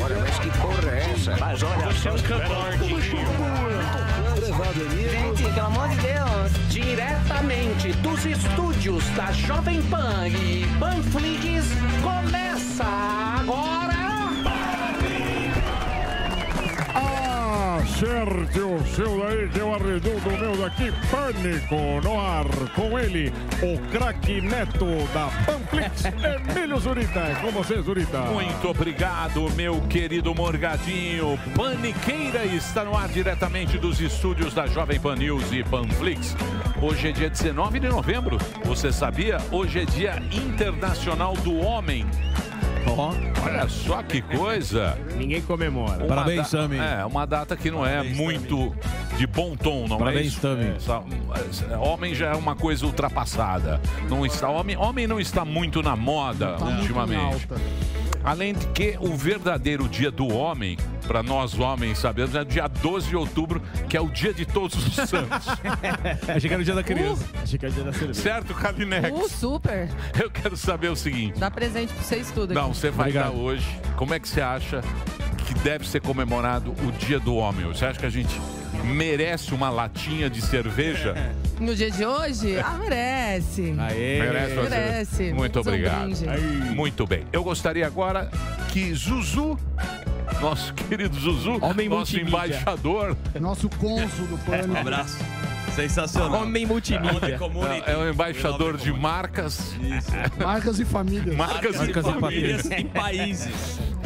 Olha, mas que porra é essa? Mas olha só. Gravado ali. Gente, pelo amor de Deus. Diretamente dos estúdios da Jovem Pan e Panflix, começa agora. Acerte o seu aí, que eu arredundo o meu daqui. Pânico no ar com ele, o craque neto da Panflix, Emílio Zurita. É com você, Zurita. Muito obrigado, meu querido Morgadinho. Paniqueira está no ar diretamente dos estúdios da Jovem Pan News e Panflix. Hoje é dia 19 de novembro. Você sabia? Hoje é dia internacional do homem. Olha só que coisa. Ninguém comemora. Uma da- É, uma data que não é muito de bom tom, não Parabéns, é isso? Essa- Homem já é uma coisa ultrapassada. Não está, homem, homem não está muito na moda ultimamente. Além de que o verdadeiro dia do homem, para nós homens sabemos, é dia 12 de outubro, que é o dia de todos os Tá santos. Achei que era o dia da criança. Tá Achei que era dia da cerveja. Certo, Kalinex? Uh, super. Eu quero saber o seguinte. Dá presente pra vocês tudo aqui. Não, você vai dar hoje. Como é que você acha que deve ser comemorado o Dia do Homem? Você acha que a gente merece uma latinha de cerveja? No dia de hoje? Ah, merece. Aê. Merece uma cerveja. Merece. Muito São obrigado. brinde. Aí. Muito bem. Eu gostaria agora que Zuzu, nosso querido Zuzu, nosso multimídia. embaixador, Nosso cônsul do pânico. Um abraço. Sensacional. Homem multimídia. É o embaixador de marcas. Marcas e famílias. Marcas, e famílias.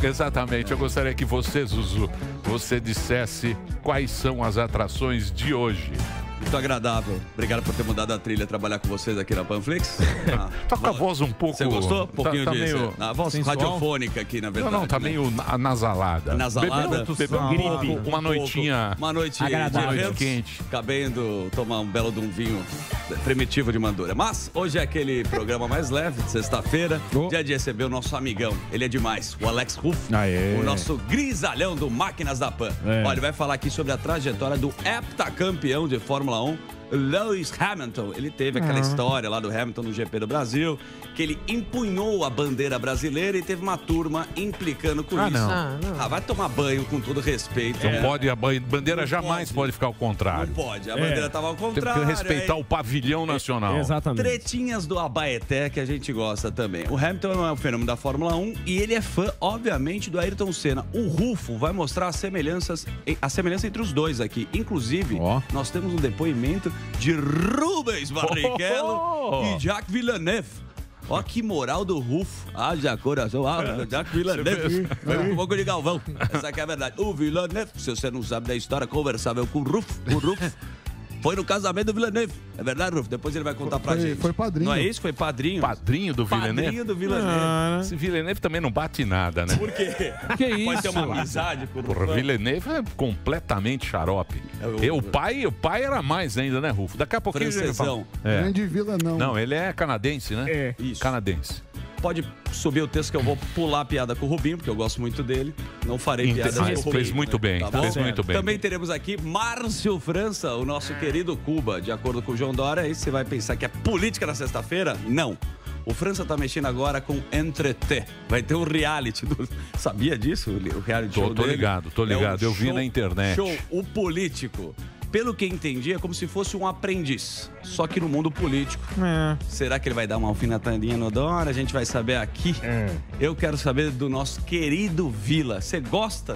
Exatamente. Eu gostaria que você, Zuzu, você dissesse quais são as atrações de hoje. Muito agradável. Obrigado por ter mudado a trilha, trabalhar com vocês aqui na Panflix. Ah, Tá com a voz um pouco... Você gostou? Um Tá- pouquinho tá de... meio A voz sensual? radiofônica aqui, na Não, verdade. não, tá né? Tá meio na- anasalada. Nasalada. Bebeu, bebeu um pouco, uma noitinha... Uma noite Uma noite quente. quente. Cabendo tomar um belo de um vinho primitivo de Mandura. Mas hoje é aquele programa mais leve, de sexta-feira. Dia de receber o nosso amigão. Ele é demais, o Alex Ruff. É. O nosso grisalhão do Máquinas da Pan. É. Olha, ele vai falar aqui sobre a trajetória do heptacampeão de Fórmula 1. Lewis Hamilton, ele teve aquela Ah. história lá do Hamilton no GP do Brasil, que ele empunhou a bandeira brasileira e teve uma turma implicando com Ah, isso. não. Ah, Ah, vai tomar banho com todo respeito. Não né? pode, a ban- bandeira jamais pode. ficar ao contrário. Não pode, a bandeira tava ao contrário, Tem É. que respeitar aí- o pavilhão nacional. Tretinhas do Abaeté que a gente gosta também. O Hamilton não é um fenômeno da Fórmula 1 e ele é fã, obviamente, do Ayrton Senna. O Rufo vai mostrar as semelhanças, a semelhança entre os dois aqui. Inclusive, nós temos um depoimento de Rubens Barrichello Oh! e Jacques Villeneuve. Ó que moral do Rufo. Haja coração. É. Ah, Jacques Villeneuve. Foi um pouco de Galvão. Essa aqui é a verdade. O Villeneuve, se você não sabe da história, conversável com o Rufo. O Rufo foi no casamento do Villeneuve. É verdade, Rufo? Depois ele vai contar Tá pra Foi- gente. foi padrinho. Não é isso? Foi padrinho. Padrinho do Villeneuve? Padrinho do Villeneuve. Ah, Esse Villeneuve também não bate em nada, né? Por quê? Que Pode ter isso? uma amizade com o Porra, Rufo. Villeneuve é completamente xarope. o- E o pai, o pai era mais ainda, né, Rufo? Daqui a pouquinho ele fala. Francesão. É. Grande vila, não. Não, ele é canadense, né? É. Isso. Canadense. Pode subir o texto que eu vou pular a piada com o Rubinho, porque eu gosto muito dele. Não farei Inte- piada Ah, com o fez Rubinho. Tá muito bem, bom? fez muito bem. Também teremos aqui Márcio França, o nosso querido Cuba. De acordo com o João Dória, aí você vai pensar que é política na sexta-feira? Não. O França tá mexendo agora com Entreté. Vai ter um reality. do- Sabia disso? O reality Tô, show tô dele? ligado, tô É um ligado. Eu vi show- na internet. Show o político. Pelo que entendi, é como se fosse um aprendiz. Só que no mundo político. É. Será que ele vai dar uma alfinetadinha no Dora? A gente vai saber aqui. Eu quero saber do nosso querido Vila. Você gosta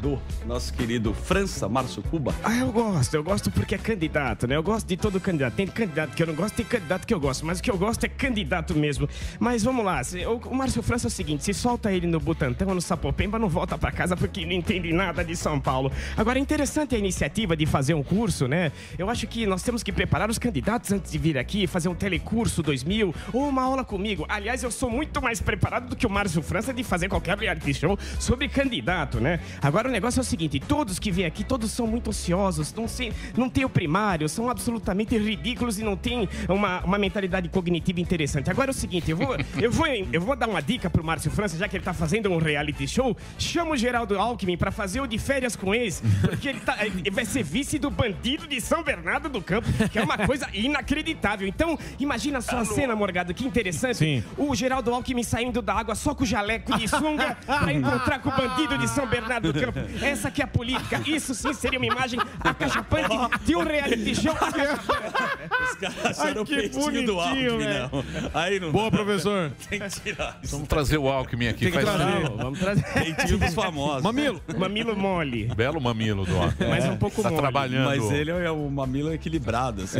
do nosso querido França, Márcio Cuba? Ah, eu gosto, eu gosto porque é candidato, né? Eu gosto de todo candidato. Tem candidato que eu não gosto, tem candidato que eu gosto, mas o que eu gosto é candidato mesmo. Mas vamos lá, se- o, o Márcio França é o seguinte: se solta ele no Butantão ou no Sapopemba, não volta pra casa porque não entende nada de São Paulo. Agora, é interessante a iniciativa de fazer um curso, né? Eu acho que nós temos que preparar os candidatos antes de vir aqui, fazer um telecurso 2000 ou uma aula comigo. Aliás, eu sou muito mais preparado do que o Márcio França de fazer qualquer reality show sobre candidato, né? Agora, Cara, o negócio é o seguinte: todos que vêm aqui, todos são muito ociosos, não, se, não tem o primário, são absolutamente ridículos e não têm uma, uma mentalidade cognitiva interessante. Agora é o seguinte: eu vou, eu vou, eu vou dar uma dica pro Márcio França, já que ele tá fazendo um reality show. Chama o Geraldo Alckmin pra fazer o de férias com ex, porque ele, tá, ele vai ser vice do bandido de São Bernardo do Campo, que é uma coisa inacreditável. Então, imagina só a cena, Morgado, que interessante. Sim. O Geraldo Alckmin saindo da água só com o jaleco de sunga pra encontrar com o bandido de São Bernardo do Campo. Essa que é a política. Isso sim seria uma imagem acachapante de um reality show. Os caras acharam o que peitinho do bonitinho, Alckmin, né? velho. não. Aí não Boa, professor. tem que tirar isso. Vamos trazer o Alckmin aqui. Faz tempo. Vamos trazer. Peitinho dos famosos. Mamilo. Mamilo mole. Belo mamilo do Alckmin. Mas um pouco Tá mole. trabalhando. Mas ele é o mamilo equilibrado, assim.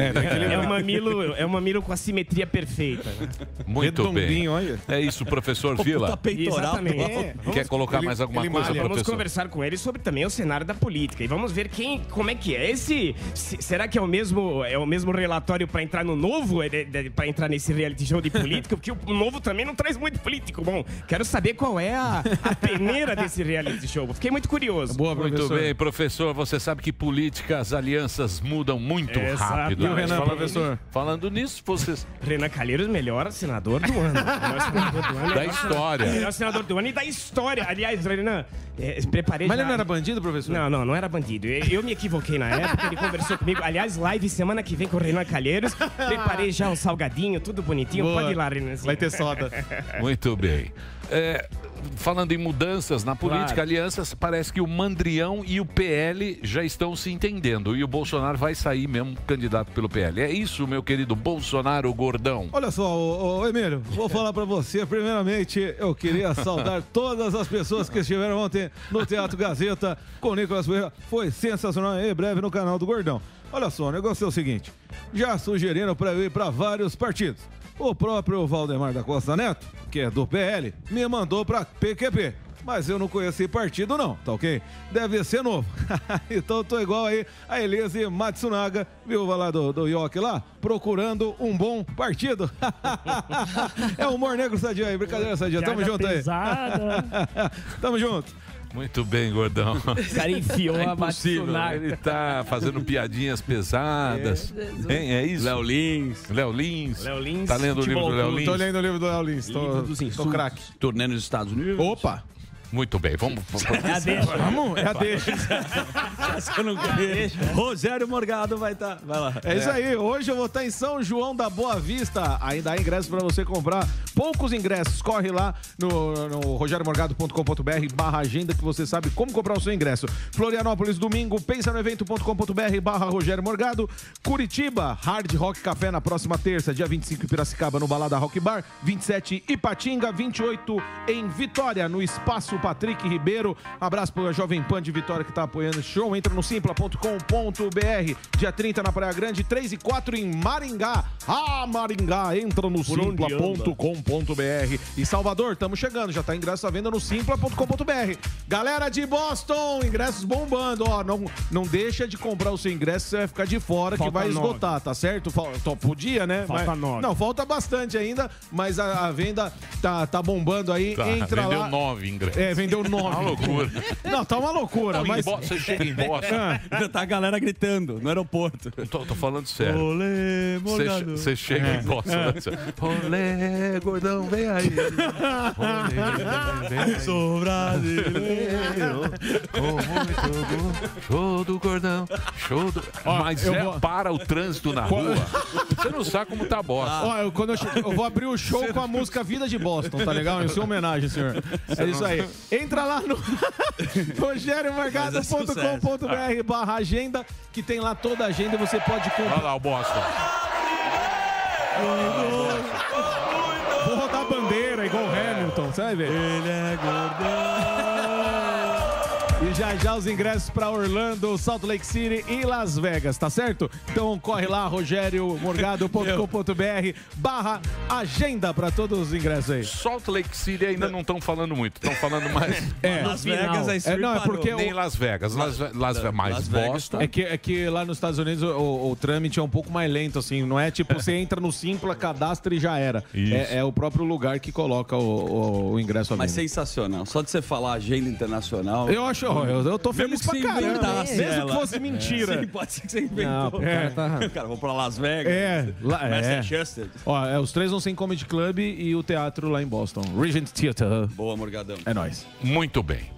É um mamilo, é um mamilo com a simetria perfeita. né? Muito bem. Redondinho, olha. É isso, professor Vila. é Puta peitoral. Exatamente. Quer colocar ele- mais alguma ele coisa, malha. Vamos professor? conversar com ele sobre também o cenário da política e vamos ver quem, como é que é esse. se- será que é o mesmo é o mesmo relatório para entrar no novo, é, para entrar nesse reality show de política? Porque o novo também não traz muito político. Bom, quero saber qual é a, a peneira desse reality show. Fiquei muito curioso. Boa, Muito professor. bem, professor. Você sabe que políticas, alianças mudam muito Exato. rápido. E o Renan, Falando- professor? Falando nisso, vocês Renan Calheiros, melhor senador do ano. Melhor senador do ano. da Melhor história. senador do ano e da história. Aliás, Renan, eh, preparei Mas já- ele não era bandido, professor? Não, não, não era bandido. Eu, eu me equivoquei na época, ele conversou comigo. Aliás, live semana que vem com o Renan Calheiros. Preparei já um salgadinho, tudo bonitinho. Boa. Pode ir lá, Renanzinho. Vai ter soda. Muito bem. É, falando em mudanças na política, Claro. alianças, parece que o Mandrião e o PL já estão se entendendo. E o Bolsonaro vai sair mesmo candidato pelo PL. É isso, meu querido Bolsonaro Gordão. Olha só, ô, ô, Emílio, vou falar pra você. Primeiramente, eu queria saudar todas as pessoas que estiveram ontem no Teatro Gazeta com o Nicolas Ferreira. Foi sensacional. Em breve no canal do Gordão. Olha só, o negócio é o seguinte: já sugeriram pra eu ir pra vários partidos. O próprio Valdemar da Costa Neto, que é do PL, me mandou pra PQP. Mas eu não conheci partido, não, tá ok? Deve ser novo. então eu tô igual aí a Elise Matsunaga, viúva lá do, do Yoki lá, procurando um bom partido. é humor negro, Sadia aí. Brincadeira, Sadia. Tamo Piada junto aí. pesada. Tamo junto. Muito bem, Gordão. O cara enfiou a É Impossível. Matsunaga. Ele tá fazendo piadinhas pesadas. Hein, é isso? Léo Lins, Léo Lins. Léo Lins, Tá lendo o livro do Léo Lins? Tô lendo o livro do Alins. Tô, tô craque. turnê nos Estados Unidos. Opa! Muito bem, vamos. Já deixa. Vamos, é a deixa. Essa eu não conheço. Rogério Morgado vai estar. Vai lá. É isso aí. Hoje eu vou estar em São João da Boa Vista. Ainda há ingressos para você comprar. Poucos ingressos. Corre lá no, no rogeriomorgado.com.br barra agenda que você sabe como comprar o seu ingresso. Florianópolis, domingo, pensa no evento.com.br barra Rogério Morgado. Curitiba, Hard Rock Café na próxima terça, dia 25 em Piracicaba, no Balada Rock Bar. 27 em Ipatinga, 28 em Vitória, no Espaço Patrick Ribeiro. Abraço para a Jovem Pan de Vitória que está apoiando o show. Entra no simpla.com.br. Dia 30 na Praia Grande, 3 e 4 em Maringá. Ah, Maringá, entra no simpla.com.br. E Salvador, estamos chegando, já tá ingresso à venda no simpla.com.br. Galera de Boston, ingressos bombando, ó, não, não deixa de comprar o seu ingresso, você vai ficar de fora Falta que vai nove. esgotar, tá certo? Falta, podia, né? Falta Mas- nove. Não, falta bastante ainda, mas a, a venda tá, tá bombando aí. Tá, entra vendeu lá. nove ingressos. Tá É, vendeu Uma nove. loucura. Não, tá uma loucura, Em mas... Bo- Você chega em Boston. Ah, Ainda tá a galera gritando no aeroporto. Eu Tô, tô falando sério. Olê, É. Você Morgado. che- Você chega É. em né, Boston. Olé, gordão, vem aí. Olé, vem aí. Sou brasileiro. Show do gordão. Show do. Mas eu é vou- para o trânsito na rua. Você não sabe como tá Boston. Ó, eu, quando eu, che- eu vou abrir o show com a música Vida de Boston, tá legal? Em sua homenagem, senhor. É isso aí. Entra lá no rogeriomorgado.com.br barra agenda, que tem lá toda a agenda e você pode Olha comprar. lá o Boston. Vou rodar a bandeira igual o Hamilton, você vai ver. Ele é gordão. E já já os ingressos para Orlando, Salt Lake City e Las Vegas, tá certo? Então corre lá, rogeriomorgado.com.br barra agenda para todos os ingressos aí. Salt Lake City ainda não estão falando muito. Estão falando mais. É. Las Vegas, a É, não, é porque Nem o- Las Vegas. Las, Ve- Las, Ve- mais Las Vegas. tá. Boston. é que, é que lá nos Estados Unidos o, o- o trâmite é um pouco mais lento, assim. Não é tipo você entra no Simpla, cadastra e já era. Isso. É, é o próprio lugar que coloca o, o- o ingresso à Mas venda. sensacional. Só de você falar agenda internacional. Eu acho, Poxa, eu, eu tô Mesmo feliz que pra você caramba. inventasse Mesmo ela. É. que fosse mentira. Sim, pode ser que você inventou. Não, o cara tá- Cara, vou pra Las Vegas. É, lá, é. Massachusetts. Ó, é, os três vão ser em Comedy Club e o teatro lá em Boston. Regent Theater. Boa, Morgadão. É nóis. Muito bem.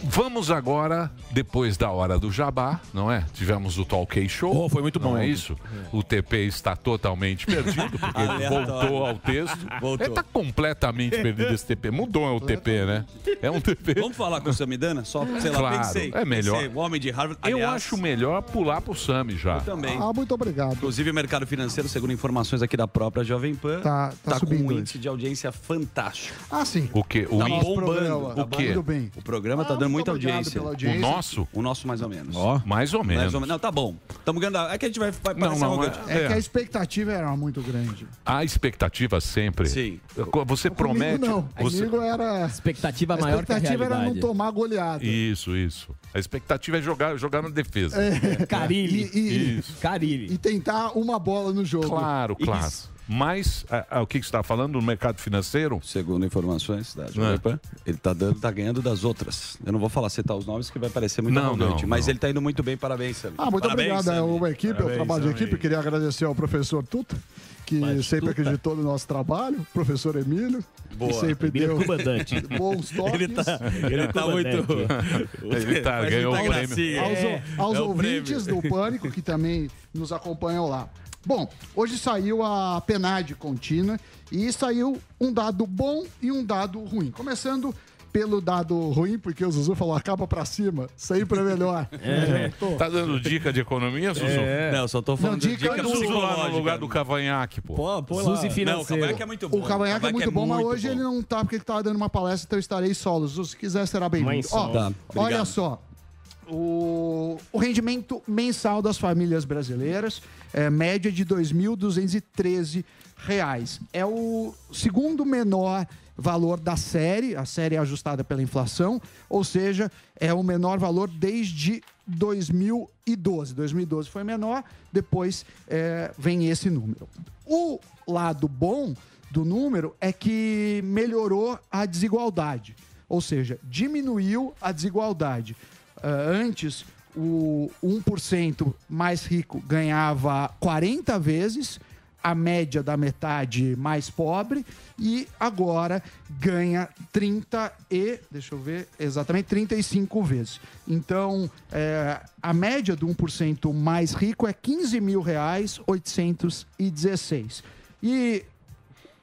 Vamos agora, depois da hora do jabá, não é? Tivemos o Talk Show. Oh, foi muito não bom É ontem. isso? O TP está totalmente perdido, porque ele Aleatório. voltou ao texto. Voltou. Ele está completamente perdido esse TP. Mudou o TP, né? É um TP. Vamos falar com o Samidana? Só, sei lá, Claro, pensei. é melhor. Pensei, o homem de Harvard. Eu aliás, acho melhor pular pro Sami já. também. Ah, muito obrigado. Inclusive, o mercado financeiro, segundo informações aqui da própria Jovem Pan, Tá- tá com subindo um hoje. índice de audiência fantástico. Ah, sim. O quê? O Tá I- nosso programa. O quê? Tudo bem. O programa tá Ah, muito dando muita obrigado audiência. pela O audiência. nosso? O nosso, mais ou menos. Ó. Mais ou menos. Mais ou menos. Não, tá bom. Estamos ganhando. É que a gente vai vai parecer não, arrogante. É, que É. a expectativa era muito grande. A expectativa sempre. Sim. Você promete. Comigo não. você- Comigo era... A Expectativa maior que a expectativa era não realidade. tomar goleada. Isso, isso. A expectativa é jogar, jogar na defesa. É. Carilli. E, e- Isso. Carilli. e tentar uma bola no jogo. Claro, claro. Mas a- a- o que que você está falando no mercado financeiro? Segundo informações da Jovem É. Pan, ele tá, dando, tá ganhando das outras. Eu não vou falar citar os nomes que vai parecer muito Não, arrogante, não, mas não. ele tá indo muito bem. Parabéns, Samir. Ah, muito Parabéns, obrigado Samir. à equipe, ao trabalho de equipe. Queria agradecer ao professor Tuta, que sempre acreditou no nosso trabalho. Professor Emílio, Boa. que sempre Emílio deu Comandante. bons toques. é Ele tá, ele tá muito. Ele tá, ganhou o prêmio. aos, aos então, assim, é o ouvintes do Pânico, que também nos acompanham lá. Bom, hoje saiu a PNAD contínua e saiu um dado bom e um dado ruim. Começando pelo dado ruim, porque o Zuzu falou, acaba pra cima, sempre é melhor. Tô. Tá dando dica de economia, Suzu? É. Não, eu só tô falando Não, de dica dica do- Suzu lá no lugar psicológica. do cavanhaque, pô. Pô, pô, Suzy Não, o financeiro. Cavanhaque é muito bom. O Cavanhaque é muito bom, mas muito hoje bom. ele não tá, porque ele tava dando uma palestra, então eu estarei solo. Zu, Se quiser, será Mãe bem-vindo. Ó, solo. Tá, olha obrigado. só. O, o rendimento mensal das famílias brasileiras é média de R$ 2.213. reais. É o segundo menor valor da série, a série é ajustada pela inflação, ou seja, é o menor valor desde 2012. 2012 foi menor, depois é, vem esse número. O lado bom do número é que melhorou a desigualdade, ou seja, diminuiu a desigualdade. Ah, antes, o 1% mais rico ganhava 40 vezes a média da metade mais pobre e agora ganha 30 e, deixa eu ver, exatamente 35 vezes. Então, é, a média do 1% mais rico é 15 mil reais 816. E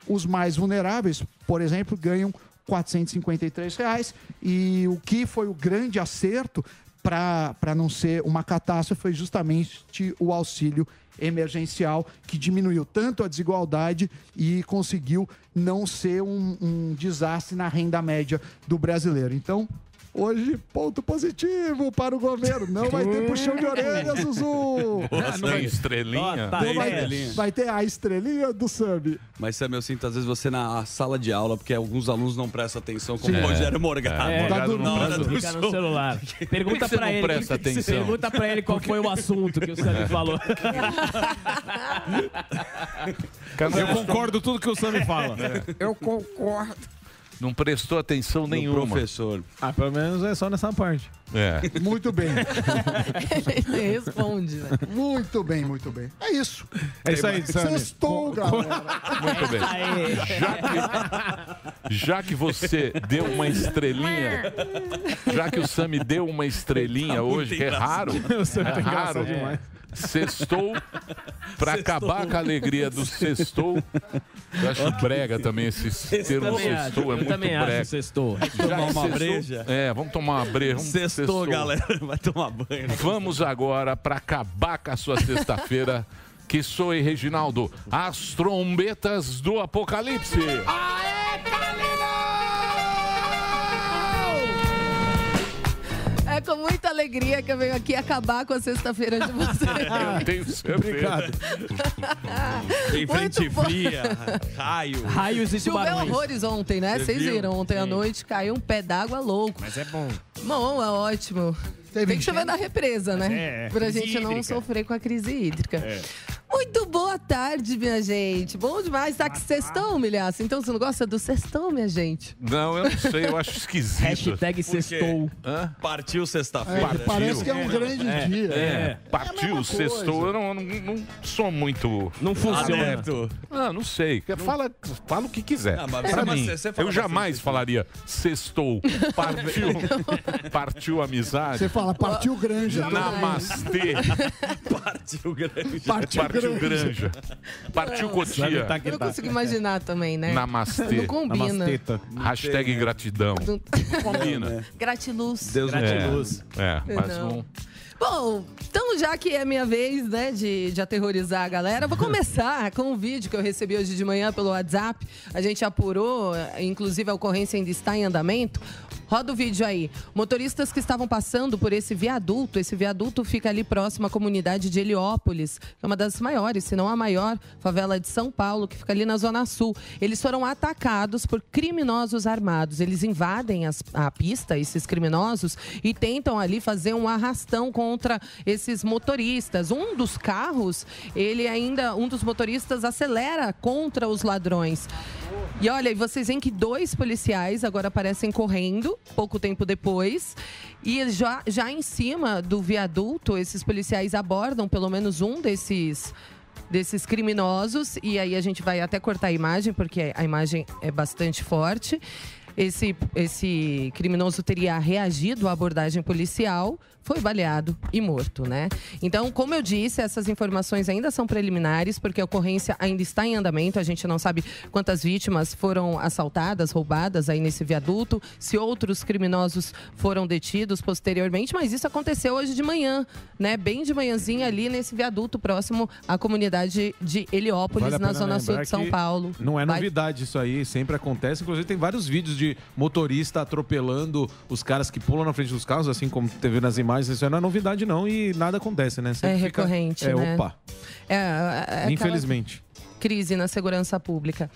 os mais vulneráveis, por exemplo, ganham R$ 453 reais. E o que foi o grande acerto para não ser uma catástrofe foi justamente o auxílio emergencial, que diminuiu tanto a desigualdade e conseguiu não ser um, um desastre na renda média do brasileiro. Então. Hoje, ponto positivo para o governo. Não vai ter puxão de orelha, Zuzu! Tem estrelinha. Ó, tá. Tem Vai- estrelinha. vai ter a estrelinha do Sami. Mas, Sam, eu sinto às vezes você na sala de aula, porque alguns alunos não prestam atenção, como o Rogério Morgado. É, Morgado tá não dormindo. presta- Fica no celular. Por que Pergunta você pra não ele. presta atenção? Pergunta pra ele qual foi o assunto que o Samir falou. Eu é concordo tudo que o Sami fala. É. Não prestou atenção do nenhuma. professor. Ah, pelo menos é só nessa parte. É. tá Muito bem, Ele responde, né? muito bem, muito bem. É isso. É isso aí, Sami. Sextou, galera. Muito bem. Já que você deu uma estrelinha, já que o Sami deu uma Tá estrelinha hoje, que é raro, é raro. Sextou, pra acabar com a alegria do sextou. Eu acho brega também esse termo também acho, sextou, é eu muito também acho brega. sextou. Já Tomar que uma sextou- breja. É, vamos tomar uma breja. vamos Sextou, galera. Vai tomar banho. né? Vamos agora para acabar com a sua sexta-feira. Que soe, Reginaldo, as trombetas do apocalipse. É com muita alegria que eu venho aqui acabar com a sexta-feira de vocês. Eu tenho certeza. Tem Muito frente bom. fria, raio. Raios e Choveu tubarões. horrores ontem, né? Vocês viu? viram, ontem à noite caiu um pé d'água louco. Mas é bom. Bom, é ótimo. Teve Tem que chover enchente? na represa, né? É, é. Pra Crise gente não hídrica. sofrer com a crise hídrica. Muito boa tarde, minha gente. Bom demais. Tá que sextão, milhaço. Então você não gosta do sextão, minha gente? Não, eu não sei, eu acho esquisito. Hashtag Por quê? sextou. Hã? Partiu sexta-feira. Partiu. É, É, partiu, sextou. Eu não, não, não sou muito. Não funciona. adepto. Ah, não sei. Fala, fala o que quiser. Ah, mas Pra você- mim, você fala eu jamais falaria sextou. Partiu. partiu amizade. Você fala, partiu granja. Namastê. Partiu grande. tá Partiu, granja. Partiu cotia. Eu não consigo imaginar também, né? Namastê. Não combina. Hashtag gratidão. Não- Combina. Gratiluz. É, é mas Não. não. Bom, então já que é minha vez, né, de, de aterrorizar a galera, vou começar com um vídeo que eu recebi hoje de manhã pelo WhatsApp. A gente apurou, inclusive a ocorrência ainda está em andamento. Roda o vídeo aí. Motoristas que estavam passando por esse viaduto, esse viaduto fica ali próximo à comunidade de Heliópolis, que é uma das maiores, se não a maior, favela de São Paulo, que fica ali na Zona Sul. Eles foram atacados por criminosos armados. Eles invadem as- a pista, esses criminosos, e tentam ali fazer um arrastão contra esses motoristas. Um dos carros, ele ainda, um dos motoristas acelera contra os ladrões. E olha, e vocês veem que dois policiais agora aparecem correndo, pouco tempo depois. E já, já em cima do viaduto, esses policiais abordam pelo menos um desses desses criminosos e aí a gente vai até cortar a imagem porque a imagem é bastante forte. Esse, esse criminoso teria reagido à abordagem policial, foi baleado e morto, né? Então, como eu disse, essas informações ainda são preliminares, porque a ocorrência ainda está em andamento. A gente não sabe quantas vítimas foram assaltadas, roubadas aí nesse viaduto, se outros criminosos foram detidos posteriormente, mas isso aconteceu hoje de manhã, né? Bem de manhãzinha ali nesse viaduto próximo à comunidade de Heliópolis, Vale a na pena zona sul lembrar de São que Paulo. Não é Vai- novidade isso aí, sempre acontece. Inclusive, tem vários vídeos de motorista atropelando os caras que pulam na frente dos carros, assim como teve nas imagens. Isso aí não é novidade, não, e nada acontece, né? É Sempre fica- recorrente, É, né? opa. É, é aquela Infelizmente. Crise na segurança pública.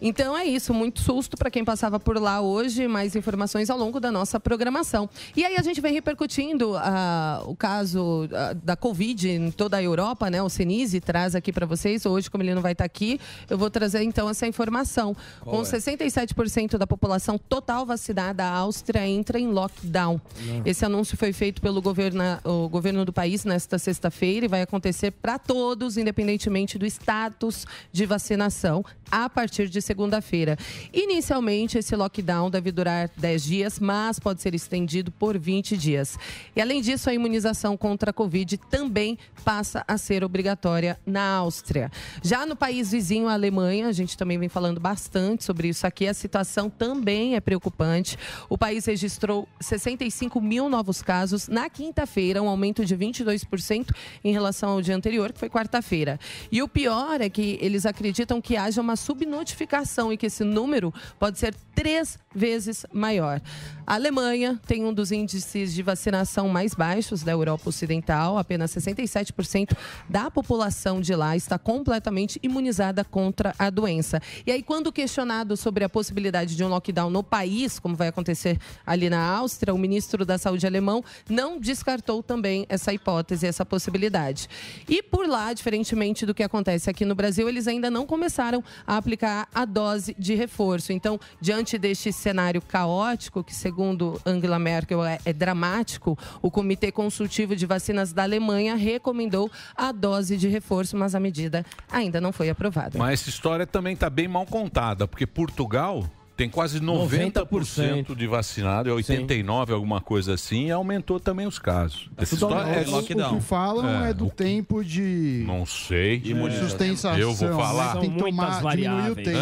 Então é isso, muito susto para quem passava por lá hoje, mais informações ao longo da nossa programação. E aí a gente vem repercutindo ah, o caso ah, da Covid em toda a Europa, né? O Senise traz aqui para vocês. Hoje, como ele não vai estar aqui, eu vou trazer então essa informação. Qual Com é? 67% da população total vacinada, a Áustria entra em lockdown. Não. Esse anúncio foi feito pelo governo, o governo do país nesta sexta-feira e vai acontecer para todos, independentemente do status de vacinação, a partir de segunda-feira. Inicialmente, esse lockdown deve durar 10 dias, mas pode ser estendido por 20 dias. E além disso, a imunização contra a Covid também passa a ser obrigatória na Áustria. Já no país vizinho, a Alemanha, a gente também vem falando bastante sobre isso aqui, a situação também é preocupante. O país registrou 65 mil novos casos na quinta-feira, um aumento de 22% em relação ao dia anterior, que foi quarta-feira. E o pior é que eles acreditam que haja uma subnotificação e que esse número pode ser três vezes maior. A Alemanha tem um dos índices de vacinação mais baixos da Europa Ocidental, apenas 67% da população de lá está completamente imunizada contra a doença. E aí, quando questionado sobre a possibilidade de um lockdown no país, como vai acontecer ali na Áustria, o ministro da Saúde alemão não descartou também essa hipótese, essa possibilidade. E por lá, diferentemente do que acontece aqui no Brasil, eles ainda não começaram a aplicar a dose de reforço. Então, diante deste cenário caótico, que segundo Angela Merkel é, é dramático, o Comitê Consultivo de Vacinas da Alemanha recomendou a dose de reforço, mas a medida ainda não foi aprovada. Mas essa história também está bem mal contada, porque Portugal tem quase 90%, 90%. de vacinado, é 89%, alguma coisa assim, e aumentou também os casos. Tá Essa Tudo história bem. é O- O lockdown. que falam é, É, do tempo de. Não sei. Sustentação. Né? Eu vou falar. Tem que tomar, diminuir o tempo.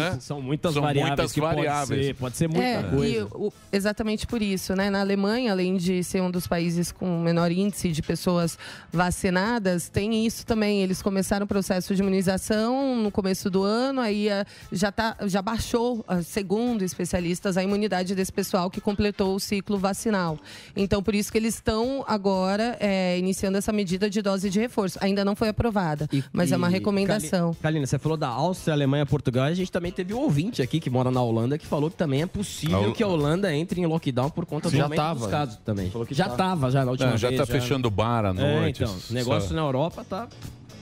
Hã? É, e o- exatamente por isso, né? Na Alemanha, além de ser um dos países com menor índice de pessoas vacinadas, tem isso também. Eles começaram o processo de imunização no começo do ano, aí ah, já, tá, já baixou, ah, segundo especialistas, a imunidade desse pessoal que completou o ciclo vacinal. Então, por isso que eles estão agora eh, iniciando essa medida de dose de reforço. Ainda não foi aprovada, mas é uma E, recomendação. Cali- Kalina, você falou da Áustria, Alemanha, Portugal. A gente também teve um ouvinte aqui que mora na Holanda que falou que também é A possível Hol- que a Holanda entre em lockdown por conta do Já aumento dos tava. casos também. Falou que já tá. tava, já na última Não, já vez, tá fechando bar à noite, É, então, o negócio sabe? na Europa tá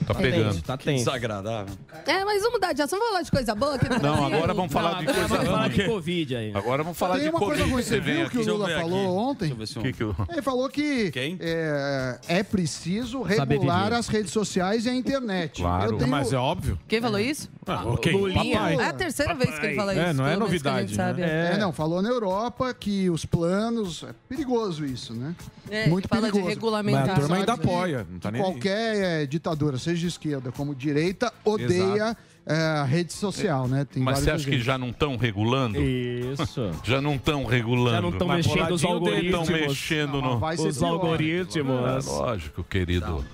Tá pegando. Tá tenso. Desagradável. É, mas vamos mudar de assunto. Vamos falar de coisa boa aqui do Não, Brasil? agora vamos falar de coisa vamos falar de ruim. Covid aí. Agora vamos falar Tem de uma Covid. coisa ruim, você viu que o Deixa eu Lula ver aqui. falou ontem? um- Deixa eu ver se eu- Ele falou que é, é preciso Saber regular viver. as redes sociais e a internet. Claro. Eu tenho- Mas é óbvio. Quem falou isso? Ah, ok. Lulinha. Papai. É a terceira vez que ele fala isso. É, não é pelo menos que a novidade, gente né? sabe. É. não, falou na Europa que os planos. É perigoso isso, né? É, Muito fala de perigoso. regulamentar. Mas a turma ainda Sabe que- apoia, não tá que nem aí. Qualquer eh, ditadura, seja de esquerda como direita, odeia eh, a rede social, né? Tem Mas você vários acha que exemplos. já não estão regulando? Isso. Já não estão regulando. Já não tão mexendo os nos algoritmos. algoritmos. Estão mexendo Não, no... vai ser Os pior. algoritmos. É, lógico, querido.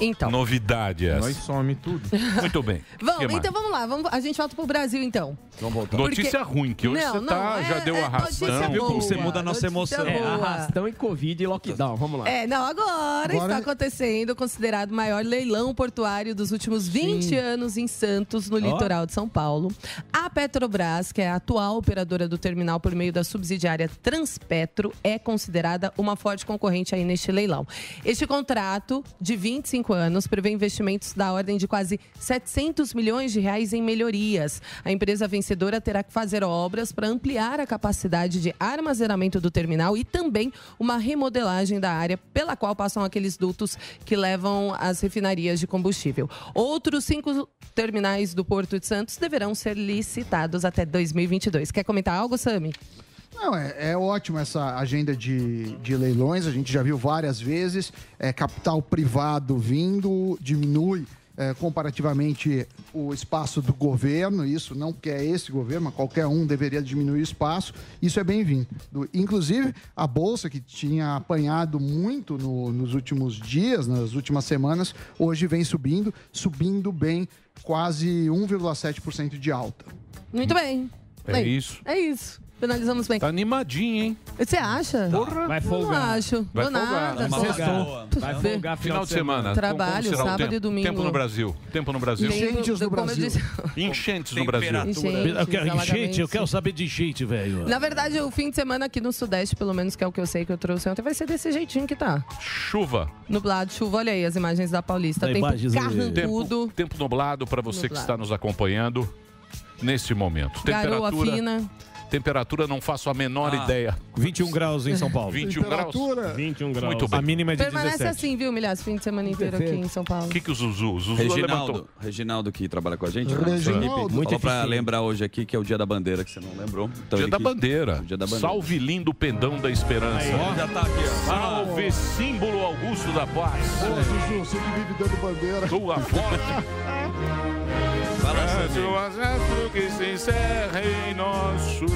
Então. Novidade essa. Nós some tudo. Muito bem. Vamos, Que mais? então vamos lá. Vamos, a gente volta pro Brasil, então. Vamos voltar. Porque- Notícia ruim, que hoje Não, você não, tá, é- já deu é arrastão. notícia Viu como você boa, muda a nossa notícia emoção? É, boa. arrastão e Covid e lockdown. Vamos lá. É, não, agora, está acontecendo o considerado o maior leilão portuário dos últimos 20 anos em Santos, no Ó. litoral de São Paulo. A Petrobras, que é a atual operadora do terminal por meio da subsidiária Transpetro, é considerada uma forte concorrente aí neste leilão. Este contrato de 25 anos prevê investimentos da ordem de quase 700 milhões de reais em melhorias. A empresa vencedora terá é que fazer obras para ampliar a capacidade de armazenamento do terminal e também uma remodelagem da área pela qual passam aqueles dutos que levam as refinarias de combustível. Outros cinco terminais do Porto de Santos deverão ser licitados até 2022. Quer comentar algo, Sami? Não, é, é ótimo essa agenda de, de leilões, a gente já viu várias vezes. É, capital privado vindo, diminui é, comparativamente o espaço do governo, isso não quer esse governo, mas qualquer um deveria diminuir o espaço, isso é bem-vindo. Do- Inclusive, a Bolsa, que tinha apanhado muito no- nos últimos dias, nas últimas semanas, hoje vem subindo, subindo bem, quase 1,7% de alta. Muito bem. É Bem, isso. É isso. Finalizamos bem. Tá animadinho, hein? Você acha? Vai Não folgar. acho. Vai folgar. Tô nada. Mas Tô- sextou. Tô- Vai Vê. folgar Final de semana. Trabalho, Como será o sábado tempo? e domingo. Tempo no Brasil. Tempo no Brasil. Lembro, como eu disse- Enchentes no Brasil. Enchentes, eu quero enchente, eu alagamentos. quero saber de enchente, velho. Na verdade, o fim de semana aqui no Sudeste, pelo menos que é o que eu sei que eu trouxe ontem, vai ser desse jeitinho que tá. Chuva. Nublado, chuva, olha aí as imagens da Paulista. Dá Tempo imagens aí. carrancudo, Tempo, tempo nublado para você que Nublado. está nos acompanhando neste momento. garoa Temperatura. fina. Temperatura, não faço a menor Ah. ideia. 21 graus em São Paulo. 21 graus. 21 graus. Muito bem. A mínima é de Permanece 17. assim, viu, milhares, fim de semana inteiro aqui em São Paulo. O que, que o Zuzu? O Zuzu Reginaldo, levantou. Reginaldo que trabalha com a gente. né? Reginaldo. Muito Muito pra eficiente. lembrar hoje aqui que é o dia da bandeira, que você não lembrou. Então Dia ele da quis- bandeira. Dia da bandeira. Salve lindo pendão da esperança. Aí, ó. Já tá aqui, ó. Salve símbolo Augusto da Paz. Ô, Zuzu, você que vive dando bandeira. Tua forte. É, É, Santo, que se encerre em nosso.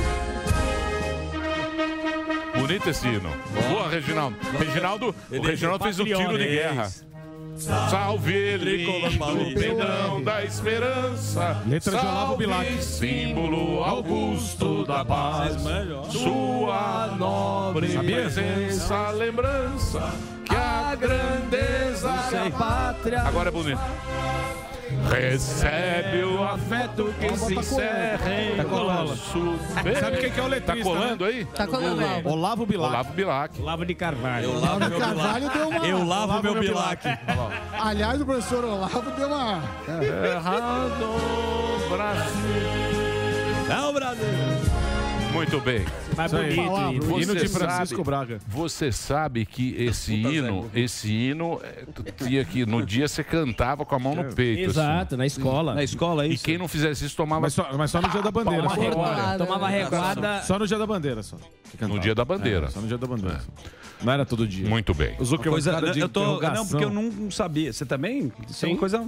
Bonito esse hino. Boa, Reginaldo. Reginaldo, o Ele Reginaldo é fez um tiro de patriota. guerra. Salve, lindo pendão da esperança. Letra de Olavo Salve, Bilac. símbolo augusto da paz. Vocês manjam, ó. Sua nobre Sabia? presença, lembrança. Que a grandeza da pátria. Agora é bonito. Recebe o afeto que se encerra em Tá colando. nosso Sabe quem que é o letrista, Tá colando né? aí? Tá colando, é. Olavo Bilac. Olavo Bilac. Olavo de Carvalho. Eu lavo meu Carvalho bilac. deu um uma- Eu lavo meu bilac. Aliás, o professor Olavo deu uma. Errado, Brasil. É o Brasil. Muito bem. Mas bonito, Palavra, hino. hino de Francisco Braga. Você sabe que esse hino, esse hino, é, tu tinha que no dia você cantava com a mão no peito. Exato, na escola. Na escola, é isso. E quem não fizesse isso tomava. Mas só, mas só no dia da bandeira. Palma só. reguada. Tomava reguada. Só no dia da bandeira, só. Que cantava. No dia da bandeira. É, só no dia da bandeira. Não era todo dia. Muito bem. O Zuckerman, Coisa- cara de eu tô, interrogação. não, porque eu não sabia. Você também? Isso é uma coisa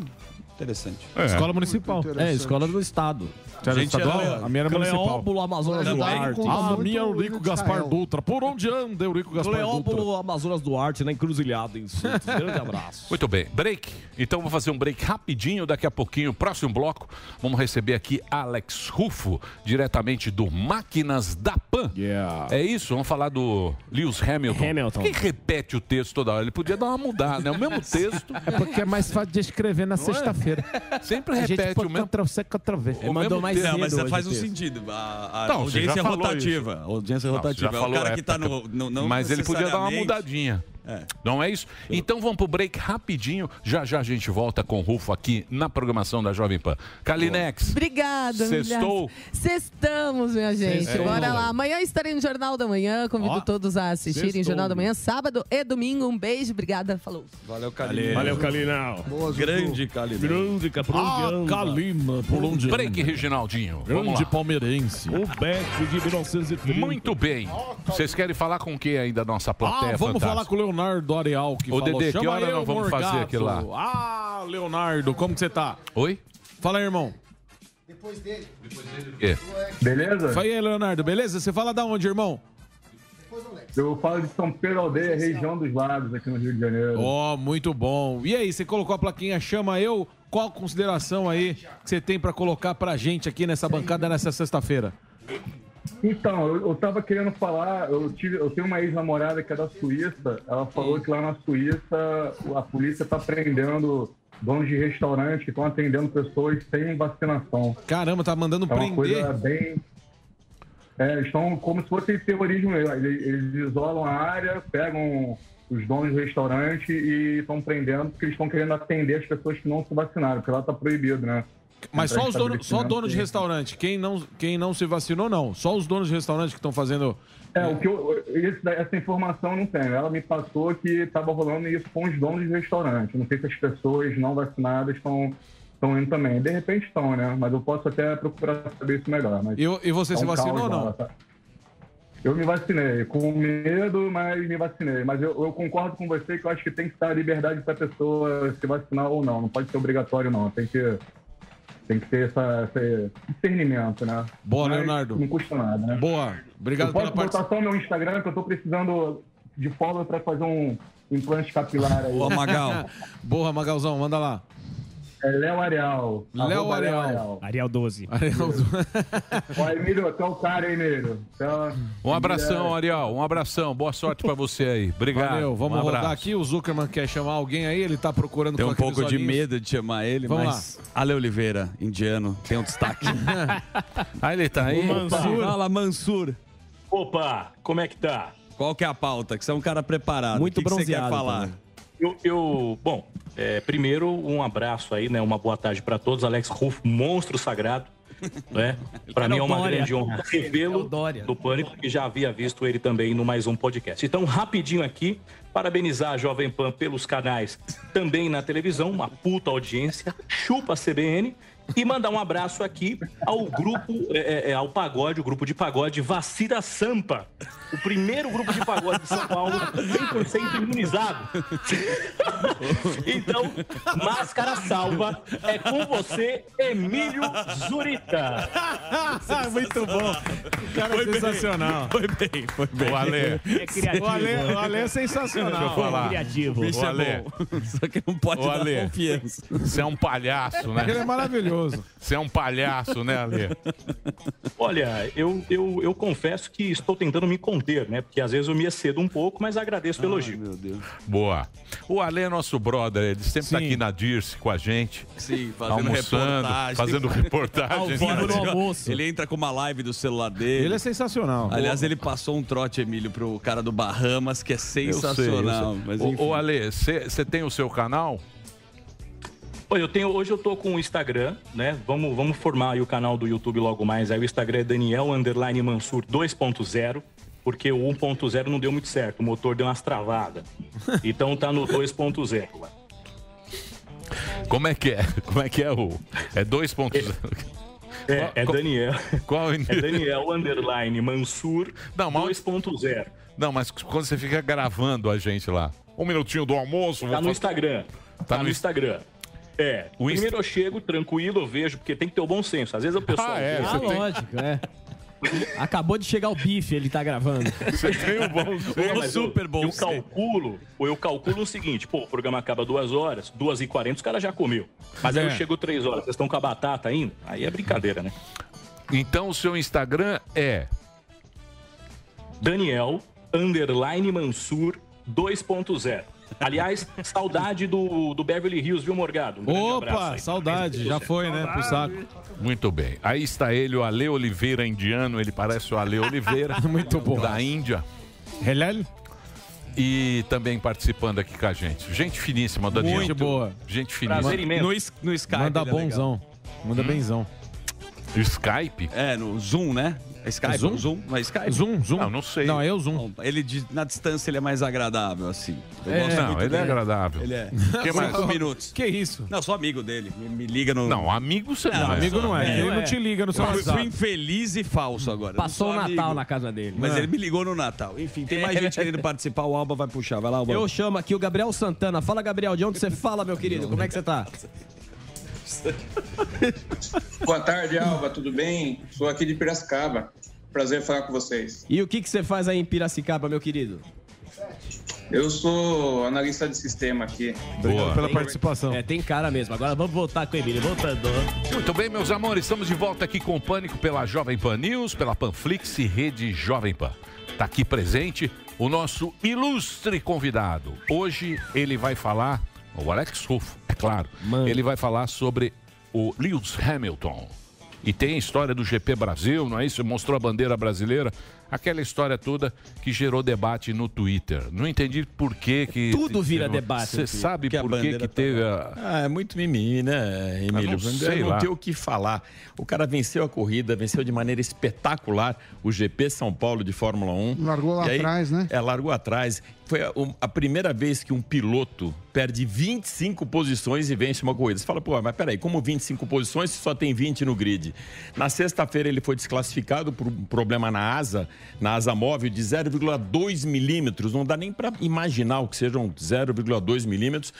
interessante. Escola municipal. É, escola do estado. Você era Gente, estadual? é era- a minha era Cleóbulo, municipal. Amazonas Também do Arte. conta Ah, muito Eurico Gaspar Dutra. Por onde anda Eurico Gaspar Cleóbulo, Amazonas do Arte, na Encruzilhada, em Santos. Grande abraço. Muito bem, break. Então vou fazer um break rapidinho, daqui a pouquinho, próximo bloco, vamos receber aqui Alex Rufo, diretamente do Máquinas da Pan. É isso, vamos falar do Lewis Hamilton. Hamilton. Quem repete o texto toda hora? Ele podia dar uma mudada, né? O mesmo texto. é? É porque é mais fácil de escrever na sexta-feira. Sempre A gente repete põe o mesmo- Ctrl C, Ctrl V. o mesmo texto. Não, mas você faz um sentido. A, a Não, você audiência já falou rotativa. isso. Audiência Não, rotativa. você já é o falou, cara é, que tá no. no- não Mas ele podia dar uma necessariamente- mudadinha. Não é isso? Então vamos pro break rapidinho. Já já a gente volta com o Rufo aqui na programação da Jovem Pan. Kalinex. Obrigada, Sextou. milhares. Sextamos, minha gente. Sextou. Bora lá. Amanhã estarei no Jornal da Manhã. Convido Ó, todos a assistirem sextou. Jornal da Manhã, sábado e domingo. Um beijo, obrigada. Falou. Valeu, Valeu, Valeu, Calinal. Grande Calinal. Grande Caprundiana. Ah, Calima, por onde um Break, anda. Reginaldinho. Vamos Grande lá. palmeirense. O Beck de 1930. Muito bem. Vocês querem falar com quem aí da nossa plateia Ah, vamos fantástica? falar com o Leonardo Areal que Ô, falou. Dedê, que Chama hora eu, nós vamos fazer Morgato. aquilo lá? Ah, Leonardo, como que você tá? Oi? Fala aí, irmão. quê? Beleza? Fala aí, Leonardo, beleza? Você fala da onde, irmão? Eu falo de São Pedro Aldeia, região dos lagos, aqui no Rio de Janeiro. Ó, muito bom. E aí, você colocou a plaquinha Chama Eu? Qual consideração aí que você tem pra colocar pra gente aqui nessa bancada nessa sexta-feira? Então, eu, eu tava querendo falar, eu, tive, eu tenho uma ex-namorada que é da Suíça, ela falou que lá na Suíça a polícia tá prendendo donos de restaurante que estão atendendo pessoas sem vacinação. Caramba, tá mandando é uma prender? Coisa bem... É, eles estão como se fosse terrorismo mesmo. Eles, eles isolam a área, pegam os donos do restaurante e estão prendendo porque eles estão querendo atender as pessoas que não se vacinaram, porque lá tá proibido, né? Mas Entrar só em os donos, só dono de estabelecimento. restaurante. Quem não, quem não se vacinou, não. Só os donos de restaurante que estão fazendo. É, o que eu, esse da- essa informação eu não tenho. Ela me passou que estava rolando isso com os donos de restaurante. Não sei se as pessoas não vacinadas estão estão indo também. De repente estão, né? Mas eu posso até procurar saber isso melhor. Mas é E o- e você se vacinou caos ou não? lá, tá? Eu me vacinei, com medo, mas me vacinei. Mas eu, eu concordo com você que eu acho que tem que estar a liberdade para a pessoa se vacinar ou não. Não pode ser obrigatório, não. Tem que, tem que ter essa, esse discernimento, né? Boa, Mas Leonardo. Não custa nada, né? Boa. Obrigado eu posso pela botar só meu Instagram, que eu tô precisando de follow para fazer um implante capilar aí. Boa, Magalzão, manda lá. É Léo Areal. Léo Arroba Areal. Ariel 12. Ariel 12. Ó, Emílio, tu é o cara, hein, Emílio? é, Tu é o- Um abração, Ariel. Um abração. Boa sorte pra você aí. Obrigado. Valeu, vamos um abraço. rodar aqui. O Zuckerman quer chamar alguém aí, ele tá procurando Tem com um aqueles pouco de olhinhos. medo de chamar ele, Vamos mas. Ale Oliveira, indiano, tem um destaque. ah, ele tá aí? Mansur. Fala, Mansur. Opa, como é que tá? Qual que é a pauta? Que você é um cara preparado. Muito o que que você quer bronzeado falar? também. Eu, eu- bom, é, primeiro um abraço aí, né? Uma boa tarde pra todos. Alex Rufo, monstro sagrado, né? Para Era mim é o uma tá Dória. grande honra revê-lo do Pânico, que já havia visto ele também no mais um podcast. Então, rapidinho aqui, parabenizar a Jovem Pan pelos canais também na televisão, uma puta audiência, chupa a CBN. E mandar um abraço aqui ao grupo, é, é, é, ao pagode, o grupo de pagode Vacina Sampa. O primeiro grupo de pagode de São Paulo 100% imunizado. Então, máscara salva. É com você, é Emílio Zurita. Muito bom. O cara é sensacional. Foi bem, foi bem. O Ale. É criativo. O Ale- o Ale é sensacional. Deixa eu falar. um Criativo. O Bicho é Ale. Só que não pode Ô, dar Ale, confiança. Você é um palhaço, né? Ele é maravilhoso. Você é um palhaço, né, Ale? Olha, eu, eu, eu confesso que estou tentando me conter, né? Porque às vezes eu me excedo um pouco, mas agradeço o elogio. Meu Deus. Boa. O Ale é nosso brother, ele sempre tá aqui na Dirce com a gente. Sim, fazendo almoçando, reportagem. fazendo reportagens. Ele é entra com uma live do celular dele. Ele é sensacional. Aliás, ele passou um trote, Emílio, pro cara do Bahamas, que é Eu sei, eu sei. sensacional. Mas, enfim. Ô, ô, Ale, você tem o seu canal? Olha, eu tenho, hoje eu tô com o Instagram, né? Vamos, vamos formar aí o canal do YouTube logo mais. Aí o Instagram é Daniel Underline Mansur 2.0, porque o 1.0 não deu muito certo, o motor deu umas travadas. Então tá no 2.0. Como é que é? Como é que é o. É 2.0. É, é Daniel. Qual o É Daniel Underline Mansur 2.0. Não, mas quando você fica gravando a gente lá. Um minutinho do almoço. vou Tá no fa- Instagram. Tá, no no Instagram. É, O Insta- primeiro eu chego tranquilo, eu vejo, porque tem que ter o bom senso. Às vezes o pessoal. Ah, é, vê, ah, lógico, é. Acabou de chegar o bife, ele tá gravando. Você tem um bom É, mas eu- Eu calculo, ou eu calculo o seguinte, pô, o programa acaba duas horas, duas e quarenta, os caras já comeu. Mas aí É. eu chego três horas, vocês estão com a batata ainda? Aí é brincadeira, né? Então o seu Instagram é. Daniel, underline Mansur 2.0. Aliás, saudade do, do Beverly Hills, viu, Morgado? Um grande abraço Opa, aí. saudade. Já foi, né? Pro saco. Muito bem. Aí está ele, o Ale Oliveira indiano. Ele parece o Ale Oliveira. Muito bom. Da Índia. Helal? E também participando aqui com a gente. Gente finíssima, Danilo. Muito boa. Gente finíssima. No, no Skype. Manda bonzão. Manda benzão. Skype? É, no Zoom, né? É Skype, Zoom? Zoom? Zoom? Não é Skype? Zoom, Zoom. Não, não sei. Não, é o Zoom. Ele, de- na distância, ele é mais agradável, assim. Eu É, gosto não, muito ele dele. é agradável. Ele é. Que Cinco mais? minutos. Que isso? Não, sou amigo dele. Me, me liga no... Não, amigo você não é. amigo Eu fui- WhatsApp. fui infeliz e falso agora. Passou Não o sou Natal amigo. na casa dele. Mas É. ele me ligou no Natal. Enfim, tem mais É. gente querendo participar. O Alba vai puxar. Vai lá, Alba. Eu chamo aqui o Gabriel Santana. Fala, Gabriel, de onde você fala, meu querido? Como é que você tá? Boa tarde, Alba, tudo bem? Sou aqui de Piracicaba. Prazer falar com vocês. E o que, que você faz aí em Piracicaba, meu querido? Eu sou analista de sistema aqui. participação. É, tem cara mesmo. Agora vamos voltar com o Emílio. Voltando. Muito bem, meus amores, estamos de volta aqui com o Pânico pela Jovem Pan News, pela Panflix e Rede Jovem Pan. Está aqui presente o nosso ilustre convidado. Hoje ele vai falar, o Alex Rufo, é claro, ele vai falar sobre o Lewis Hamilton. E tem a história do GP Brasil, não é isso? Mostrou a bandeira brasileira, aquela história toda que gerou debate no Twitter. Não entendi por que que... Tudo vira debate no Você Twitter. sabe Que a por que bandeira que tá teve a... Ah, é muito mimimi, né, Ah, Emílio? não Eu sei não lá. tenho o que falar. O cara venceu a corrida, venceu de maneira espetacular o GP São Paulo de Fórmula 1. Largou lá E aí, atrás, né? É, largou atrás. Foi a, um- a primeira vez que um piloto perde 25 posições e vence uma corrida. Você fala, pô, mas peraí, como 25 posições se só tem 20 no grid? Na sexta-feira ele foi desclassificado por um problema na asa, na asa móvel, de 0,2 milímetros. Não dá nem para imaginar o que sejam 0,2 milímetros.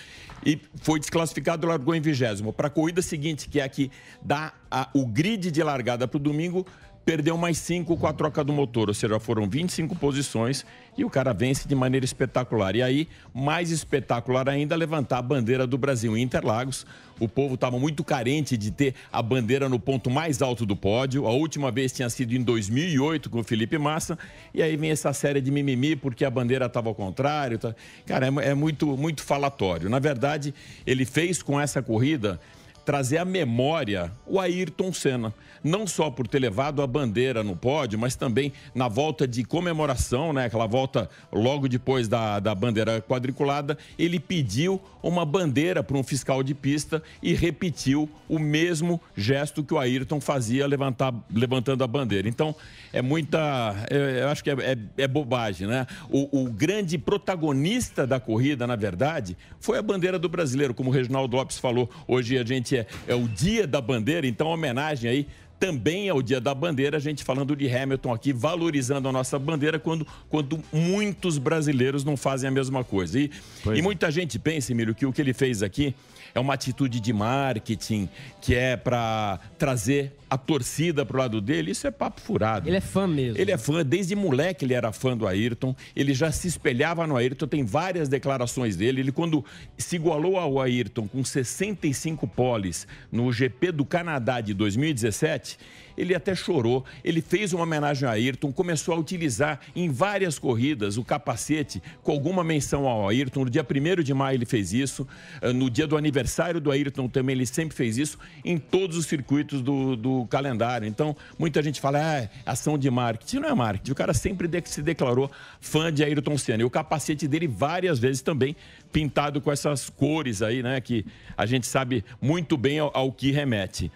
E foi desclassificado e largou em vigésimo. Para a corrida seguinte, que é a que dá a- o grid de largada para o domingo, perdeu mais cinco com a troca do motor, ou seja, foram 25 posições e o cara vence de maneira espetacular. E aí, mais espetacular ainda, levantar a bandeira do Brasil em Interlagos. O povo estava muito carente de ter a bandeira no ponto mais alto do pódio. A última vez tinha sido em 2008 com o Felipe Massa. E aí vem essa série de mimimi porque a bandeira estava ao contrário. tá? Cara, é, mu- é muito, muito falatório. Na verdade, ele fez com essa corrida trazer à memória o Ayrton Senna. Não só por ter levado a bandeira no pódio, mas também na volta de comemoração, né? aquela volta logo depois da, da bandeira quadriculada, ele pediu uma bandeira para um fiscal de pista e repetiu o mesmo gesto que o Ayrton fazia levantar, levantando a bandeira. Então, é muita. Eu, eu acho que é, é- é bobagem, né? O, o grande protagonista da corrida, na verdade, foi a bandeira do brasileiro, como o Reginaldo Lopes falou. Hoje a gente é, é o dia da bandeira, então homenagem aí. Também ao Dia da Bandeira, a gente falando de Hamilton aqui, valorizando a nossa bandeira quando, quando muitos brasileiros não fazem a mesma coisa. E, e muita gente pensa, Emílio, que o que ele fez aqui é uma atitude de marketing que é para trazer a torcida pro lado dele. Isso é papo furado. Ele é fã mesmo. Ele é fã. Desde moleque ele era fã do Ayrton. Ele já se espelhava no Ayrton. Tem várias declarações dele. Ele, quando se igualou ao Ayrton com 65 poles no GP do Canadá de 2017, ele até chorou. Ele fez uma homenagem a Ayrton, começou a utilizar em várias corridas o capacete com alguma menção ao Ayrton. No dia 1 de maio ele fez isso, eh, no dia do aniversário do Ayrton também ele sempre fez isso, em todos os circuitos do, do calendário. Então, muita gente fala, ah, é ação de marketing. Não é marketing, o cara sempre de- se declarou fã de Ayrton Senna. E o capacete dele várias vezes também pintado com essas cores aí, né, que a gente sabe muito bem ao, ao que remete.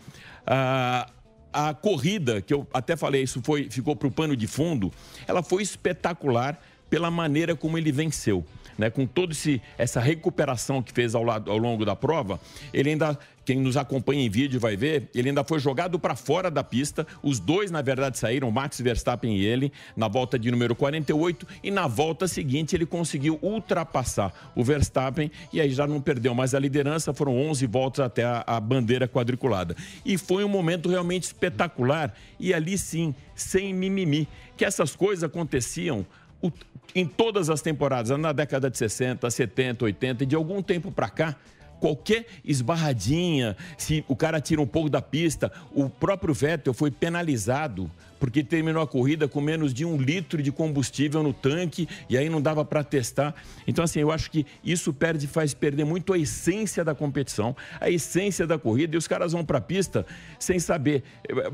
Ah, a corrida, que eu até falei, isso foi, ficou para o pano de fundo, ela foi espetacular pela maneira como ele venceu. Né? Com toda essa recuperação que fez ao, lado, ao longo da prova, ele ainda, quem nos acompanha em vídeo vai ver, ele ainda foi jogado para fora da pista. Os dois, na verdade, saíram, Max Verstappen e ele, na volta de número 48. E na volta seguinte, ele conseguiu ultrapassar o Verstappen e aí já não perdeu mais a liderança. Foram 11 voltas até a, a bandeira quadriculada. E foi um momento realmente espetacular. E ali sim, sem mimimi, que essas coisas aconteciam o- em todas as temporadas, na década de 60, 70, 80 e de algum tempo para cá, qualquer esbarradinha, se o cara tira um pouco da pista, o próprio Vettel foi penalizado porque terminou a corrida com menos de um litro de combustível no tanque e aí não dava para testar. Então, assim, eu acho que isso perde, faz perder muito a essência da competição, a essência da corrida, e os caras vão para a pista sem saber.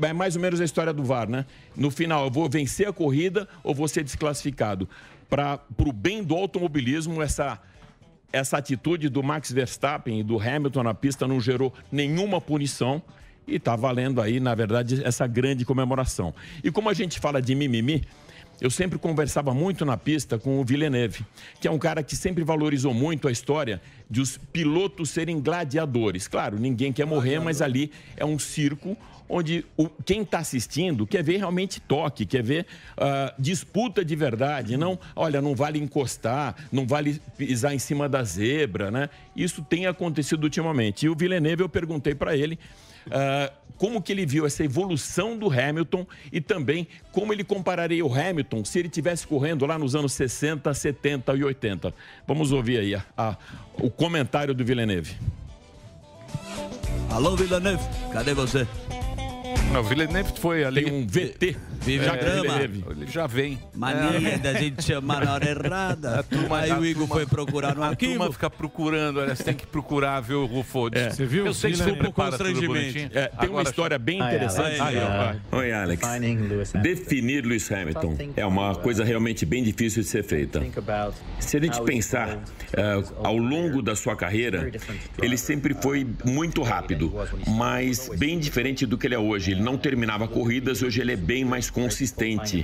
É mais ou menos a história do VAR, né? No final, eu vou vencer a corrida ou vou ser desclassificado? Para o bem do automobilismo, essa essa atitude do Max Verstappen e do Hamilton na pista não gerou nenhuma punição e está valendo aí, na verdade, essa grande comemoração. E como a gente fala de mimimi, eu sempre conversava muito na pista com o Villeneuve, que é um cara que sempre valorizou muito a história de os pilotos serem gladiadores. Claro, ninguém quer morrer, mas ali é um circo onde o- quem está assistindo quer ver realmente toque, quer ver ah, disputa de verdade, não, olha, não vale encostar, não vale pisar em cima da zebra, né? Isso tem acontecido ultimamente. E o Villeneuve, eu perguntei para ele ah, como que ele viu essa evolução do Hamilton e também como ele compararia o Hamilton se ele tivesse correndo lá nos anos 60, 70 e 80. Vamos ouvir aí a- a- o comentário do Villeneuve. Alô, Villeneuve, cadê você? O Villeneuve foi ali. Tem um VT. Vive a grama. Ele já vem. É. Mania da gente chamar na hora errada. Aí o Igor foi procurar no a arquivo. turma fica procurando, olha, você tem que procurar, viu, Rufo? É. Você viu? Eu sei que você Desculpa o prepara tudo constrangimento. bonitinho. É, tem uma história bem Ah, é, interessante. Alex. Ah, Oi, Alex. Definir Lewis Hamilton é uma coisa realmente bem difícil de ser feita. Se a gente pensar eh, ao longo da sua carreira, ele sempre foi muito rápido, mas bem diferente do que ele é hoje. Ele não terminava corridas, hoje ele é bem mais consistente.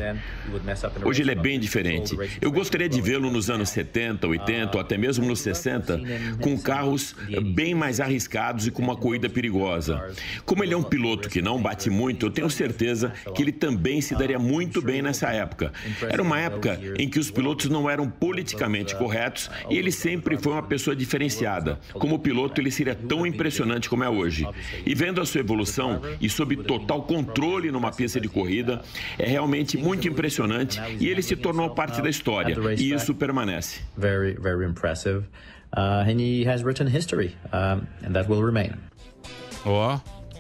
Hoje ele é bem diferente. Eu gostaria de vê-lo nos anos 70, 80, ou até mesmo nos 60, com carros bem mais arriscados e com uma corrida perigosa. Como ele é um piloto que não bate muito, eu tenho certeza que ele também se daria muito bem nessa época. Era uma época em que os pilotos não eram politicamente corretos e ele sempre foi uma pessoa diferenciada. Como piloto, ele seria tão impressionante como é hoje. E vendo a sua evolução e sob total controle numa pista de corrida, é realmente muito impressionante e ele se tornou parte da história. E isso permanece. very, very impressive. Uh, and he has written history, um, and that will remain. Ó.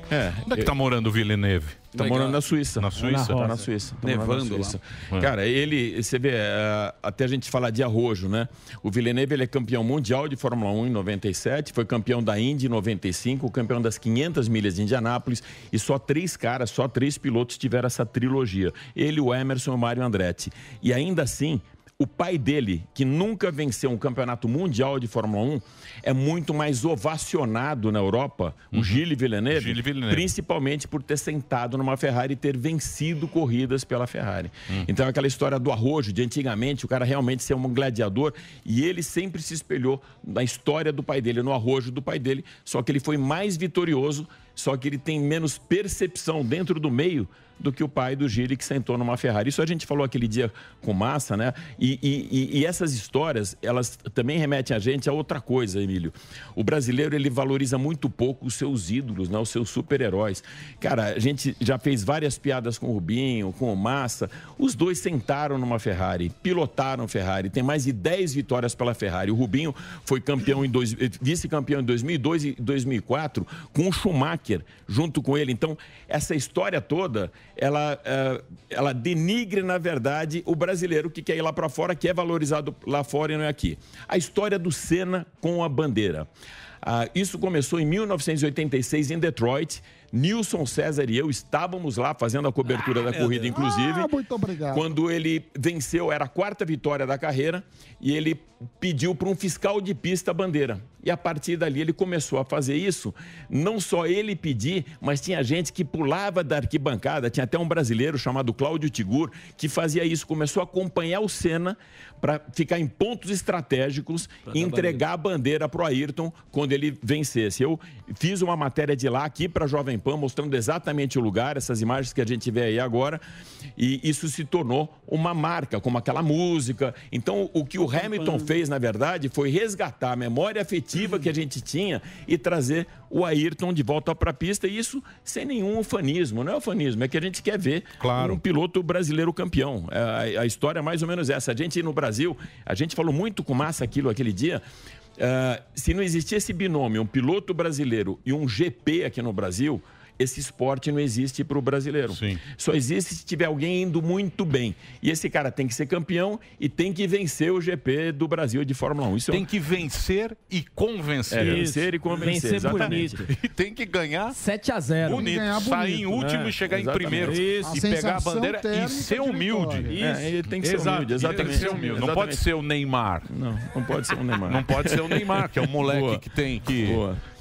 É. Onde é que tá morando o Villeneuve? Tá morando na Suíça. Na Suíça? É. Tá na Suíça. Tá morando Nevando na Suíça. Cara, ele, você vê, é, até a gente falar de arrojo, né? O Villeneuve, ele é campeão mundial de Fórmula 1 em 97, foi campeão da Indy em 95, campeão das 500 milhas de Indianápolis, e só três caras, só três pilotos tiveram essa trilogia. Ele, o Emerson e o Mário Andretti. E ainda assim, o pai dele, que nunca venceu um campeonato mundial de Fórmula 1, é muito mais ovacionado na Europa, Uhum. o Gilles Villeneuve, Gilles Villeneuve. principalmente por ter sentado numa Ferrari e ter vencido corridas pela Ferrari. Então, aquela história do arrojo de antigamente, o cara realmente ser um gladiador, e ele sempre se espelhou na história do pai dele, no arrojo do pai dele, só que ele foi mais vitorioso, só que ele tem menos percepção dentro do meio do que o pai do Gilles que sentou numa Ferrari. Isso a gente falou aquele dia com massa, né? E, e- e- e essas histórias, elas também remetem a gente a outra coisa, Emílio. O brasileiro, ele valoriza muito pouco os seus ídolos, né? Os seus super-heróis. Cara, a gente já fez várias piadas com o Rubinho, com o Massa. Os dois sentaram numa Ferrari, pilotaram Ferrari. Tem mais de 10 vitórias pela Ferrari. O Rubinho foi campeão em dois, eh, vice-campeão em 2002 e 2004 com o Schumacher junto com ele. Então, essa história toda, ela, eh, ela denigre, na verdade, o brasileiro que quer ir lá para fora, que é valorizado lá fora e não é aqui. A história do Senna com a bandeira. Ah, isso começou em 1986 em Detroit. Nilson César e eu estávamos lá fazendo a cobertura da corrida, inclusive. Ah, muito obrigado. Quando ele venceu, era a quarta vitória da carreira, e ele pediu para um fiscal de pista a bandeira. E a partir dali ele começou a fazer isso. Não só ele pedir, mas tinha gente que pulava da arquibancada. Tinha até um brasileiro chamado Cláudio Tigur que fazia isso. Começou a acompanhar o Senna para ficar em pontos estratégicos Pra dar e entregar a bandeira para o Ayrton quando ele vencesse. Eu fiz uma matéria de lá aqui para a Jovem Pan, mostrando exatamente o lugar, essas imagens que a gente vê aí agora, e isso se tornou uma marca, como aquela música. Então, o que o Hamilton fez, na verdade, foi resgatar a memória afetiva que a gente tinha e trazer o Ayrton de volta para a pista, e isso sem nenhum ufanismo, não é ufanismo, é que a gente quer ver um piloto brasileiro campeão. É, A, a história é mais ou menos essa. A gente no Brasil, a gente falou muito com massa aquilo aquele dia, ah, se não existir esse binômio, um piloto brasileiro e um GP aqui no Brasil, esse esporte não existe para o brasileiro. Só existe se tiver alguém indo muito bem. E esse cara tem que ser campeão e tem que vencer o GP do Brasil de Fórmula 1. Isso é Tem que vencer e convencer. É, vencer e convencer, Vencer exatamente. bonito. E tem que ganhar 7 a 0 bonito. Sair em último e chegar em primeiro. Isso. E pegar a bandeira e ser um humilde. É, ele tem que ser Exato. humilde, Ele exatamente. Tem que ser humilde. Não pode ser o Neymar. Não, não pode ser o Neymar. Não pode ser o Neymar, que é um moleque Boa. que tem que,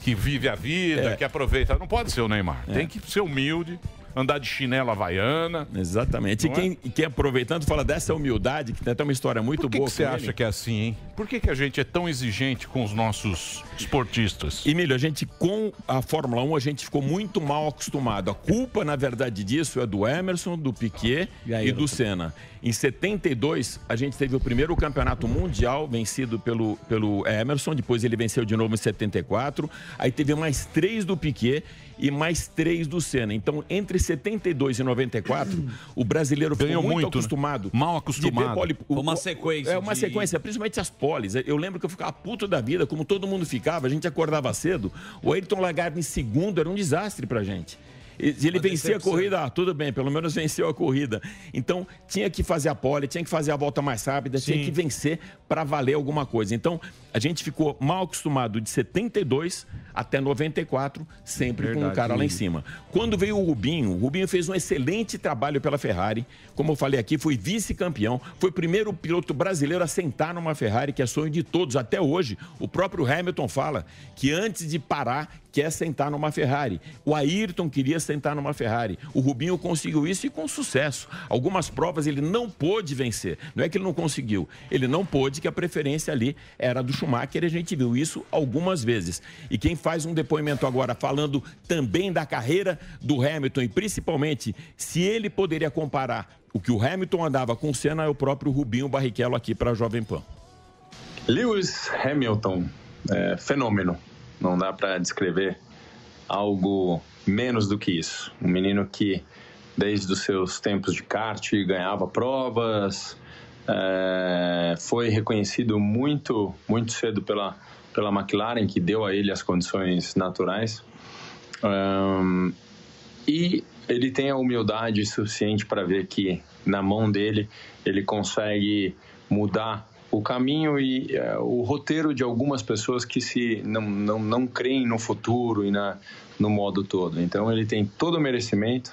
que vive a vida, É. que aproveita. Não pode ser o Neymar. Tem que ser humilde, andar de chinela havaiana. Exatamente. E Não é? quem, e quem aproveitando fala dessa humildade, que tem até uma história muito Por que, boa. que você acha que é assim, hein? Por que, que a gente é tão exigente com os nossos esportistas? Emílio, a gente com a Fórmula 1 a gente ficou muito mal acostumado. A culpa, na verdade, disso é do Emerson, do Piquet e do Senna. Em 72, a gente teve o primeiro campeonato mundial vencido pelo, pelo Emerson, depois ele venceu de novo em 74. Aí teve mais três do Piquet e mais três do Senna. Então, entre 72 e 94, o brasileiro ficou Ganhou muito, muito, né? acostumado. Mal de ver acostumado. pole- o- Uma o- sequência É uma de- sequência sequência, principalmente as poles. Eu lembro que eu ficava puto da vida, como todo mundo ficava, a gente acordava cedo. O Ayrton Lagarde em segundo era um desastre pra gente. E- e Ele vencia a decepção. corrida, ah, tudo bem, pelo menos venceu a corrida. Então, tinha que fazer a pole, tinha que fazer a volta mais rápida, tinha que vencer pra valer alguma coisa. Então, a gente ficou mal acostumado de 72 até 94, sempre com o Verdade. cara lá em cima. Quando veio o Rubinho, o Rubinho fez um excelente trabalho pela Ferrari. Como eu falei aqui, foi vice-campeão, foi o primeiro piloto brasileiro a sentar numa Ferrari, que é sonho de todos até hoje. O próprio Hamilton fala que antes de parar, quer sentar numa Ferrari. O Ayrton queria sentar numa Ferrari. O Rubinho conseguiu isso e com sucesso. Algumas provas ele não pôde vencer. Não é que ele não conseguiu, ele não pôde, que a preferência ali era do Schumacher e a gente viu isso algumas vezes. E quem faz um depoimento agora falando também da carreira do Hamilton e principalmente se ele poderia comparar o que o Hamilton andava com o Senna é o próprio Rubinho Barrichello aqui para a Jovem Pan. Lewis Hamilton, é, fenômeno. Não dá para descrever algo menos do que isso. Um menino que, desde os seus tempos de kart, ganhava provas, é, foi reconhecido muito, muito cedo pela, pela McLaren, que deu a ele as condições naturais. Ahn, e ele tem a humildade suficiente para ver que na mão dele ele consegue mudar o caminho e eh, o roteiro de algumas pessoas que se não, não, não creem no futuro e na, no modo todo. Então ele tem todo o merecimento.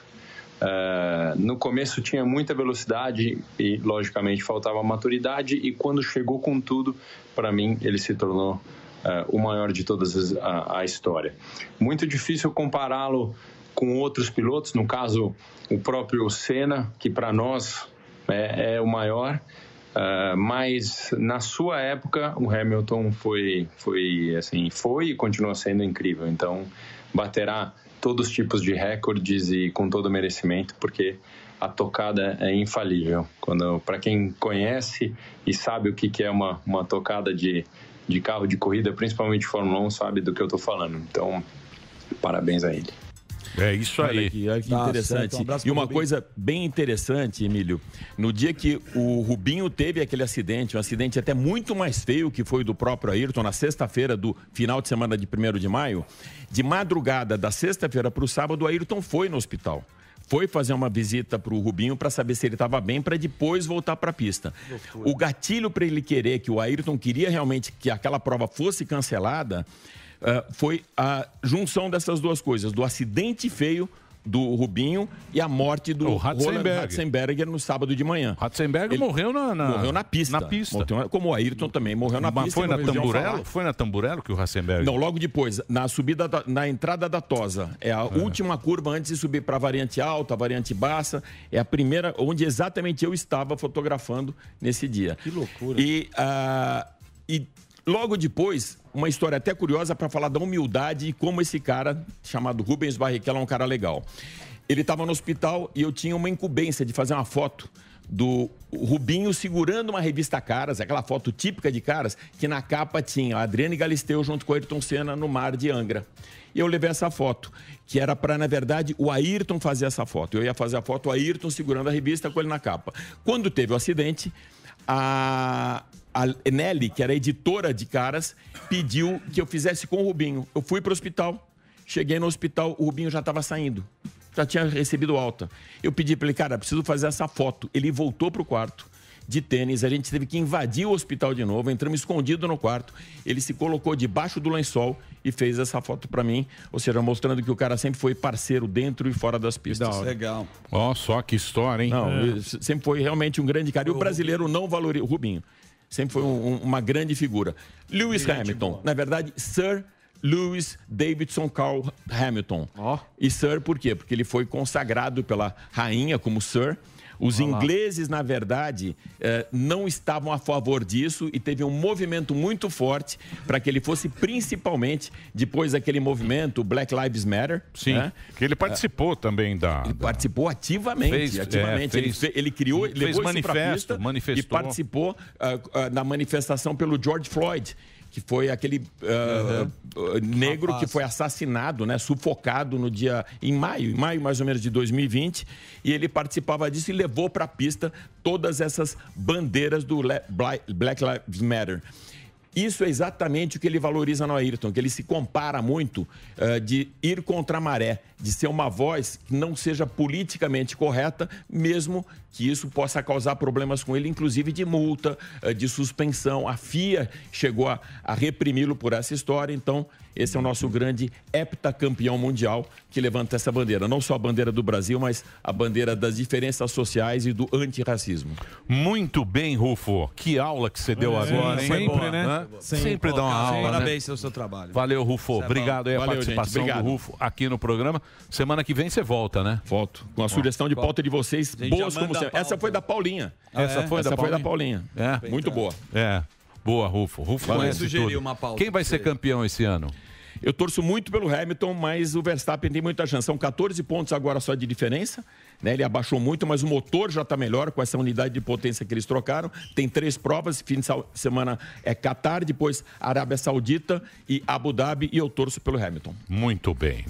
Eh, no começo tinha muita velocidade e logicamente faltava maturidade e quando chegou com tudo, para mim ele se tornou eh, o maior de todas as, a, a história. Muito difícil compará-lo com outros pilotos, no caso o próprio Senna, que para nós é, é o maior, ah, mas na sua época o Hamilton foi, foi assim, foi e continua sendo incrível. Então baterá todos os tipos de recordes e com todo merecimento, porque a tocada é infalível. Quando para quem conhece e sabe o que, que é uma, uma tocada de, de carro de corrida, principalmente Fórmula 1, sabe do que eu estou falando. Então parabéns a ele. É isso aí. Olha que, olha que Tá interessante. certo, um abraço e pro uma Rubinho. coisa bem interessante, Emílio, no dia que o Rubinho teve aquele acidente, um acidente até muito mais feio que foi o do próprio Ayrton, na sexta-feira do final de semana de 1 de maio, de madrugada da sexta-feira para o sábado, o Ayrton foi no hospital. Foi fazer uma visita para o Rubinho para saber se ele estava bem, para depois voltar para a pista. O gatilho para ele querer que o Ayrton queria realmente que aquela prova fosse cancelada ah, foi a junção dessas duas coisas, do acidente feio do Rubinho e a morte do O Ratzenberger. Roland Ratzenberger no sábado de manhã. Ratzenberger morreu na, na- morreu na pista. na pista. Morreu- como o Ayrton também morreu na Mas pista. foi e na não podiam Tamburello? falar. Foi na Tamburello que o Rassenberg. Não, logo depois, na subida, da- na entrada da Tosa. É a última curva antes de subir para a variante alta, a variante baixa. É a primeira, onde exatamente eu estava fotografando nesse dia. Que loucura. E, ah, e logo depois, uma história até curiosa para falar da humildade e como esse cara, chamado Rubens Barrichello, é um cara legal. Ele estava no hospital e eu tinha uma incumbência de fazer uma foto do Rubinho segurando uma revista Caras, aquela foto típica de Caras, que na capa tinha a Adriane Galisteu junto com o Ayrton Senna no mar de Angra. E eu levei essa foto, que era para, na verdade, o Ayrton fazer essa foto. Eu ia fazer a foto, o Ayrton segurando a revista com ele na capa. Quando teve o acidente, a, a Nelly, que era editora de caras, pediu que eu fizesse com o Rubinho. Eu fui para o hospital, cheguei no hospital, o Rubinho já estava saindo. Já tinha recebido alta. Eu pedi para ele, cara, preciso fazer essa foto. Ele voltou para o quarto de tênis, a gente teve que invadir o hospital de novo, entramos escondido no quarto. Ele se colocou debaixo do lençol e fez essa foto para mim, ou seja, mostrando que o cara sempre foi parceiro dentro e fora das pistas. Legal. Ó, só que história, hein? Não, É. e s- sempre foi realmente um grande cara. E o brasileiro não valoriza. O Rubinho sempre foi um- um- uma grande figura. Lewis Hamilton, na verdade, Sir Lewis Davidson Carl Hamilton. E Sir por quê? Porque ele foi consagrado pela rainha como Sir. Os ingleses, na verdade, eh, não estavam a favor disso e teve um movimento muito forte para que ele fosse, principalmente depois daquele movimento Black Lives Matter. né? Sim. Que ele participou também da. Ele participou ativamente. Fez, ativamente. é, ele, fez- fe- ele criou, fez levou manifesto, isso pra pista manifestou. e participou ah, ah, da manifestação pelo George Floyd, que foi aquele ah, ah, negro Rapaz. que foi assassinado, né, sufocado no dia em maio, em maio mais ou menos de 2020, e ele participava disso e levou para a pista todas essas bandeiras do Le- Bla- Black Lives Matter. Isso é exatamente o que ele valoriza no Ayrton, que ele se compara muito eh, de ir contra a maré, de ser uma voz que não seja politicamente correta, mesmo que isso possa causar problemas com ele, inclusive de multa, eh, de suspensão. A FIA chegou a, a reprimi-lo por essa história, então esse é o nosso grande heptacampeão mundial que levanta essa bandeira. Não só a bandeira do Brasil, mas a bandeira das diferenças sociais e do antirracismo. Muito bem, Rufo. Que aula que você deu É, agora, hein? sempre, né? Hã? Sempre. Sempre, dá uma Pô, cara, aula. né? parabéns pelo seu trabalho. Valeu, Rufo. Isso é bom. Obrigado aí a Valeu, gente. participação Obrigado. do Rufo aqui no programa. Semana que vem você volta, né? Volto. Com a sugestão de pauta de vocês, Gente, boas já como manda a sempre. Essa foi da Paulinha. Ah, essa é? foi, Essa da, foi da Paulinha. É. Muito boa. É. Boa, Rufo. Rufo Valeu. conhece Sugeriu tudo. uma pauta Quem vai pra ser você. campeão esse ano? Eu torço muito pelo Hamilton, mas o Verstappen tem muita chance. São 14 pontos agora só de diferença. Né? Ele abaixou muito, mas o motor já está melhor com essa unidade de potência que eles trocaram. Tem três provas. Fim de sa- semana é Catar, depois Arábia Saudita e Abu Dhabi. E eu torço pelo Hamilton. Muito bem.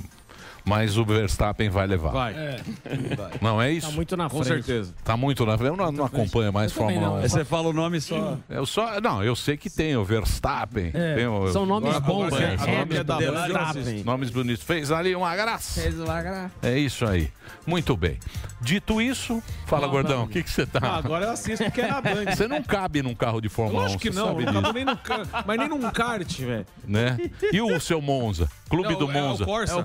Mas o Verstappen vai levar. Vai. É. Não é isso? Tá muito na Com frente. certeza. Tá muito na frente. Eu não, não acompanho mais Fórmula 1. Você fala o nome só. Eu só, não, eu sei que tem o Verstappen. É, tem o- são nomes Agora, bons, acompanha, né? são É, nomes é da bons. Verstappen. Nomes bonitos. Fez ali uma graça. Fez uma graça. É isso aí. Muito bem. Dito isso, fala, Fala, gordão, o Band. que que você tá? Ah, agora eu assisto porque é na Band. Você não cabe num carro de Fórmula 1, Lógico que você não, sabe não disso, tava nem num ca- mas nem num kart, velho. né? E o seu Monza? Clube Não, do é o Monza. Corsa. É,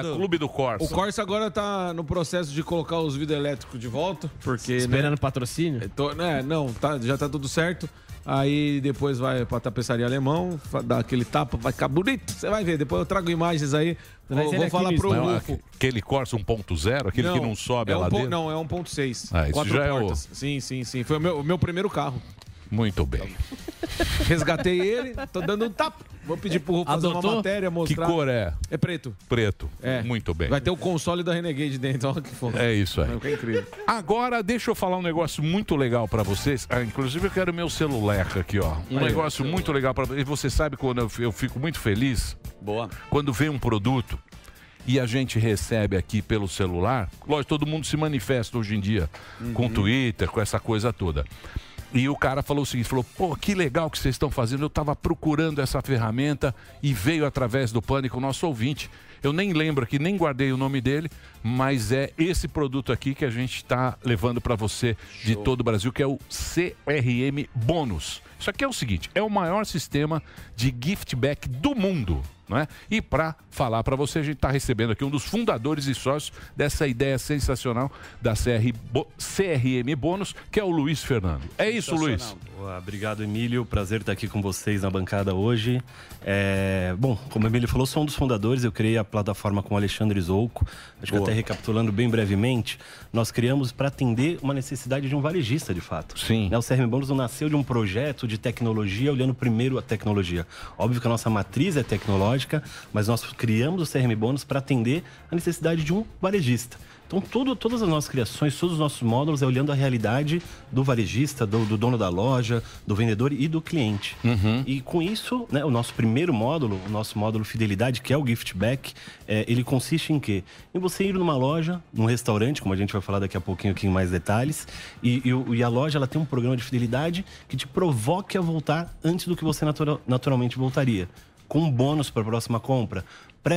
é, Clube do Corsa. O Corsa agora tá no processo de colocar os vidros elétricos de volta. Porque, Esperando patrocínio? né, não, tá, já tá tudo certo. Aí depois vai pra tapeçaria alemão, fa- dá aquele tapa, vai ficar bonito. Você vai ver, depois eu trago imagens aí. Mas Vou, ele vou é falar aquele- pro Não, Rufo. Aquele Corsa 1.0, aquele que não sobe é a um pon- ladeira. Não, é 1.6. Ah, isso Quatro já é o- portas. Sim, sim, sim. Foi o meu, o meu primeiro carro. Muito bem. Resgatei ele, tô dando um tapa. Vou pedir pro Rufo fazer uma Adotou? matéria, Que mostrar. cor é? É preto. Preto. Muito bem. Vai ter o console da Renegade dentro, olha que foda. É isso aí. É incrível. Agora, deixa eu falar um negócio muito legal pra vocês. Ah, inclusive, eu quero meu celular aqui, ó. Um Aí, negócio muito legal para vocês. Você sabe quando eu f- eu fico muito feliz? Boa. Quando vem um produto e a gente recebe aqui pelo celular. Lógico, todo mundo se manifesta hoje em dia com Twitter, com essa coisa toda. E o cara falou o seguinte, falou, pô, que legal que vocês estão fazendo, eu estava procurando essa ferramenta e veio através do Pânico o nosso ouvinte. Eu nem lembro aqui, nem guardei o nome dele, mas é esse produto aqui que a gente está levando para você de todo o Brasil, que é o CRM Bônus. Isso aqui é o seguinte, é o maior sistema de gift back do mundo. não é? E para falar para você, a gente está recebendo aqui um dos fundadores e sócios dessa ideia sensacional da CR Bo- CRM Bônus, que é o Luiz Fernando. É isso, Luiz. Boa, Obrigado, Emílio. Prazer estar aqui com vocês na bancada hoje. É, Bom, como o Emílio falou, sou um dos fundadores. Eu criei a plataforma com o Alexandre Zouco. Acho Boa. que até recapitulando bem brevemente, nós criamos para atender uma necessidade de um varejista, de fato. Né, Sim. O CRM Bônus não nasceu de um projeto de tecnologia olhando primeiro a tecnologia. Óbvio que a nossa matriz é tecnológica, mas nós criamos o CRM Bônus para atender a necessidade de um varejista. Então, tudo, todas as nossas criações, todos os nossos módulos é olhando a realidade do varejista, do, do dono da loja, do vendedor e do cliente. E com isso, né, o nosso primeiro módulo, o nosso módulo Fidelidade, que é o Gift Back, é, ele consiste em quê? Em você ir numa loja, num restaurante, como a gente vai falar daqui a pouquinho aqui em mais detalhes, e, e o- e a loja ela tem um programa de fidelidade que te provoque a voltar antes do que você natural- naturalmente voltaria. Com um bônus para a próxima compra,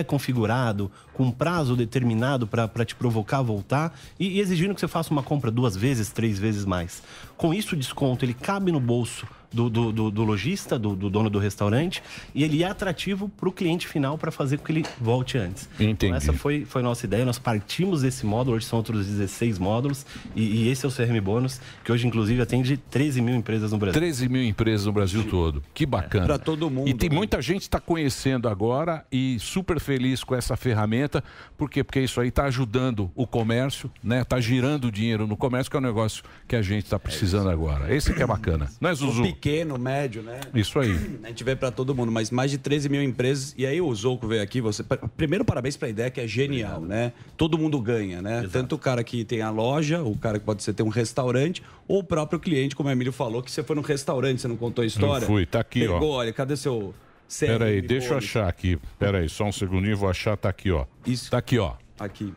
pré-configurado, com um prazo determinado para te provocar a voltar e, e exigindo que você faça uma compra duas vezes, três vezes mais. Com isso, o desconto ele cabe no bolso do, do, do, do lojista, do, do dono do restaurante, e ele é atrativo para o cliente final para fazer com que ele volte antes. Então, essa foi, foi a nossa ideia. Nós partimos desse módulo, hoje são outros 16 módulos, e, e esse é o CRM Bônus, que hoje, inclusive, atende 13 mil empresas no Brasil. 13 mil empresas no Brasil todo. Que bacana. Pra todo mundo, E tem né? muita gente que está conhecendo agora e super feliz com essa ferramenta. Por quê? Porque isso aí está ajudando o comércio, né? Está girando dinheiro no comércio, que é um negócio que a gente está precisando agora. Esse que é bacana. Não é, Zuzu? O Um pequeno, médio, né? Isso aí. A gente vê para todo mundo, mas mais de 13 mil empresas. E aí o Zouco veio aqui. Você... Primeiro, parabéns para a ideia que é genial, né? Todo mundo ganha, né? Tanto o cara que tem a loja, o cara que pode ser ter um restaurante, ou o próprio cliente, como o Emílio falou, que você foi num restaurante, você não contou a história. Eu fui, tá aqui, ó. Pegou, olha, cadê seu. CRM Pera aí, deixa eu Bônus? achar aqui. Pera aí, só um segundinho, vou achar. Tá aqui, ó. Isso. Tá aqui, ó. Aqui.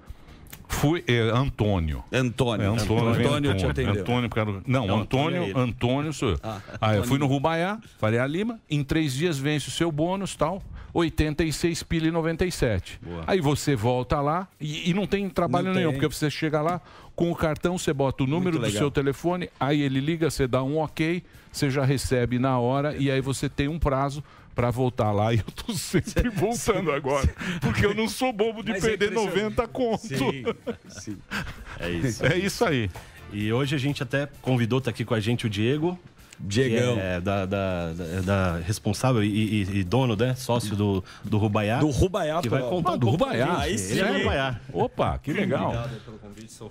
Fui, é, Antônio. Antônio. É, Antônio, vem Antônio te atendeu. Antônio, por causa do- Não, Não, Antônio Antônio, é ele. Antônio, sou eu. Ah, Ah, eu fui Antônio. no Rubaiá, Faria Lima, em três dias vence o seu bônus, tal, 86 pila e 97. Aí você volta lá e, e não tem trabalho Não nenhum, tem. porque você chega lá com o cartão, você bota o número Muito do legal. seu telefone, aí ele liga, você dá um ok, você já recebe na hora e aí você tem um prazo para voltar lá e eu tô sempre voltando agora, porque eu não sou bobo Tipo de Mas é perder impressionante. 90 conto. Sim, sim. É isso. É isso aí. E hoje a gente até convidou, tá aqui com a gente o Diego. Diegão. que É, da, da, da- da responsável e, e- e dono, né? Sócio do, do Rubaiá. Do Rubaiá, que vai pô. contar Ah, um do pouco pra Rubaiá. gente. Aí Ele é sim. do Rubaiá. Opa, que legal.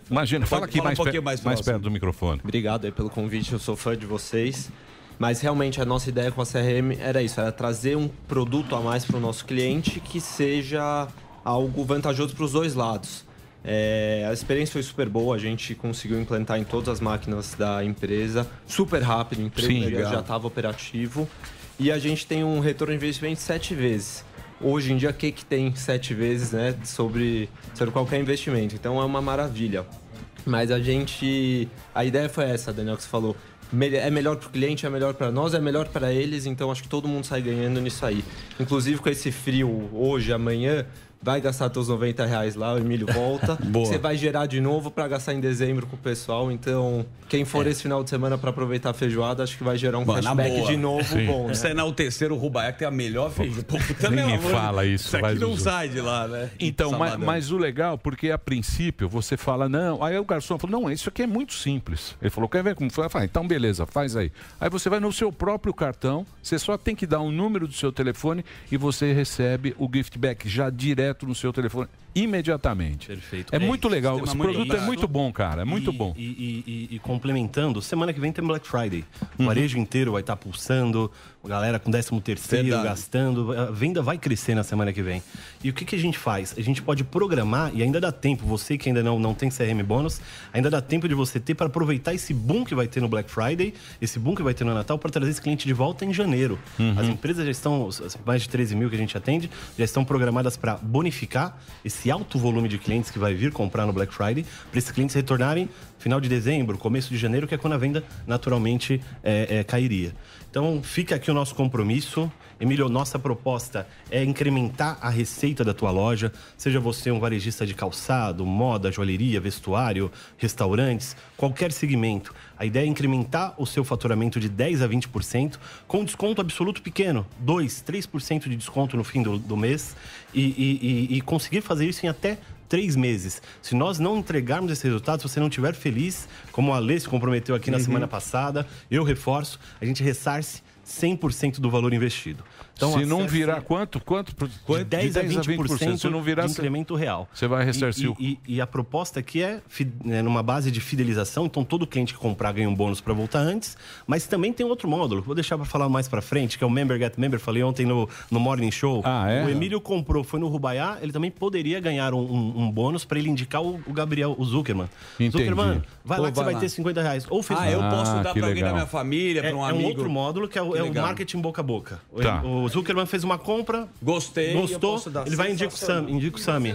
Imagina, fala aqui mais um pe- pouquinho mais, mais próximo. perto do microfone. Obrigado aí pelo convite, eu sou fã de vocês. Mas realmente a nossa ideia com a CRM era isso, era trazer um produto a mais para o nosso cliente que seja algo vantajoso para os dois lados. É, a experiência foi super boa, a gente conseguiu implantar em todas as máquinas da empresa, super rápido, em três Sim, dias legal. já estava operativo. E a gente tem um retorno de investimento de sete vezes. Hoje em dia, o que, que tem sete vezes né, sobre, sobre qualquer investimento? Então é uma maravilha. Mas a gente. A ideia foi essa, Daniel, que você falou. Mel- É melhor para o cliente, é melhor para nós, é melhor para eles, então acho que todo mundo sai ganhando nisso aí. Inclusive com esse frio hoje, amanhã, vai gastar teus 90 reais lá, o Emílio volta. Boa. Você vai gerar de novo para gastar em dezembro com o pessoal, então quem for esse final de semana para aproveitar a feijoada, acho que vai gerar um Mano, na cashback boa. de novo bom. né? Você enaltecer o Rubaiá, que tem a melhor feijão. Pô, também, Ninguém amor, fala isso, Isso aqui vai, não Zuzu. sai de lá, né? Então, ma- mas, Sabadão. o legal, porque a princípio você fala, não, aí o garçom falou, não, isso aqui é muito simples. Ele falou, quer ver como foi? Eu falei, então beleza, faz aí. Aí você vai no seu próprio cartão, você só tem que dar o número do seu telefone e você recebe o gift back já direto no seu telefone, imediatamente. Perfeito. É, muito legal, sistema esse produto é prático. muito bom, cara, é muito tá E- bom. E, e- e- e complementando, semana que vem tem Black Friday. O Uhum. varejo inteiro vai estar pulsando, a galera com 13 terceiro Verdade. gastando, a venda vai crescer na semana que vem. E o que, que a gente faz? A gente pode programar, e ainda dá tempo, você que ainda não, não tem CRM bônus, ainda dá tempo de você ter para aproveitar esse boom que vai ter no Black Friday, esse boom que vai ter no Natal, para trazer esse cliente de volta em janeiro. As empresas já estão, as mais de 13 mil que a gente atende, já estão programadas para bonificar esse alto volume de clientes que vai vir comprar no Black Friday, para esses clientes retornarem final de dezembro, começo de janeiro, que é quando a venda naturalmente é, é, cairia. Então fica aqui o nosso compromisso. Emílio, nossa proposta é incrementar a receita da tua loja, seja você um varejista de calçado, moda, joalheria, vestuário, restaurantes, qualquer segmento. A ideia é incrementar o seu faturamento de 10 a 20%, com desconto absoluto pequeno, 2, 3% de desconto no fim do, do mês, e, e- e- e conseguir fazer isso em até três meses. Se nós não entregarmos esse resultado, se você não estiver feliz, como a Alê se comprometeu aqui na semana passada, eu reforço, a gente ressarce 100% do valor investido. então se não acesse- é virar quanto? Quanto? por- de 10, a 20%, Se não virar, de incremento real. Você vai ressarcir e, o- e, e a proposta aqui é, fi- né, numa base de fidelização, então todo cliente que comprar ganha um bônus para voltar antes, mas também tem outro módulo, que eu vou deixar para falar mais para frente, que é o Member Get Member, falei ontem no, no Morning Show. Ah, é? O Emílio comprou, foi no Rubaiá, ele também poderia ganhar um, um- um bônus para ele indicar o, o Gabriel, o Zuckerman. Entendi. Zuckerman, vai Pô, lá que vai você lá. vai ter 50 reais. Ou Ah, eu posso Ah, dar que pra alguém da legal. minha família, pra um É um amigo. outro módulo que é o, Que é o legal. marketing boca a boca. O- Tá. O Zuckerman fez uma compra, Gostei, eu Gostou? posso dar. Ele vai indicar o Sam, indica o Sami.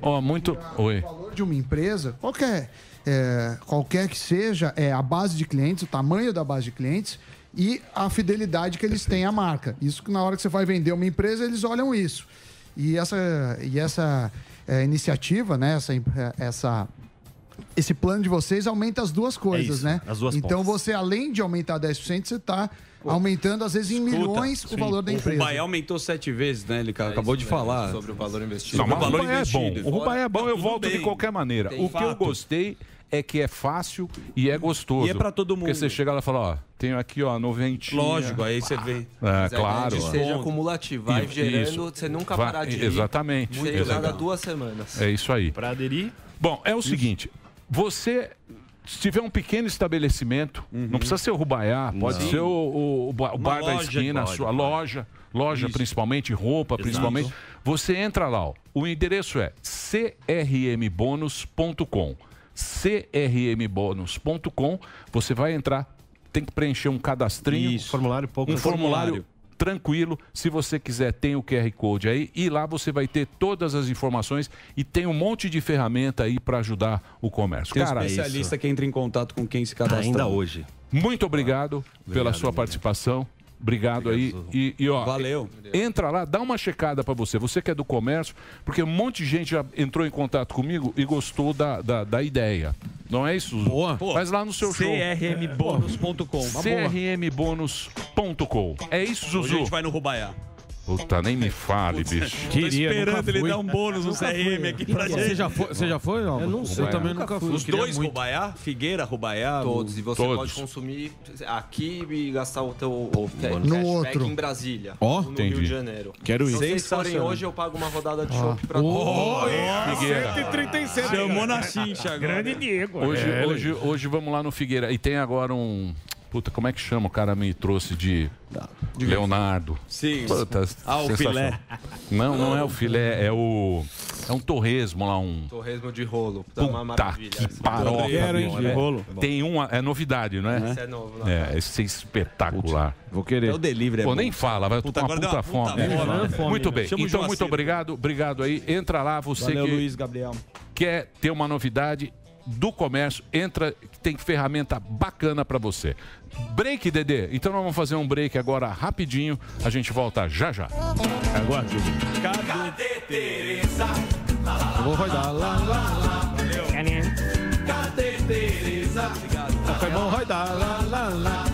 Ó, muito. Oi. valor de uma empresa, qualquer, é, qualquer que seja, é a base de clientes, o tamanho da base de clientes e a fidelidade que eles têm à marca. Isso que na hora que você vai vender uma empresa, eles olham isso. E essa, e essa é, iniciativa, né, essa, em- é, essa esse plano de vocês aumenta as duas coisas, É É isso, né? as duas então pontas. você, além de aumentar 10%, você está aumentando, às vezes, em milhões o valor da O empresa. Bahia aumentou sete vezes, né? Ele acabou de falar. sobre o valor investido. Não, Sobre mas o o valor Rubaiá é bom. investido. O Rubaiá é bom, Não, eu tudo volto de bem. qualquer maneira. Tem o que eu fato. gostei é que é fácil e é gostoso. E é pra todo mundo. Porque você chega lá e fala, ó, tenho aqui, ó, noventinha. Lógico, aí você vê. É, Mas aí claro. vende ó. seja acumulativo, vai Isso. gerando, você nunca Vai- parar de ir. Exatamente. Muito exatamente. legal. Cada duas semanas. É isso aí. Para aderir. Bom, é o seguinte: você. Se tiver um pequeno estabelecimento, Uhum. não precisa ser o Rubaiá, pode Não. ser o, o- o ba- o Uma bar da loja esquina, a pode, sua pode. loja, loja Isso. principalmente, roupa Exato. principalmente. Você entra lá, ó, o endereço é crmbonus.com. crmbonus.com, você vai entrar, tem que preencher um cadastrinho, formulário pouco um formulário formulário. tranquilo. Se você quiser, tem o QR Code aí e lá você vai ter todas as informações e tem um monte de ferramenta aí para ajudar o comércio. Tem um Cara, especialista que entra em contato com quem se cadastra. Ainda hoje. muito obrigado, pela sua participação. Obrigado, aí. E, e, ó, Valeu. Entra lá, dá uma checada para você. Você que é do comércio, porque um monte de gente já entrou em contato comigo e gostou da, da, da ideia. Não é isso? Boa. Faz lá no seu show. crmbonus.com. crmbonus.com. É isso, Hoje Zuzu? a gente vai no Rubaiá. Puta, nem me fale, bicho. Tô esperando ele dar um bônus no CRM aqui pra gente. Você já foi? Você já foi? Não, Eu também nunca fui. Os Eu queria dois muito. Rubaiá? Figueira, Rubaiá? Todos. E você Todos. pode consumir aqui e gastar o teu o ca- cashback No outro. em Brasília. Ó, ou no Rio entendi. de Janeiro. Quero ir. Se vocês forem Sensacional. hoje, eu pago uma rodada de shopping pra Ô, todos. Figueira. Chamou na chincha agora. Grande Diego. Hoje, É, hoje, hoje vamos lá no Figueira. E tem agora um. Puta, como é que chama? O cara me trouxe de. Leonardo. Sim. Puta, Ah, o sensacional. filé. Não, não é o filé, é o. É um torresmo lá, um. Torresmo de rolo. Tá uma Puta maravilha. que Assim. paroca, Quero, hein, bicho. de É. rolo. Tem um, é novidade, não é? Esse é novo, não. É, esse é espetacular. Vou querer. É o delivery, é Pô, bom. nem fala, vai Puta, puta, com uma agora puta, deu uma puta fome. fome, né? Fome, Muito né? bem, Chama o então Joacir, muito obrigado, obrigado aí. Entra lá, você Valeu, que Luiz, Gabriel. quer ter uma novidade do comércio, entra, que tem ferramenta bacana pra você. Break, Dedê. Então nós vamos fazer um break agora rapidinho. A gente volta já já. É Agora, Cadê Tereza? Vou rodar lá, lá, lá. Cadê Tereza? Foi bom rodar lá, lá, lá.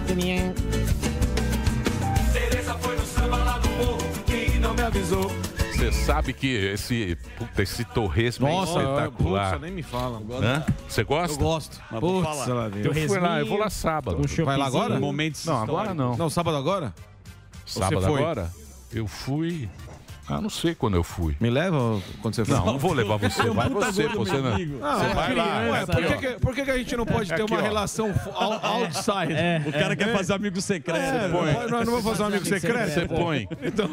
Tereza foi no samba lá no morro e não me avisou. Você sabe que esse, puta, esse torresmo Nossa, é espetacular. putz, nem me fala. Hã? Você gosta? Eu gosto. Mas Putz, vou falar. ela vê. Eu fui lá, eu vou lá sábado. Um Vai lá agora? Momentos não, agora históricos. não. Não, sábado agora? Sábado Você foi? agora? Eu fui. Ah, não sei quando eu fui. Me leva quando você for? Não, não vou levar É um você. Vai você, pô, você não. Ah, Você vai lá. Ué, é por, aqui, que, ó. que- por que que a gente não pode ter Aqui, uma ó. relação fo- out- outside? É, O cara quer fazer amigo secreto. É, não pode- não, não vou fazer um amigo secreto. Você é põe. Então,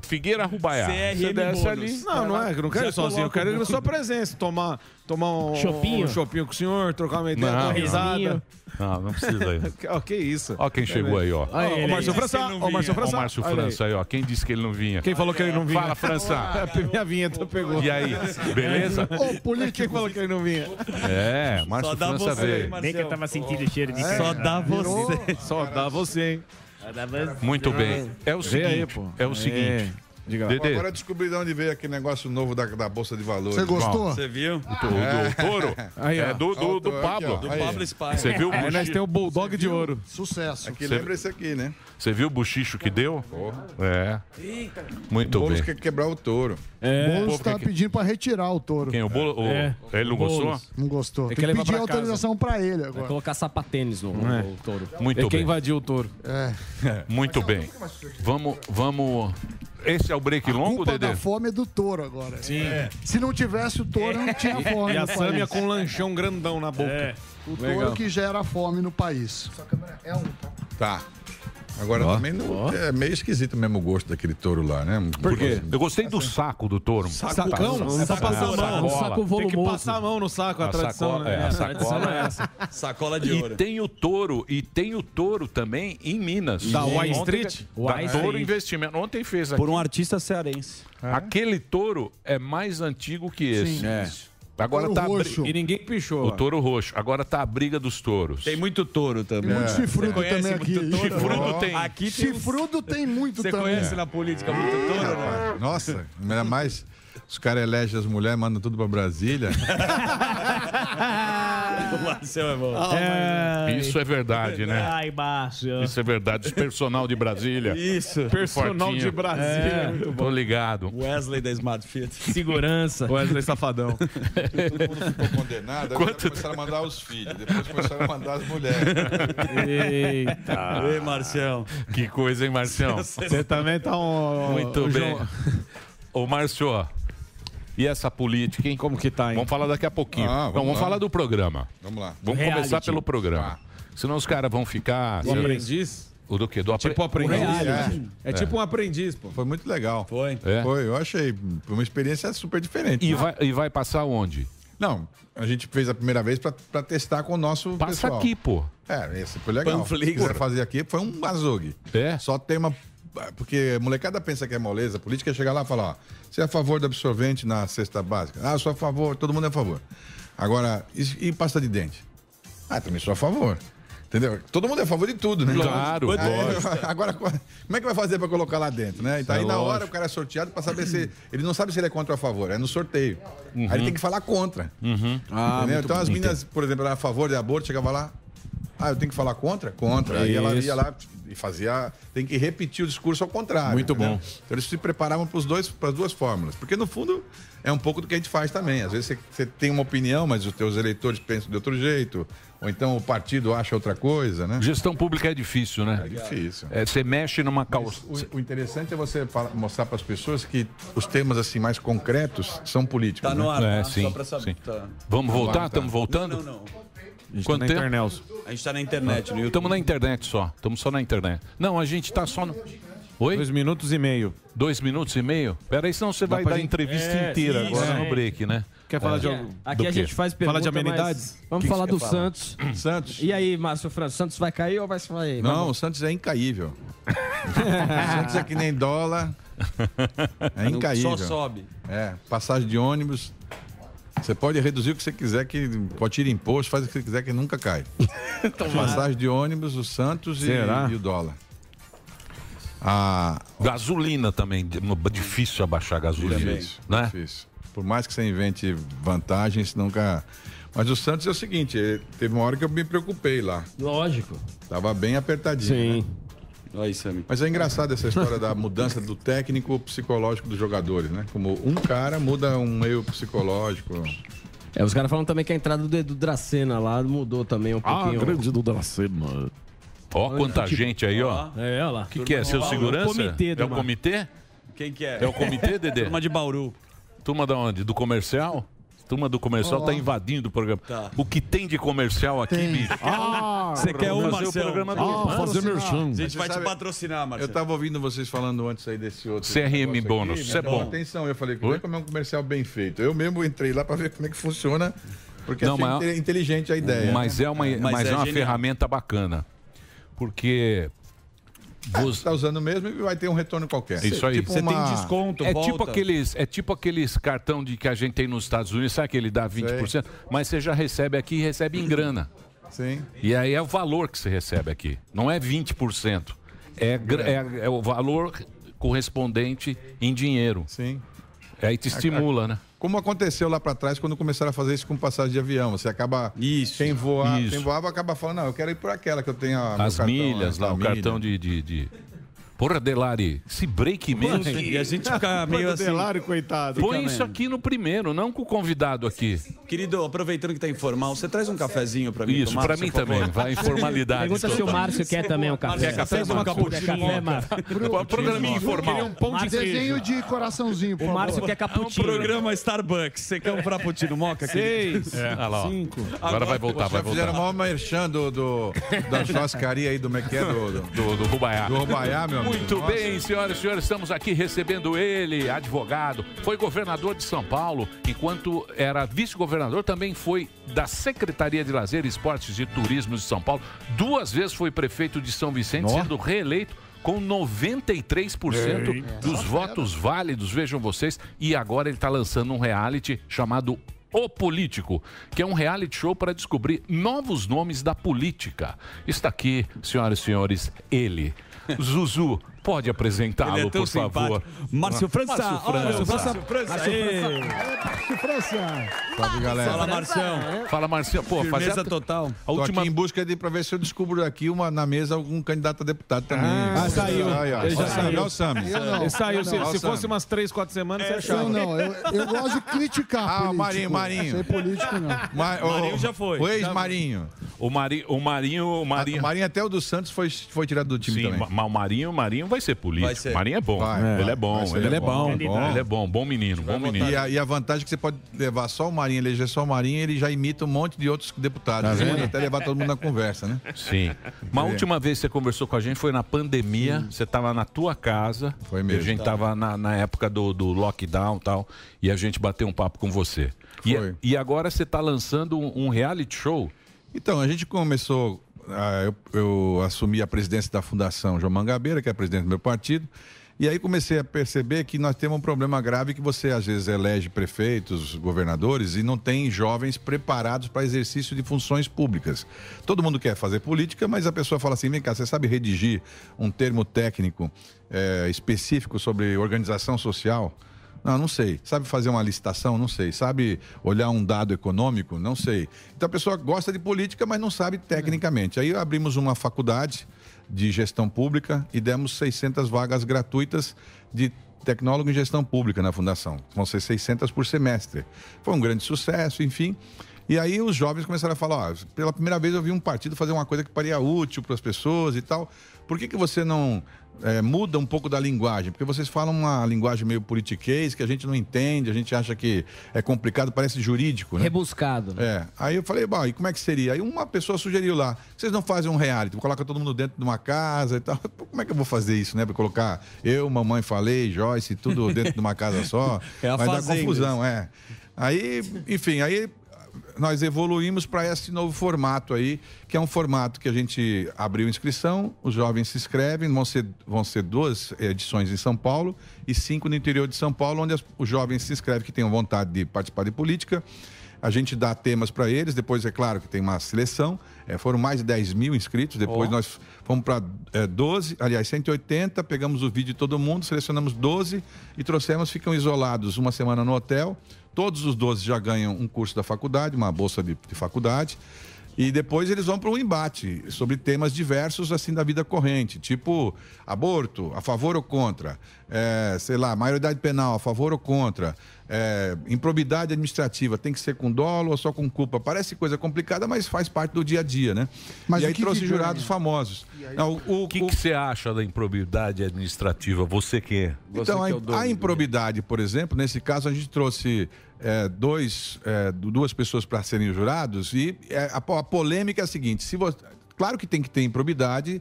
Figueira Rubaiá. Você desce ali. Não, não é, que eu não quero Já ir sozinho. Eu coloca quero ir um- na sua presença. Tomar, tomar um Chopinho? um chopinho com o senhor, trocar uma ideia, Não, dar uma não. risada. Não, não precisa ir. Que- ó, que isso. Ó quem chegou aí, ó. Ó, o Márcio França. Ó, o Márcio Ó, França. o Márcio Olha aí. França aí, ó. Quem disse que ele não vinha? É, Quem falou que ele não vinha? É Fala, França. A minha vinheta pegou. E aí, beleza? Ô, político. Quem falou que ele não vinha? É, Márcio França veio. Bem que eu tava sentindo o cheiro de É, carne. virou- Só dá você, hein? Só dá você. Muito bem. É o Vê seguinte, aí, pô. é o seguinte. Diga lá. Dedê. Agora eu descobri de onde veio aquele negócio novo da, da Bolsa de Valores. Você gostou? Você viu? Do, do touro? é do, do, do Olha o touro aqui, Pablo. ó. Aí. Você viu o Aí nós buchi- temos o É Bulldog de ouro. Sucesso. Aqui lembra esse aqui, né? Você viu o buchicho que deu? É. Eita. Muito Boulos bem. quer é quebrar o touro. É, O Boulos Pô, está porque- pedindo para retirar o touro. Quem? O Boulos- o- É. ele não gostou? Boulos. Não gostou. Tem Ele quer que levar pedir pra casa. autorização para ele Vai agora. colocar sapatênis no, É. no touro. Muito Ele bem. É. quer invadir o touro. Muito bem. Vamos, vamos. Esse é o break longo, culpa Dedê? da fome é do touro agora. Sim. É. Se não tivesse o touro, não tinha fome. E a no Sâmia país. com um lanchão grandão na boca. É. O touro Legal. que gera fome no país. Tá. Agora também não, é meio esquisito mesmo o gosto daquele touro lá, né? Assim. Por quê? Eu gostei do saco do touro. Sacão? É pra passar a mão. Sacola. Tem que passar a mão no saco, a, tradição, sacola, né? é, a sacola é essa. Sacola E tem o touro, e tem o touro também em Minas. Da Ontem- Wall Street? Da Wall Touro Street. Investimento. Ontem fez aqui. Por um artista cearense. Aquele touro é mais antigo que esse. Sim. É. Agora Touro tá a bri- roxo. E ninguém pichou. O touro roxo. Agora tá a briga dos touros. Tem muito touro também. Muito chifrudo também aqui. Chifrudo tem. Aqui um chifrudo tem muito Você também. conhece na política muito touro, né? Nossa, ainda mais os caras elegem as mulheres, mandam tudo pra Brasília. Marcel é bom. Isso é verdade, né? Ai, baixo. Isso é verdade. Os personal de Brasília. Isso. Personal de Brasília, É. muito Tô ligado. Wesley da Smart Fit. Segurança. Wesley Safadão. Todo mundo ficou condenado, agora começaram a mandar os filhos, depois começaram a mandar as mulheres. Eita. Ei, Marcião. Que coisa, hein, Marcião? Você também tá um. Muito um bem. João- Ô, Márcio, e essa política, hein? Como que tá, hein? Vamos falar daqui a pouquinho. Ah, Não, vamos vamos lá. falar do programa. Vamos lá. Tá. Vamos Reality. começar pelo programa. Senão os caras vão ficar... Do aprendiz? O do quê? Do apre... Tipo aprendiz. É. É tipo um aprendiz, pô. Foi muito legal. Foi. É? Foi, eu achei. Foi uma experiência super diferente. né? E vai, e vai passar onde? Não, a gente fez a primeira vez pra, pra testar com o nosso Passa pessoal. aqui, pô. É, esse foi legal. Panflix. Se quiser fazer aqui, foi um azogue. É? Só tem uma... Porque a molecada pensa que é moleza, a política chega lá e fala, ó, você é a favor do absorvente na cesta básica? Ah, sou a favor, todo mundo é a favor. Agora, e, e pasta de dente? Ah, também sou a favor. Entendeu? Todo mundo é a favor de tudo, né? Claro, Aí, lógico. Agora, co- como é que vai fazer pra colocar lá dentro, né? E tá É aí na hora lógico. o cara é sorteado pra saber se. Ele não sabe se ele é contra ou a favor, é no sorteio. Aí ele tem que falar contra. Uhum. entendeu? Então as meninas, por exemplo, eram a favor de aborto, chegava lá. Ah, eu tenho que falar contra? Contra. Aí ela Isso. ia lá e fazia. Tem que repetir o discurso ao contrário. Muito bom. Então eles se preparavam para as duas fórmulas. Porque no fundo é um pouco do que a gente faz também. Às vezes você, você tem uma opinião, mas os teus eleitores pensam de outro jeito. Ou então o partido acha outra coisa, né? Gestão pública é difícil, né? É difícil. Você mexe numa calça. O, o interessante é você fala- mostrar para as pessoas que os temas assim mais concretos são políticos. né? Tá no ar, É, tá? sim, só pra saber. sim. Tá. Não Vamos tá voltar? vai, tá. Estamos voltando? Não, não, não. tá Quanto tempo? A gente tá na internet, no YouTube. Estamos na internet só. Estamos só na internet. Não, a gente está só no. Oi? Dois minutos e meio. Dois minutos e meio? Peraí, senão você vai pra dar a gente- entrevista É, inteira isso, agora é. no break, né? Quer É. falar É. de algum- algo? Aqui a gente faz Pergunta, Fala de amenidades? mas Vamos Que que falar você do quer falar? Santos. Santos. E aí, Márcio França, Santos vai cair ou vai se vai? Não, o Santos é incaível. o Santos é que nem dólar. É incaível. Só sobe. É, passagem de ônibus. Você pode reduzir o que você quiser, que pode tirar imposto, faz o que você quiser, que nunca cai. passagem de ônibus, o Santos e, Será? e o dólar. A... Gasolina também. de- no- Difícil abaixar a gasolina. Difícil, né? difícil. Por mais que você invente vantagens, nunca. Mas o Santos é o seguinte, eh, teve uma hora que eu me preocupei lá. Lógico. Tava bem apertadinho. Sim. Mas é engraçado essa história da mudança do técnico psicológico dos jogadores, né? Como um cara muda um meio psicológico. É, os caras falam também que a entrada do Edu Dracena lá mudou também um pouquinho. grande Edu Dracena. Ó, quanta gente aí, ó. É, olha lá. O que, que é? Turma Seu de Bauru. segurança? Comitê, é o Domar. comitê? Quem que é? É o comitê, Dedê? Turma de Bauru. Turma da onde? Do comercial? Turma do comercial Ó. tá invadindo o programa. O que tem de comercial aqui, bicho? Ah, Você quer um, Fazer o Marcelo? programa do- Ah, fazer merchan. A gente vai Você te sabe- patrocinar, Eu Marcelo. tava ouvindo vocês falando antes aí desse outro. negócio CRM aqui, né? bônus, me isso é chamou a bom. atenção, eu falei, como é como é um comercial bem feito? Eu mesmo entrei lá pra ver como é que funciona, porque Não, achei mas- é inte- inteligente a ideia. Mas né? é uma, mas é uma ferramenta bacana. Porque. Você tá usando mesmo e vai ter um retorno qualquer. é Isso aí. Tipo uma- É tipo aqueles, é tipo aqueles cartão de que a gente tem nos Estados Unidos, sabe que ele dá 20%, mas você já recebe aqui e recebe em grana. Sim. E aí é o valor que você recebe aqui. Não é 20%. É, gra- é, é o valor correspondente em dinheiro. Sim. Aí te estimula, né? Como aconteceu lá pra trás quando começaram a fazer isso com passagem de avião. Você acaba. Isso. Quem, voa, isso. quem voava acaba falando, não, eu quero ir por aquela que eu tenho a, meu As cartão, milhas né, lá, tal o milha. cartão de. de, de... Porra, Delari, esse break mesmo. Mano, hein? e a gente fica meio assim- Delari, coitado. Põe Fica isso mesmo. aqui no primeiro, não com o convidado aqui. Querido, aproveitando que tá informal, você traz um cafezinho pra mim Isso, tomar, pra por mim favor? também, vai informalidade Pergunta se toda. o Márcio quer também um café. Quer café, Faz uma Márcio? capuchinha, né, Márcio? Pro- programinha informal. Queria um pão de Márcio, queijo. desenho de coraçãozinho, por O Márcio favor. quer cappuccino. É um programa Starbucks. Você quer um frappuccino moca? querido? Seis, É. Ah lá, ó. cinco. Agora vai voltar, Já vai fizeram voltar. o maior merchan do, do, da churrascaria aí, do como é que é? Do, do, do, Rubaiá. Do Rubaiá, meu amigo. Muito Nossa. bem, senhoras e senhores, estamos aqui recebendo ele, advogado. Foi governador de São Paulo, enquanto era vice-governador, também foi da Secretaria de Lazer, Esportes e Turismo de São Paulo. Duas vezes foi prefeito de São Vicente, Nó. sendo reeleito com 93% Eita. dos votos válidos, vejam vocês. E agora ele está lançando um reality chamado O Político, que é um reality show para descobrir novos nomes da política. Está aqui, senhoras e senhores, ele. Zuzu, pode apresentá-lo, Ele é tão por favor. simpático. Márcio França, Márcio olha, França. Márcio França, Márcio aê. Márcio França. Salve, galera. Fala, Marcião. Fala, Marcião. Pô, Firmeza fazia- total. A última... aqui em busca de pra ver se eu descubro aqui uma, na mesa algum candidato a deputado também. Ah, saiu. Aí, ó. Ele já Olha o saiu. Sami, olha o Sami. Eu não. Ele saiu. Se- Olha o se Sami. fosse umas três, quatro semanas, você achava. eu não. Eu- Eu gosto de criticar Ah, o político. Marinho, Marinho. Não sei político, não. Ma- o- Marinho já foi. O ex-Marinho. O, Mari... o Marinho... O Marinho... O Marinho até o do Santos foi, foi tirado do time Sim, também. mas o Marinho, o Marinho vai ser político. O Marinho é bom. Vai. ele é Vai bom. ser. Ele, é bom. Candidato. Ele é bom. Bom menino. Bom menino. E a, e a vantagem é que você pode levar só o Marinho, eleger só o Marinho, ele já imita um monte de outros deputados. Tá Você vendo? pode até levar todo mundo na conversa, né? Sim. Uma última vez que você conversou com a gente foi na pandemia. Você estava na tua casa. Foi mesmo. A gente estava na, na época do, do lockdown e tal. E a gente bateu um papo com você. E, Foi. e agora você está lançando um, um reality show. Então, a gente começou. ah, eu, eu assumi a presidência da Fundação João Mangabeira, que é presidente do meu partido. E aí comecei a perceber que nós temos um problema grave que você às vezes elege prefeitos, governadores e não tem jovens preparados para exercício de funções públicas. Todo mundo quer fazer política, mas a pessoa fala assim: vem cá, você sabe redigir um termo técnico eh, específico sobre organização social? Não, não sei. Sabe fazer uma licitação? Não sei. Sabe olhar um dado econômico? Não sei. Então a pessoa gosta de política, mas não sabe tecnicamente. Aí abrimos uma faculdade de gestão pública e demos 600 vagas gratuitas de tecnólogo em gestão pública na fundação. Vão ser 600 por semestre. Foi um grande sucesso, enfim. E aí os jovens começaram a falar, ó, pela primeira vez eu vi um partido fazer uma coisa que parecia útil para as pessoas e tal. Por que, que você não é, muda um pouco da linguagem? Porque vocês falam uma linguagem meio politiquês que a gente não entende, a gente acha que é complicado, parece jurídico, né? Rebuscado. É. Aí eu falei, bom, e como é que seria? Aí uma pessoa sugeriu lá, vocês não fazem um reality, coloca todo mundo dentro de uma casa e tal. Pô, Como é que eu vou fazer isso, né? Pra colocar eu, mamãe, falei, Joyce, tudo dentro de uma casa só. É a Vai dar Fazenda. confusão, é. Aí, enfim, aí nós evoluímos para esse novo formato aí, que é um formato que a gente abriu inscrição, os jovens se inscrevem, vão ser, vão ser duas edições em São Paulo e cinco no interior de São Paulo, onde as- os jovens se inscrevem que tenham vontade de participar de política. A gente dá temas para eles, depois é claro que tem uma seleção. eh, foram mais de 10 mil inscritos, depois Ó. nós fomos para 12, aliás, 180, pegamos o vídeo de todo mundo, selecionamos 12 e trouxemos, ficam isolados uma semana no hotel. Todos os 12 já ganham um curso da faculdade, uma bolsa de, de faculdade. E depois eles vão para um embate sobre temas diversos assim da vida corrente, tipo aborto, a favor ou contra, eh, sei lá, maioridade penal, a favor ou contra, eh, improbidade administrativa, tem que ser com dolo ou só com culpa. Parece coisa complicada, mas faz parte do dia a dia, né? Mas e o aí que que trouxe ganha? jurados famosos. Não, o- O que, que você acha da improbidade administrativa? Você que é. então, a, a improbidade, por exemplo, nesse caso a gente trouxe é, dois, é, du- duas pessoas para serem jurados e é, a, po- a polêmica é a seguinte: se você. Claro que tem que ter improbidade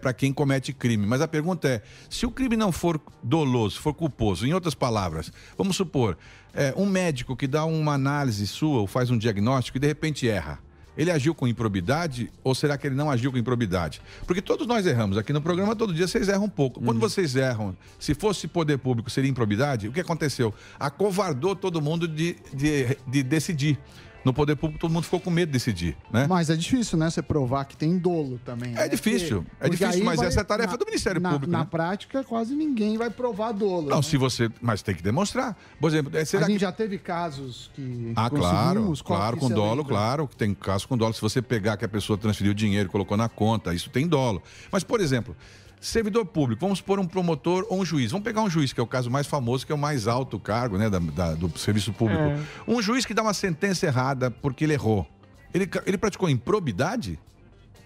para quem comete crime, mas a pergunta é: se o crime não for doloso, for culposo, em outras palavras, vamos supor, é, um médico que dá uma análise sua ou faz um diagnóstico e de repente erra. Ele agiu com improbidade ou será que ele não agiu com improbidade? Porque todos nós erramos. Aqui no programa, todo dia vocês erram um pouco. Quando Uhum. vocês erram, se fosse poder público, seria improbidade? O que aconteceu? Acovardou todo mundo de, de, de decidir. no poder público todo mundo ficou com medo de decidir, né? Mas é difícil, né? Você provar que tem dolo também. né? É difícil, é difícil, aí mas essa é a tarefa do Ministério na- Público, Na né? prática, quase ninguém vai provar dolo. Não, né? se você. Mas tem que demonstrar. Por exemplo, é, será a gente que. já teve casos que. Ah, claro, conseguimos, né? qual claro, que com você dolo, lembra? claro, que tem caso com dolo. Se você pegar que a pessoa transferiu dinheiro, e colocou na conta, isso tem dolo. Mas, por exemplo, servidor público, vamos supor um promotor ou um juiz. Vamos pegar um juiz, que é o caso mais famoso, que é o mais alto cargo né, da- da- do serviço público. É. Um juiz que dá uma sentença errada porque ele errou. Ele, ca- ele praticou improbidade?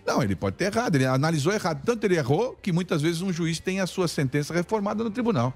Não, ele pode ter errado, ele analisou errado. Tanto ele errou que muitas vezes um juiz tem a sua sentença reformada no tribunal.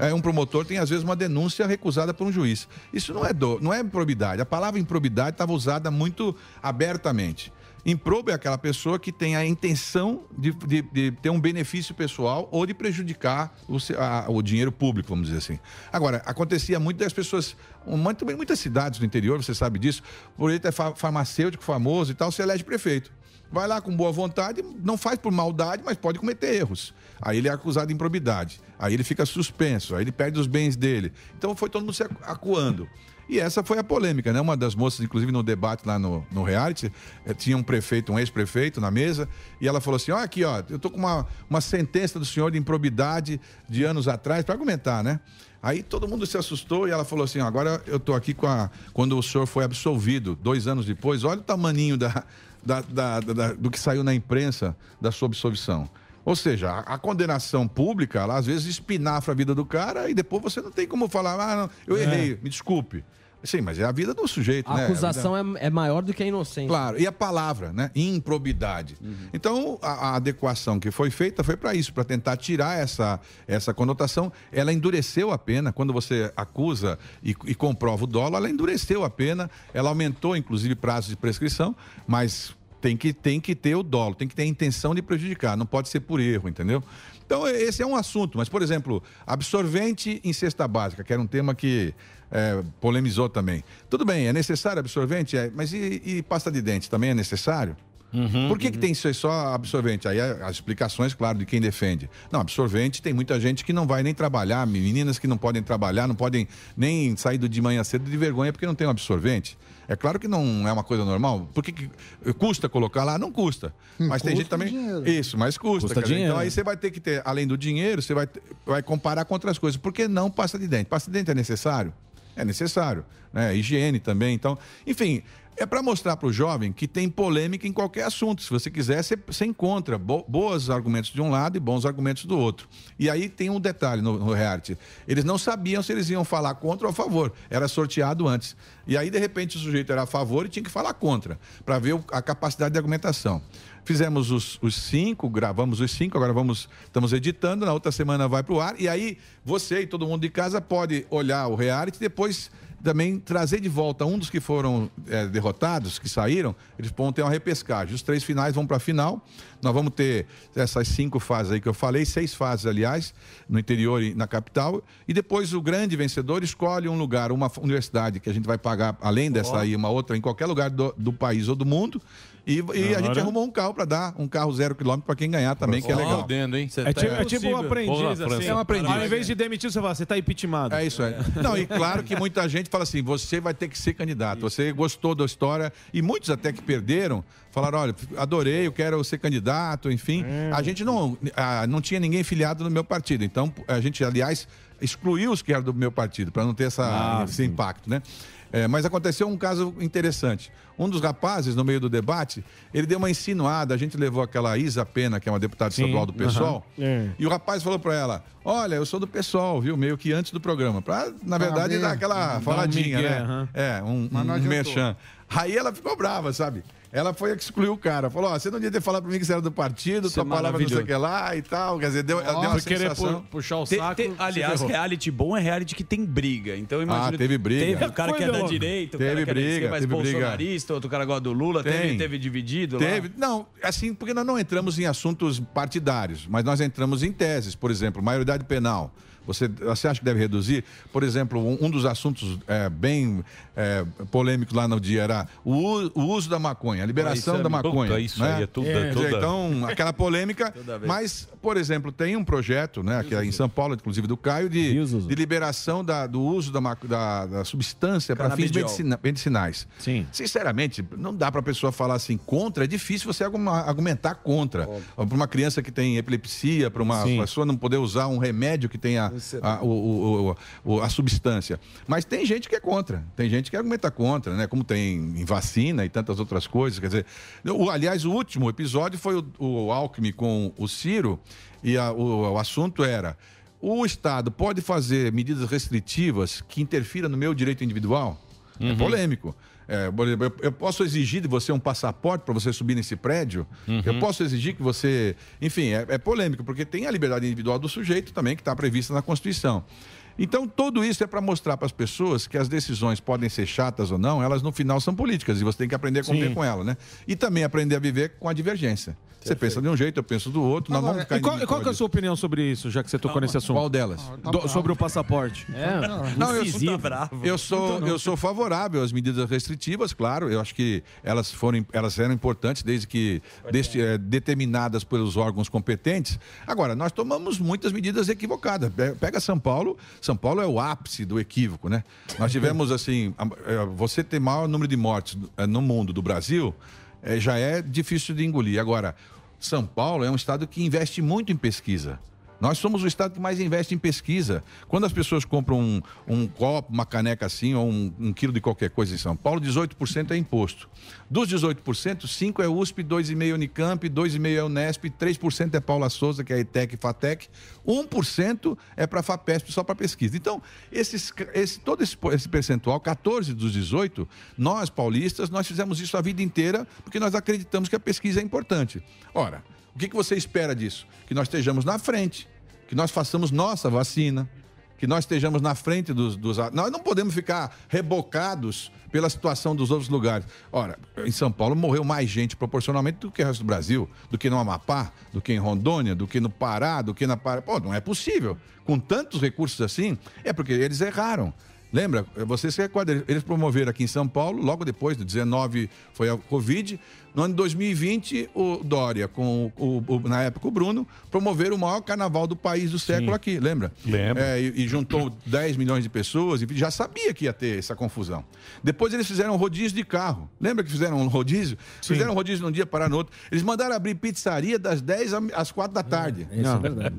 É, um promotor tem, às vezes, uma denúncia recusada por um juiz. Isso não é, do, não é improbidade. A palavra improbidade estava usada muito abertamente. Improbo é aquela pessoa que tem a intenção de, de- de ter um benefício pessoal ou de prejudicar o, se- a- o dinheiro público, vamos dizer assim. Agora, acontecia muito das pessoas, uma- também muitas cidades do interior, você sabe disso, por ele ter fa- farmacêutico famoso e tal, se elege prefeito. Vai lá com boa vontade, não faz por maldade, mas pode cometer erros. Aí ele é acusado de improbidade. Aí ele fica suspenso, aí ele perde os bens dele. Então foi todo mundo se acu- acuando. E essa foi a polêmica, né? Uma das moças, inclusive, no debate lá no, no reality, eh, tinha um prefeito, um ex-prefeito na mesa, e ela falou assim: ó, aqui, ó, eu tô com uma, uma sentença do senhor de improbidade de anos atrás, para argumentar, né? Aí todo mundo se assustou e ela falou assim: ó, agora eu tô aqui com a. Quando o senhor foi absolvido, dois anos depois, olha o tamaninho da, da- da- da- da- do que saiu na imprensa da sua absolvição. Ou seja, a, a condenação pública, ela às vezes espinafra a vida do cara e depois você não tem como falar, ah, não, eu É. errei, me desculpe. Sim, mas é a vida do sujeito, né? A acusação vida- é, é maior do que a inocência. Claro, e a palavra, né? Improbidade. Uhum. Então, a, a adequação que foi feita foi para isso, para tentar tirar essa, essa conotação. Ela endureceu a pena, quando você acusa e, e comprova o dólar, ela endureceu a pena, ela aumentou, inclusive, prazo de prescrição, mas tem que, tem que ter o dolo, tem que ter a intenção de prejudicar, não pode ser por erro, entendeu? Então, e- esse é um assunto, mas, por exemplo, absorvente em cesta básica, que era um tema que é, polemizou também. Tudo bem, é necessário absorvente, É, mas e, e pasta de dente também é necessário? Por que, que Uhum. tem isso aí só absorvente? Aí é as explicações, claro, de quem defende. Não, absorvente tem muita gente que não vai nem trabalhar, meninas que não podem trabalhar, não podem nem sair do- de manhã cedo de vergonha porque não tem um absorvente. É claro que não é uma coisa normal. Por que, que custa colocar lá? Não custa. Mas tem Hum, custa gente também. dinheiro. Isso, mas custa. Custa quer dizer, dinheiro. Então aí você vai ter que ter, além do dinheiro, você vai, ter- vai comparar com outras coisas. Por que não pasta de dente? Pasta de dente é necessário? É necessário. Né? Higiene também. Então, enfim, é para mostrar para o jovem que tem polêmica em qualquer assunto. Se você quiser, você, você encontra bo- boas argumentos de um lado e bons argumentos do outro. E aí tem um detalhe no, no reality. Eles não sabiam se eles iam falar contra ou a favor. Era sorteado antes. E aí, de repente, o sujeito era a favor e tinha que falar contra, para ver o- a capacidade de argumentação. Fizemos os, os cinco, gravamos os cinco, agora vamos estamos editando, na outra semana vai para o ar. E aí você e todo mundo de casa pode olhar o reality e depois também trazer de volta um dos que foram eh, derrotados, que saíram, eles vão ter uma repescagem. Os três finais vão para a final. Nós vamos ter essas cinco fases aí que eu falei, seis fases, aliás, no interior e na capital. E depois o grande vencedor escolhe um lugar, uma f- universidade que a gente vai pagar, além dessa aí, uma outra, em qualquer lugar do, do país ou do mundo. E, e a Agora. gente arrumou um carro para dar, um carro zero quilômetro para quem ganhar também, que é Ó, tá legal. fudendo, hein? Cê É tipo, é tipo um aprendiz, assim. É um aprendiz. Ao invés de demitir, você fala, você tá impeachmentado. É isso aí. Não, e claro que muita gente fala assim: você vai ter que ser candidato. Você gostou da história. E muitos até que perderam falaram: olha, adorei, eu quero ser candidato, enfim. A gente não, ah, não tinha ninguém filiado no meu partido. Então, a gente, aliás, excluiu os que eram do meu partido, para não ter essa, esse impacto, né? É, mas aconteceu um caso interessante. Um dos rapazes, no meio do debate, ele deu uma insinuada. A gente levou aquela Isa Pena, que é uma deputada estadual do PSOL, e o rapaz falou pra ela: Olha, eu sou do pessoal, viu? Meio que antes do programa. Pra, na verdade, bem. dar aquela Dá um faladinha, migué, né? aham. É, um, Mas não um adiantou. merchan. Aí ela ficou brava, sabe? Ela foi a que excluiu o cara. Falou: Ó, você não devia ter falado pra mim que você era do partido, Isso sua é palavra não sei o maravilhoso. que lá e tal. Quer dizer, deu, ela deu uma Nossa, querer sensação. pu- puxar o Te- saco, te- Aliás, reality bom é reality que tem briga. Então imagina. Ah, teve briga. Teve o cara Foi que é da logo. direita, o Teve cara que é da briga, esquerda, mas teve briga. bolsonarista, outro cara gosta do Lula, teve, Tem. teve dividido Teve. lá. Não, assim, porque nós não entramos em assuntos partidários, mas nós entramos em teses, por exemplo, maioridade penal. Você, você acha que deve reduzir? Por exemplo, um, um dos assuntos é, bem é, polêmicos lá no dia era o, u- o uso da maconha, a liberação Ah, isso é da maconha. puta, isso né? aí é tudo- é toda- Então, aquela polêmica. Toda vez. mas, por exemplo, tem um projeto, né, aqui em São Paulo, inclusive do Caio, de, de liberação da- do uso da, maco- da- da substância para fins Canabidiol. medicina- medicinais. Sim. Sinceramente, não dá para a pessoa falar assim contra, é difícil você arguma- argumentar contra. Para uma criança que tem epilepsia, para uma Sim. pessoa não poder usar um remédio que tenha a, o- o- o- o- a substância. Mas tem gente que é contra, tem gente que argumenta contra, né? Como tem em vacina e tantas outras coisas. Quer dizer, o, aliás, o último episódio foi o, o Alckmin com o Ciro e a- o- o assunto era. O Estado pode fazer medidas restritivas que interfiram no meu direito individual? É polêmico. É, por exemplo, eu, eu posso exigir de você um passaporte para você subir nesse prédio? Eu posso exigir que você. Enfim, é, é polêmico, porque tem a liberdade individual do sujeito também, que está prevista na Constituição. Então, tudo isso é para mostrar para as pessoas que as decisões podem ser chatas ou não, elas no final são políticas e você tem que aprender a conviver Sim. com ela, né? E também aprender a viver com a divergência. Você pensa de um jeito, eu penso do outro, nós vamos Agora, ficar e qual, em- e qual que é a sua opinião sobre isso, já que você tocou nesse assunto? Qual delas? Do- Tá sobre o passaporte. É? Não, eu, Incisivo. eu Então sou, eu sou favorável às medidas restritivas, claro. Eu acho que elas foram, elas eram importantes desde que deste- eh, determinadas pelos órgãos competentes. Agora, nós tomamos muitas medidas equivocadas. Pe- Pega São Paulo, São Paulo é o ápice do equívoco, né? Nós tivemos assim, a- eh, você tem maior número de mortes eh, no mundo do Brasil, eh, já é difícil de engolir. Agora, São Paulo é um estado que investe muito em pesquisa. Nós somos o estado que mais investe em pesquisa. Quando as pessoas compram um, um copo, uma caneca assim, ou um, um quilo de qualquer coisa em São Paulo, 18% é imposto. Dos 18%, 5% é USP, 2,5% é Unicamp, 2,5% é Unesp, 3% é Paula Souza, que é a ETEC e FATEC, 1% é para a FAPESP, só para pesquisa. Então, esses, ca- esse, todo esse, po- esse percentual, 14 dos 18, nós paulistas, nós fizemos isso a vida inteira, porque nós acreditamos que a pesquisa é importante. Ora, o que que você espera disso? Que nós estejamos na frente que nós façamos nossa vacina, que nós estejamos na frente dos, dos. a- Nós não podemos ficar rebocados pela situação dos outros lugares. Ora, em São Paulo morreu mais gente proporcionalmente do que o resto do Brasil, do que no Amapá, do que em Rondônia, do que no Pará, do que na Pará. Pô, não é possível. Com tantos recursos assim, é porque eles erraram. Lembra, vocês se recordam, eles promoveram aqui em São Paulo, logo depois do 19 foi a Covid. No ano de 2020, o Dória, com o, o- na época o Bruno, promoveram o maior carnaval do país do século aqui, lembra? Lembro. É, e, e juntou 10 milhões de pessoas e já sabia que ia ter essa confusão. Depois eles fizeram um rodízio de carro. Lembra que fizeram um rodízio? Fizeram um rodízio num dia, pararam no outro. Eles mandaram abrir pizzaria das 10 à- às 4 da tarde. isso é verdade.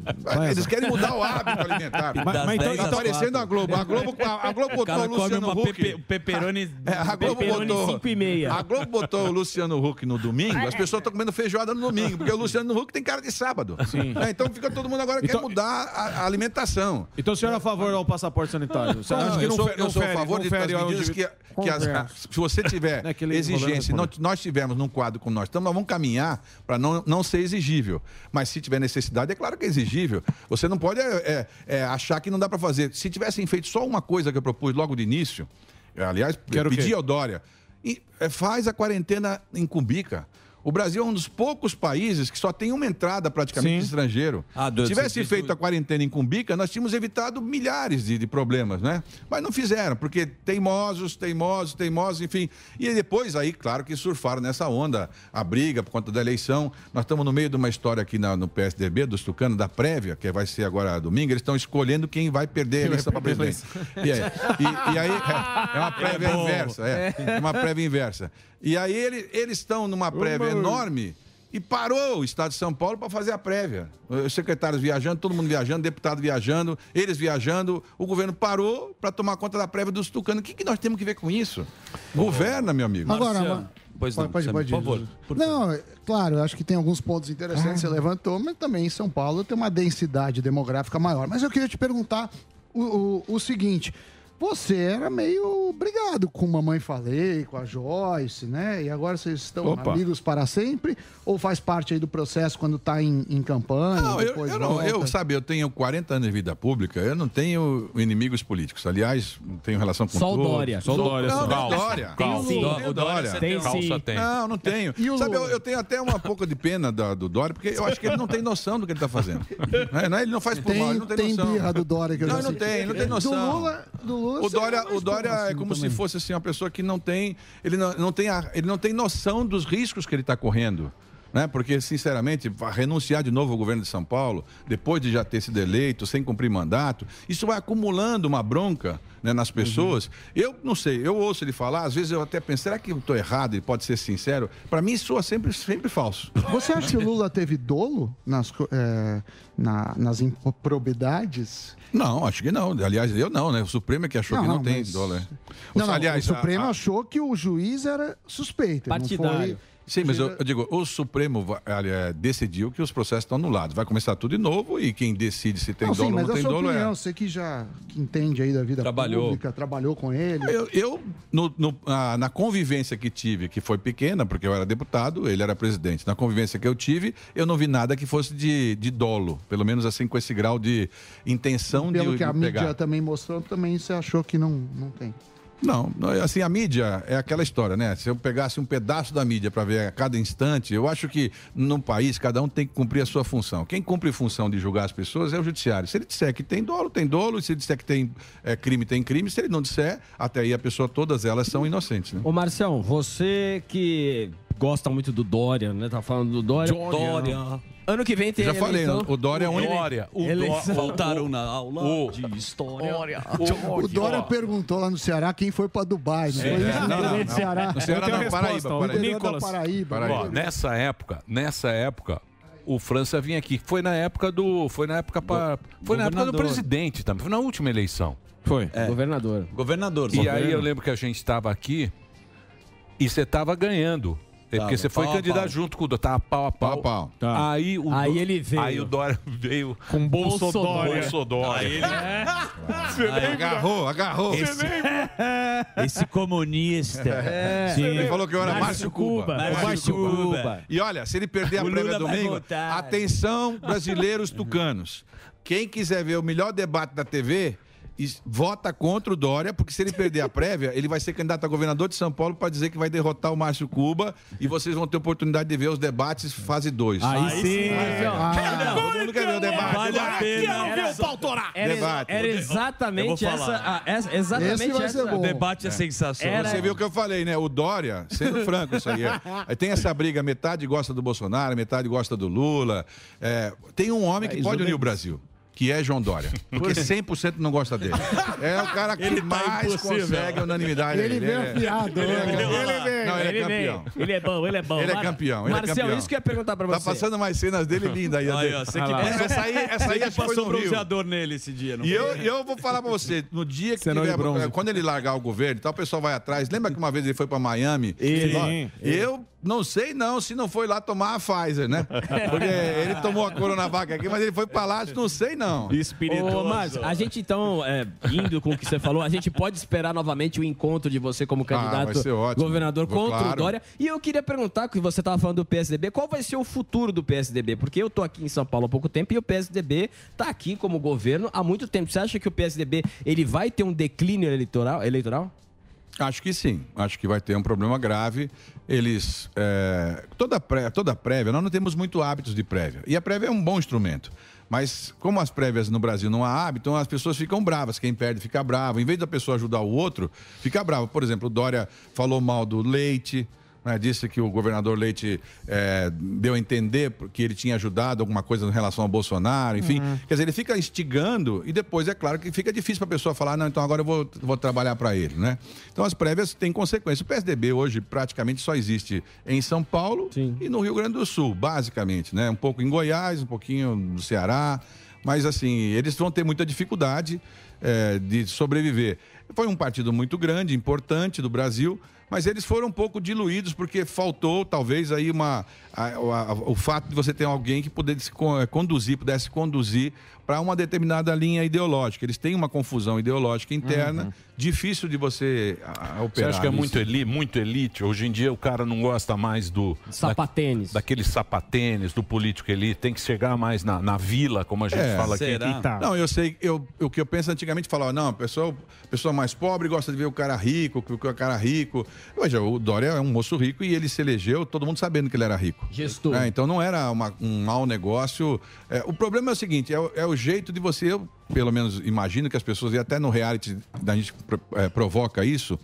Eles querem mudar o hábito é alimentar. Mas- mas então- tá então- parecendo a Globo. A Globo, tá- a, a Globo O cara botou o come Luciano uma Huck. pepe- pepperoni- É, a Globo pepperoni botou, cinco e meia. A Globo botou o Luciano Huck no domingo, as pessoas estão comendo feijoada no domingo, porque o Luciano Huck tem cara de sábado. Sim. Né, Então fica todo mundo agora quer mudar a, a alimentação. Então o senhor é a favor ao passaporte sanitário? Você Não, acha que eu não sou, fe- eu não sou fere- a favor não de das fere ao medidas que, indivíduo? que as- Conversa. se você tiver Não é que ele exigência, rolando nós, nós tivemos num quadro como nós estamos, nós vamos caminhar para não, não ser exigível. Mas se tiver necessidade, é claro que é exigível. Você não pode é, é, é, achar que não dá para fazer. Se tivessem feito só uma coisa que eu propus logo de início, eu, aliás, Quero o quê? pedi ao Dória, e, é, faz a quarentena em Cumbica. O Brasil é um dos poucos países que só tem uma entrada praticamente Sim. de estrangeiro. Ah, Deus, Se você tivesse diz feito a quarentena em Cumbica, nós tínhamos evitado milhares de, de problemas, né? Mas não fizeram, porque teimosos, teimosos, teimosos, enfim. E aí depois, aí, claro que surfaram nessa onda, a briga por conta da eleição. Nós estamos no meio de uma história aqui na- no PSDB, dos tucanos, da prévia, que vai ser agora domingo. Eles estão escolhendo quem vai perder a eleição para presidente. E aí, e- e aí, é, é uma prévia bom. inversa, é. É uma prévia inversa. E aí ele- eles estão numa prévia enorme e parou o Estado de São Paulo para fazer a prévia. Os secretários viajando, todo mundo viajando, deputado viajando, eles viajando. O governo parou para tomar conta da prévia dos tucanos. O que, que nós temos que ver com isso? Governa, meu amigo. Agora, Marciano, ma- pois pode- pode- pode ir, Zuzu. Não, é, claro, eu acho que tem alguns pontos interessantes Ah. que você levantou, mas também em São Paulo tem uma densidade demográfica maior. Mas eu queria te perguntar o, o- o seguinte: Você era meio brigado com Mamãe Falei, com a Joyce, né? E agora vocês estão Opa. amigos para sempre? Ou faz parte aí do processo quando tá em, em campanha? Não, eu, depois eu não, volta? eu, sabe, eu tenho 40 anos de vida pública, eu não tenho inimigos políticos. Aliás, não tenho relação com Só o todos. Dória. Só o Dória. Não, não, Calça. Dória. Tem Não, sim. não O Dória você tem Tem sim. calça, tem. Não, não tenho. E o Sabe, eu, Lula? eu tenho até uma pouca de pena da- do Dória, porque eu acho que ele não tem noção do que ele está fazendo. Não é- não é- ele não faz por Tem- mal, ele não tem, tem noção. birra do Dória que eu Não, já não sei. tem, não tem assim, Do noção. Lula- do Lula o você é Dória, mais o Dória é próximo como também. se fosse assim, uma pessoa que não tem, ele não, não tem, a- ele não tem noção dos riscos que ele está correndo. Né? Porque, sinceramente, va- renunciar de novo ao governo de São Paulo, depois de já ter sido eleito, sem cumprir mandato, isso vai acumulando uma bronca né, Uhum. nas pessoas. Eu não sei, eu ouço ele falar, às vezes eu até penso, será que eu estou errado? Ele pode ser sincero? Para mim, soa sempre, sempre falso. Você acha que o Lula teve dolo nas, co- eh, na- nas improbidades? Não, acho que não. Aliás, eu não, né? O Supremo é que achou Não, que não, não, tem mas- dólar. Não, não, aliás, o Supremo a- a- achou que o juiz era suspeito. ele não foi- Sim, mas eu, eu digo, o Supremo va- eh, decidiu que os processos estão anulados. Vai começar tudo de novo e quem decide se tem não, dolo sim, ou mas não a tem sua dolo opinião, é. você que já que entende aí da vida Trabalhou. pública, trabalhou com ele. Eu, eu, no- no- ah, na convivência que tive, que foi pequena, porque eu era deputado, ele era presidente. Na convivência que eu tive, eu não vi nada que fosse de, de dolo, pelo menos assim com esse grau de intenção Pelo de, um que a de mídia pegar. também mostrou, também você achou que não, não tem. Não, não, assim, a mídia é aquela história, né? Se eu pegasse um pedaço da mídia para ver a cada instante, eu acho que num país cada um tem que cumprir a sua função. Quem cumpre função de julgar as pessoas é o judiciário. Se ele disser que tem dolo, tem dolo. Se ele disser que tem eh, crime, tem crime. Se ele não disser, até aí a pessoa, todas elas são inocentes, né? Ô, Marcião, você que gosta muito do Dória, né? Tá falando do Dória. Dória. Ano que vem tem Já falei, eleição. né? O Dória é o único- Dória, o Dó- Eleição. voltaram na aula O- de história. O Dória perguntou lá no Ceará quem foi para Dubai, não Sim. foi isso? Não, não, Interior do não. Ceará. No Ceará Eu tenho não, a Paraíba, resposta, Paraíba. o interior da Nicolas. Paraíba. né? Ó, nessa época, nessa época, o França vinha aqui. Foi na época do. Foi na época pra, Foi na época do governador. presidente também. Foi na última eleição. Foi. Governador. Governador. É. E aí eu lembro que a gente estava aqui e você estava ganhando. É Tava. porque você foi Pau a candidato pau. junto com o Dória. Tava pau a pau. Pau a pau. Tá. Aí, o Aí Dó- ele veio. Aí o Dória veio. Com Bolsodória. Bolsodória. Aí Você lembra? agarrou, agarrou. É. Você Esse- Esse comunista. É. Sim. Ele falou que eu era Márcio Cuba. Márcio, Cuba. E olha, se ele perder a O prévia Lula vai domingo, votar. atenção brasileiros tucanos. Quem quiser ver o melhor debate da TV, is- vota contra o Dória, porque se ele perder a prévia, ele vai ser candidato a governador de São Paulo para dizer que vai derrotar o Márcio Cuba e vocês vão ter oportunidade de ver os debates fase 2. Aí sim. Ah, todo mundo quer ver o debate. Vale a pena. é Era- Era, Debate. era exatamente Eu vou essa. falar. a- essa exatamente essa. É. Você viu o que eu falei, né? O Dória, sendo franco, isso aí. é- aí Tem essa briga, metade gosta do Bolsonaro, metade gosta do Lula. É, tem um homem que Mas pode o unir o Denis- Brasil. Que é João Dória. Porque 100% não gosta dele. É o cara que Ele tá mais impossível. consegue a unanimidade. Ele dele. vem é- afiado, Ele é né? campeão. Não, ele é campeão. Ele é bom, ele é bom. Ele é Mar- campeão. Ele é Marcel, campeão. isso que eu ia perguntar pra Tá você. passando mais cenas dele linda aí. Aí, Adê. ó, você Ah que lá. passou- essa aí, essa você aí que acho que foi passou no Rio. bronzeador nele esse dia. não E eu, foi? e eu vou falar pra você, no dia que Cenoura e tiver, bronze. eh, quando ele largar o governo e tal, o pessoal vai atrás. Lembra que uma vez ele foi pra Miami? Sim. Ó, Sim. Eu não sei não se não foi lá tomar a Pfizer, né? Porque ele tomou a Coronavac aqui, mas ele foi pra lá, não sei não. é Ô, Márcio, a gente então, é, indo com o que você falou, a gente pode esperar novamente o encontro de você Ah, como candidato vai ser ótimo. governador Vou- contra o claro. Dória. E eu queria perguntar, que você estava falando do PSDB, qual vai ser o futuro do PSDB? Porque eu tô aqui em São Paulo há pouco tempo e o PSDB tá aqui como governo há muito tempo. Você acha que o PSDB ele vai ter um declínio eleitoral? eleitoral? Acho que sim. Acho que vai ter um problema grave. Eles. eh, toda, pré, toda prévia, nós não temos muito hábitos de prévia. E a prévia é um bom instrumento. Mas como as prévias no Brasil não há hábito, então as pessoas ficam bravas. Quem perde fica bravo. Em vez da pessoa ajudar o outro, fica bravo. Por exemplo, o Dória falou mal do leite. né? Disse que o governador Leite eh, deu a entender que ele tinha ajudado alguma coisa em relação ao Bolsonaro, enfim. Quer dizer, ele fica instigando e depois é claro que fica difícil para a pessoa falar, não, então agora eu vou, vou trabalhar para ele, né? Então as prévias têm consequência. O PSDB hoje praticamente só existe em São Paulo e no Rio Grande do Sul, basicamente, né? Um pouco em Goiás, um pouquinho no Ceará, mas assim, eles vão ter muita dificuldade eh, de sobreviver. Foi um partido muito grande, importante do Brasil, mas eles foram um pouco diluídos porque faltou talvez aí uma a- a- a- o fato de você ter alguém que pudesse con- eh, conduzir, pudesse conduzir para uma determinada linha ideológica. Eles têm uma confusão ideológica interna, difícil de você a, a Uhum. Você operar. acha que é nisso. muito elite, muito elite? Hoje em dia o cara não gosta mais do. Sapatênis. Da, daquele sapatênis, do político elite. Tem que chegar mais na, na vila, como a gente É, fala aqui. Não, eu sei, eu, o que eu penso antigamente falava, não, a pessoa, a pessoa mais pobre gosta de ver o cara rico, que o cara rico. Veja, o Dória é um moço rico e ele se elegeu, todo mundo sabendo que ele era rico. Gestor. É, então não era uma- um mau negócio. É, o problema é o seguinte: é, o- é o jeito de você, eu pelo menos imagino que as pessoas, e até no reality da gente pro- é, provoca isso.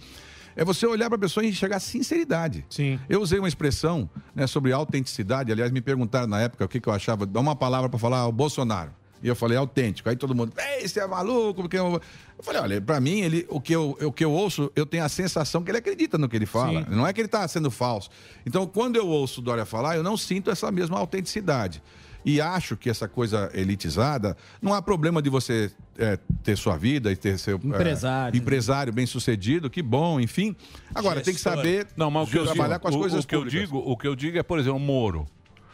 É você olhar para a pessoa e enxergar sinceridade. Sim. Eu usei uma expressão né, sobre autenticidade. Aliás, me perguntaram na época o que, que eu achava. Dá uma palavra para falar "Ah, o Bolsonaro. E eu falei autêntico. Aí todo mundo, ei, você é maluco? Porque eu... eu falei, olha, para mim, ele, o, que eu, o que eu ouço, eu tenho a sensação que ele acredita no que ele fala. Sim. Não é que ele está sendo falso. Então, quando eu ouço o Dória falar, eu não sinto essa mesma autenticidade. E acho que essa coisa elitizada, não há problema de você é, ter sua vida e ter seu. é, Empresário. empresário bem sucedido, que bom, enfim. Agora, tem que saber Não, mas o que eu trabalhar digo, com as o- coisas o que eu públicas. digo, o que eu digo é, por exemplo, o Moro.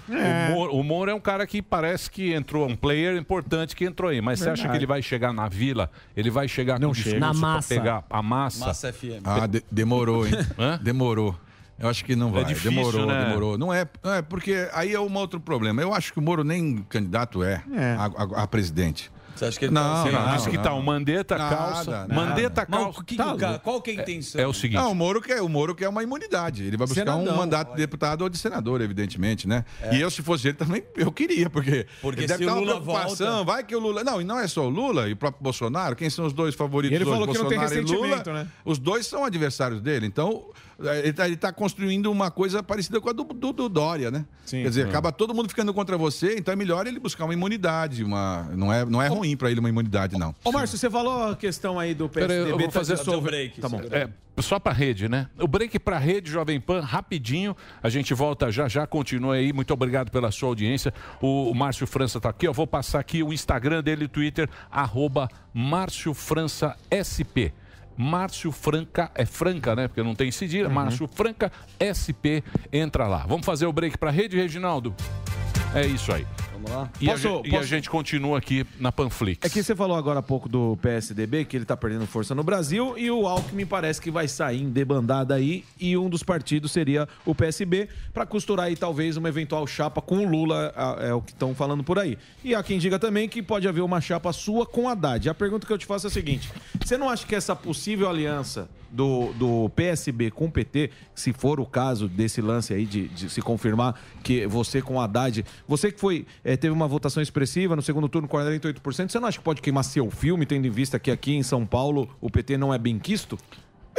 É. O, Moro, o Moro é um cara que parece que entrou, um player importante que entrou aí. Mas você acha Verdade. que ele vai chegar na vila? Ele vai chegar com discurso Na pra massa. pegar a massa? Massa FM. Ah, de- demorou, hein? Hã? É demorou. Eu acho que não vai. difícil, demorou, né? demorou. Não é, não é, porque aí é um outro problema. Eu acho que o Moro nem candidato é, É. A, a- a presidente. Você acha que ele tá assim? Acho que tá o Mandetta, calça. Mandetta, calça. Tá louco. É, é o seguinte. Não, o Moro, quer, o Moro quer uma imunidade. Ele vai buscar um Senadão. É. mandato de deputado ou de senador, evidentemente, né? E eu, se fosse ele, também eu queria, porque, Porque ele se ter o uma Lula preocupação, volta- vai que o Lula... Não, e não é só o Lula e o próprio Bolsonaro, quem são os dois favoritos E ele hoje, falou que não tem Bolsonaro e Lula, ressentimento, né? Os dois são adversários dele, então eh, ele está construindo uma coisa parecida com a do, do- do Dória, né? Quer dizer, Hum. acaba todo mundo ficando contra você, então é melhor ele buscar uma imunidade, uma... Não é, não é ruim para ele uma imunidade, não. Ô, Márcio, você falou a questão aí do Peraí, PSDB. eu vou tá fazer só o dissolvendo. break. Tá bom. É, só pra rede, né? O break pra rede, Jovem Pan, rapidinho. A gente volta já já, continua aí. Muito obrigado pela sua audiência. O, o Márcio França tá aqui. Eu vou passar aqui o Instagram dele, o Twitter, arroba Márcio França SP. Márcio Franca, é Franca, né? Porque não tem cedilha. Uhum. Márcio Franca SP, entra lá. Vamos fazer o break pra rede, Reginaldo? É isso aí. Vamos lá. E, a, Posso- gente, e a posso- gente continua aqui na Panflix. É que você falou agora há pouco do PSDB, que ele tá perdendo força no Brasil, e o Alckmin parece que vai sair em debandada aí, e um dos partidos seria o PSB, para costurar aí talvez uma eventual chapa com o Lula, a- é o que estão falando por aí. E há quem diga também que pode haver uma chapa sua com Haddad. A pergunta que eu te faço é a seguinte: você não acha que essa possível aliança do, do PSB com o PT, se for o caso desse lance aí de, de se confirmar que você com o Haddad, você que foi eh, teve uma votação expressiva no segundo turno, 48%, você não acha que pode queimar seu filme, tendo em vista que aqui em São Paulo o PT não é benquisto?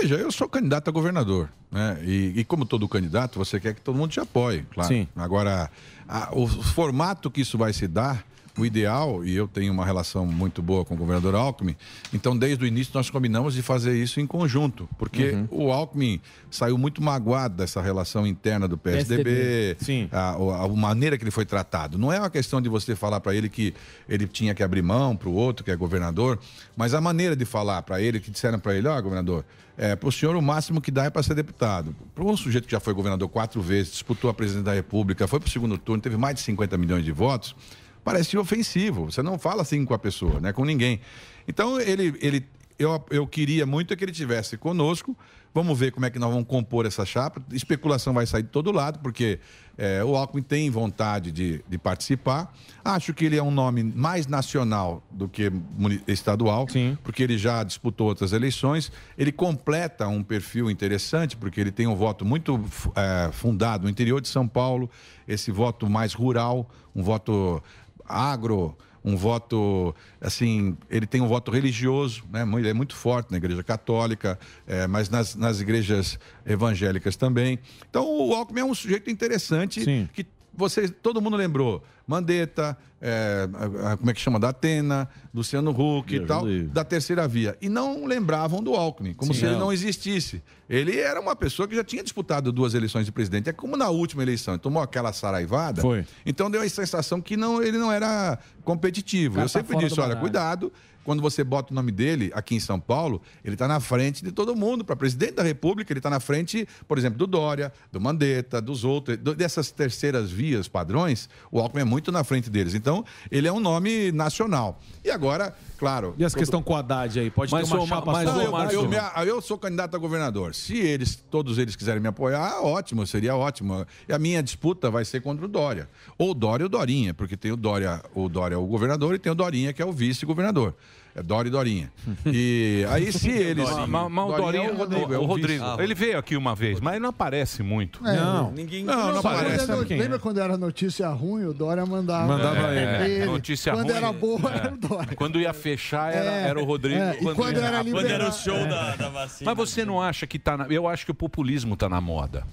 Veja, eu sou candidato a governador, né? E, e como todo candidato, você quer que todo mundo te apoie, claro. Sim. Agora, a- o formato que isso vai se dar, o ideal, e eu tenho uma relação muito boa com o governador Alckmin, então desde o início nós combinamos de fazer isso em conjunto, porque o Alckmin saiu muito magoado dessa relação interna do PSDB, A, a- a maneira que ele foi tratado. Não é uma questão de você falar para ele que ele tinha que abrir mão para o outro que é governador, mas a maneira de falar para ele, que disseram para ele, ó, governador, é, para o senhor o máximo que dá é para ser deputado. Para um sujeito que já foi governador quatro vezes, disputou a presidência da República, foi para o segundo turno, teve mais de 50 milhões de votos, parece ofensivo. Você não fala assim com a pessoa, né? com ninguém. Então, ele, ele, eu, eu queria muito que ele tivesse conosco. Vamos ver como é que nós vamos compor essa chapa. Especulação vai sair de todo lado, porque é, o Alckmin tem vontade de, de participar. Acho que ele é um nome mais nacional do que muni- estadual, porque ele já disputou outras eleições. Ele completa um perfil interessante, porque ele tem um voto muito fu- é, fundado no interior de São Paulo, esse voto mais rural, um voto agro, um voto, assim, ele tem um voto religioso, né? Mu- Ele é muito forte na igreja católica, eh, mas nas, nas igrejas evangélicas também. Então, o Alckmin é um sujeito interessante que você, todo mundo lembrou. Mandetta, é, a- a- como é que chama? Da Atena, Luciano Huck e Me tal, ajuda aí. da terceira via. E não lembravam do Alckmin, como Sim, se ele não. não existisse. Ele era uma pessoa que já tinha disputado duas eleições de presidente. É como na última eleição, ele tomou aquela saraivada. Foi. Então deu a sensação que não, ele não era competitivo. Cara, Eu tá sempre fora disse, do olha, baralho. cuidado, quando você bota o nome dele aqui em São Paulo, ele está na frente de todo mundo. Para presidente da República, ele está na frente, por exemplo, do Dória, do Mandetta, dos outros, do- dessas terceiras vias padrões, o Alckmin é muito na frente deles. Então, ele é um nome nacional. E agora, claro. E essa todo- questão com o Haddad aí? Pode ter uma ô, chapa mas, só? ô, Eu- Márcio, eu, eu- me- ah, eu sou candidato a governador. Se eles, todos eles quiserem me apoiar, ótimo, seria ótimo. E a minha disputa vai ser contra o Dória. Ou o Dória ou o Dorinha, porque tem o Dória, o Dória é o governador e tem o Dorinha que é o vice-governador. É Dória e Dorinha. E aí se eles... Mas- mas- mas o é Dorinho, o Rodrigo. é o vice. Rodrigo. Ele veio aqui uma vez, mas ele não aparece muito. É, Não. ninguém- Não, não Quando aparece, era no- sabe quem é? Lembra quando era notícia ruim, o Dória mandava. Mandava É, ele. Notícia quando ruim, era boa, é. era o Dória. Quando ia fechar, era, É, era o Rodrigo. é, e quando era liberar- o show da, vacina. É. Mas você não acha que tá na... Eu acho que o populismo tá na moda.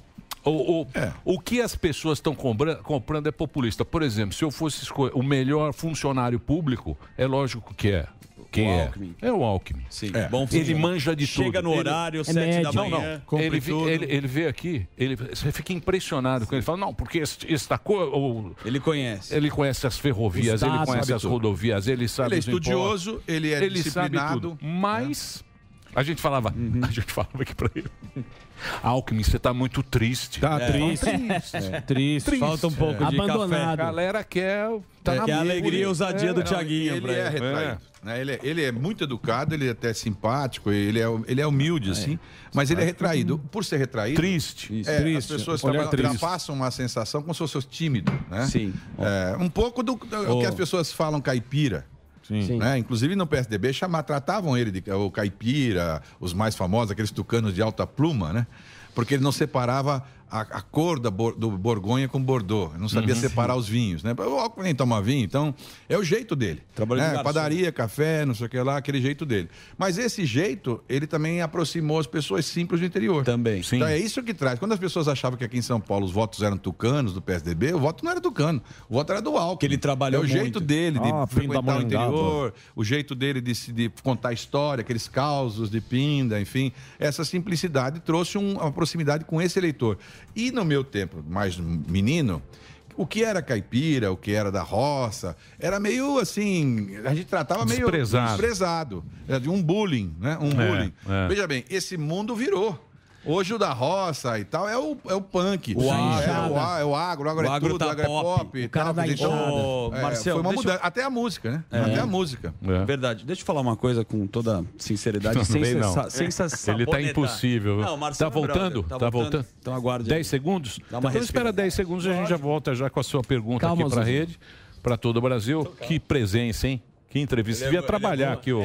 O, o, o que as pessoas estão compra- comprando é populista. Por exemplo, se eu fosse escolher o melhor funcionário público, é lógico que é. Quem é? É o Alckmin. Sim, bom ele funcionário. manja de tudo. Chega no Ele- horário, É sete da médico. manhã, cumpre Ele, vi- tudo. ele, ele veio aqui, ele, você fica impressionado com ele. Fala, não, porque este- esta coisa... Ele conhece. Ele conhece as ferrovias, Estado, ele conhece sabe as tudo. rodovias, Ah, ele sabe Ele é os impostos. estudioso, ele é disciplinado. né? Uhum. Sabe tudo. Mas... A gente falava, a gente falava aqui pra ele. Alckmin, você tá muito triste. Tá triste. É. Triste. Falta um pouco de Abandonado. café. A galera quer. Tá É, na que a mesa. alegria e ousadia do Thiaguinho ele pra É. ele. é retraído. né? Ele, é, ele é muito educado, ele é até simpático, ele é, ele é humilde, assim, mas ele é retraído. Por ser retraído. Triste. é, Triste. As pessoas Olhar trabalham- triste. passam uma sensação como se fosse tímido, né? Sim. Oh. um pouco do, do Ó. que as pessoas falam caipira. Sim. né? Inclusive no PSDB chamar, tratavam ele de é, o caipira, os mais famosos, aqueles tucanos de alta pluma, né? Porque ele não separava a, a cor da bor- do Borgonha com Bordeaux. Ele não sabia Uhum. separar os vinhos, né? O Alckmin nem toma vinho, então é o jeito dele. Trabalho de né? garçom. Padaria, café, não sei o que lá, aquele jeito dele. Mas esse jeito, ele também aproximou as pessoas simples do interior. Também. Então é isso que traz. Quando as pessoas achavam que aqui em São Paulo os votos eram tucanos do PSDB, o voto não era tucano. O voto era do Alckmin. Que ele trabalhou É o jeito muito. dele de Ah, frequentar o Pindamonhangaba. interior, o jeito dele de, se- de contar história, aqueles causos de pinda, enfim. Essa simplicidade trouxe um- uma proximidade com esse eleitor. E no meu tempo, mais menino, o que era caipira, o que era da roça, era meio assim, a gente tratava meio Desprezado. desprezado. Era de um bullying, né? Um É, bullying. é. Veja bem, esse mundo virou. Hoje o da roça e tal é o, é o punk. O Ah, é, agro. o, a- é o agro, o agro O é agro tudo, tá o agro é pop. pop. e O cara tal, da que deixou- enxada. Ô, É, Marcelo, foi uma deixa eu- mudança. Até a música, né? É. Até a música. Verdade. Deixa eu falar uma coisa com toda sinceridade, Não, sem bem não. sensa- sem sensa- Ele tá sabonetar. impossível. viu? Não, o Marcelo tá é brother, voltando? Tá, voltando? Então aguarde. 10 segundos? Dá Então uma espera respirada. 10 segundos e a gente já volta já com a sua pergunta Calma, aqui pra Zuzu. rede, pra todo o Brasil. Que presença, hein? Que entrevista. Ele é Devia bo- trabalhar ele é aqui, ô.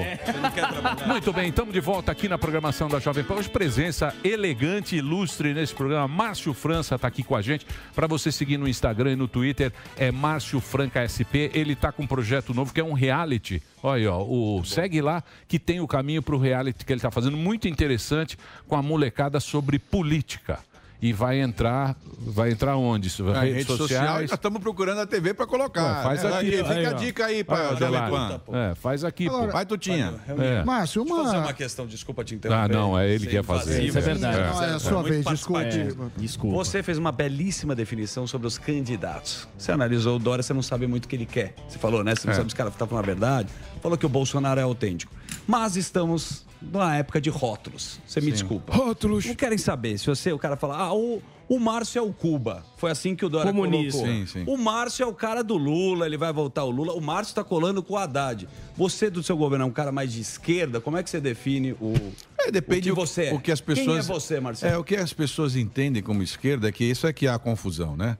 Muito bem, estamos de volta aqui na programação da Jovem Pan. Hoje, presença elegante e ilustre nesse programa. Márcio França está aqui com a gente. Para você seguir no Instagram e no Twitter, é Márcio Franca SP. Ele está com um projeto novo que é um reality. Olha aí, ó, o segue lá que tem o caminho para o reality que ele está fazendo. Muito interessante com a molecada sobre política. E vai entrar, vai entrar onde? Isso? A rede redes social, sociais? nós estamos procurando a TV para colocar. Pô, faz né? aqui, Fica aí, a ó. dica aí Vai, para Jovem Adelar. Pan. É, faz aqui, pô. Agora- Vai, Tutinha. É. Márcio, uma- Deixa eu fazer uma questão, desculpa te interromper. Ah, não, é ele que Ser ia fazer. invasivo. Isso é verdade. Não, é a sua Muito vez, participativo. desculpe. Desculpa. É. Você fez uma belíssima definição sobre os candidatos. Você analisou o Dória, você não sabe muito o que ele quer. Você falou, né? Você não É. sabe se o cara tá falando a verdade. Falou que o Bolsonaro é autêntico. Mas estamos numa época de rótulos. Você me desculpa. Rótulos. Não querem saber. Se você, o cara fala, ah, o, o Márcio é o Cuba. Foi assim que o Dória Comunista. colocou. Sim, sim. O Márcio é o cara do Lula, ele vai voltar o Lula. O Márcio tá colando com o Haddad. Você do seu governo é um cara mais de esquerda? Como é que você define o. É, depende o que você é. o que as Quem é pessoas você, Marcelo? É, o que as pessoas entendem como esquerda é que isso é que há confusão, né?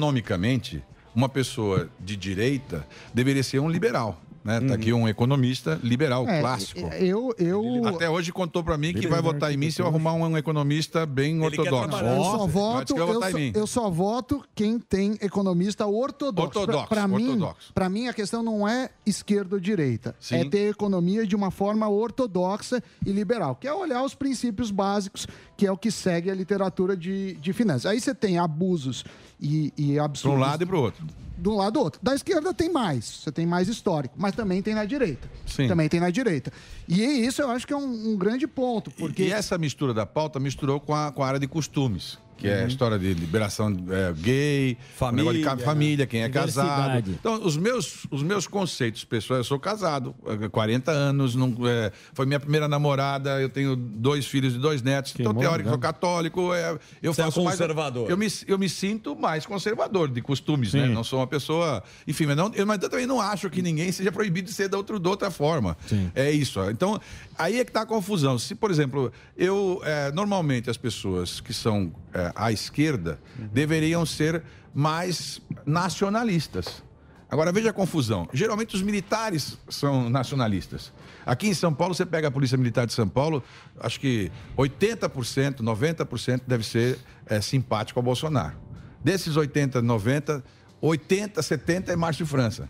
Economicamente, uma pessoa de direita deveria ser um liberal, né? Tá Uhum. aqui um economista liberal É, clássico. Eu, eu... Até hoje contou pra mim que vai votar em mim se eu arrumar um economista bem ortodoxo. Eu só, Vai dizer voto, que é vai eu, votar em só, mim. eu só voto quem tem economista ortodoxo. Ortodoxo, Pra- pra mim, ortodoxo. para mim, a questão não é esquerda ou direita. Sim. É ter economia de uma forma ortodoxa e liberal, que é olhar os princípios básicos, que é o que segue a literatura de, de finanças. Aí você tem abusos e, e absurdos. Pra um lado e pro outro. De um lado ou outro. Da esquerda tem mais, você tem mais histórico, mas também tem na direita. Sim. Também tem na direita. E isso eu acho que é um, um grande ponto, porque. E essa mistura da pauta misturou com a, com a área de costumes, que é a Uhum. história de liberação é, gay, Família, o negócio de ca- família, quem é casado. diversidade. Então, os meus, os meus conceitos pessoais, eu sou casado, é, 40 anos, não, é, foi minha primeira namorada, eu tenho dois filhos e dois netos, então, bom, teórico, legal. sou né? católico, é, eu Você é faço mais- conservador. eu me, eu me sinto mais conservador de costumes, né? Não sou uma pessoa. Enfim, mas, não, eu, mas eu também não acho que ninguém seja proibido de ser da, outro, da outra forma. É isso. Então, aí é que está a confusão. Se, por exemplo, eu. eh, normalmente as pessoas que são eh, à esquerda Uhum. deveriam ser mais nacionalistas. Agora veja a confusão. Geralmente os militares são nacionalistas. Aqui em São Paulo, você pega a Polícia Militar de São Paulo, acho que 80%, 90% deve ser eh, simpático ao Bolsonaro. Desses 80, 90, 80, 70 é Márcio França.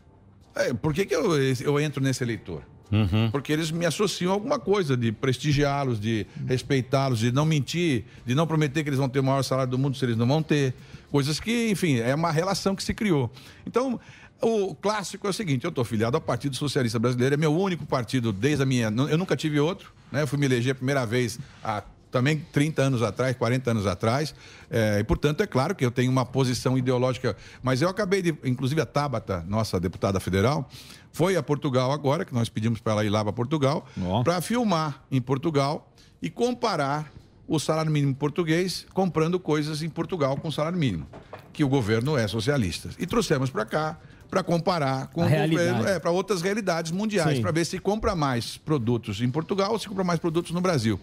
É, por que, que eu, eu entro nesse eleitor? É. Uhum. Porque eles me associam a alguma coisa de prestigiá-los, de respeitá-los, de não mentir, de não prometer que eles vão ter o maior salário do mundo se eles não vão ter. Coisas que, enfim, é uma relação que se criou. Então, o clássico é o seguinte: eu estou filiado ao Partido Socialista Brasileiro, é meu único partido desde a minha. Eu nunca tive outro, né? Eu fui me eleger a primeira vez há também 30 anos atrás, 40 anos atrás. É, e, portanto, é claro que eu tenho uma posição ideológica. Mas eu acabei de. Inclusive, a Tabata, nossa deputada federal, foi a Portugal agora, que nós pedimos para ela ir lá para Portugal, para filmar em Portugal e comparar o salário mínimo português comprando coisas em Portugal com o salário mínimo, que o governo é socialista. E trouxemos para cá para comparar com A o governo, realidade. é, para outras realidades mundiais, Sim. para ver se compra mais produtos em Portugal ou se compra mais produtos no Brasil.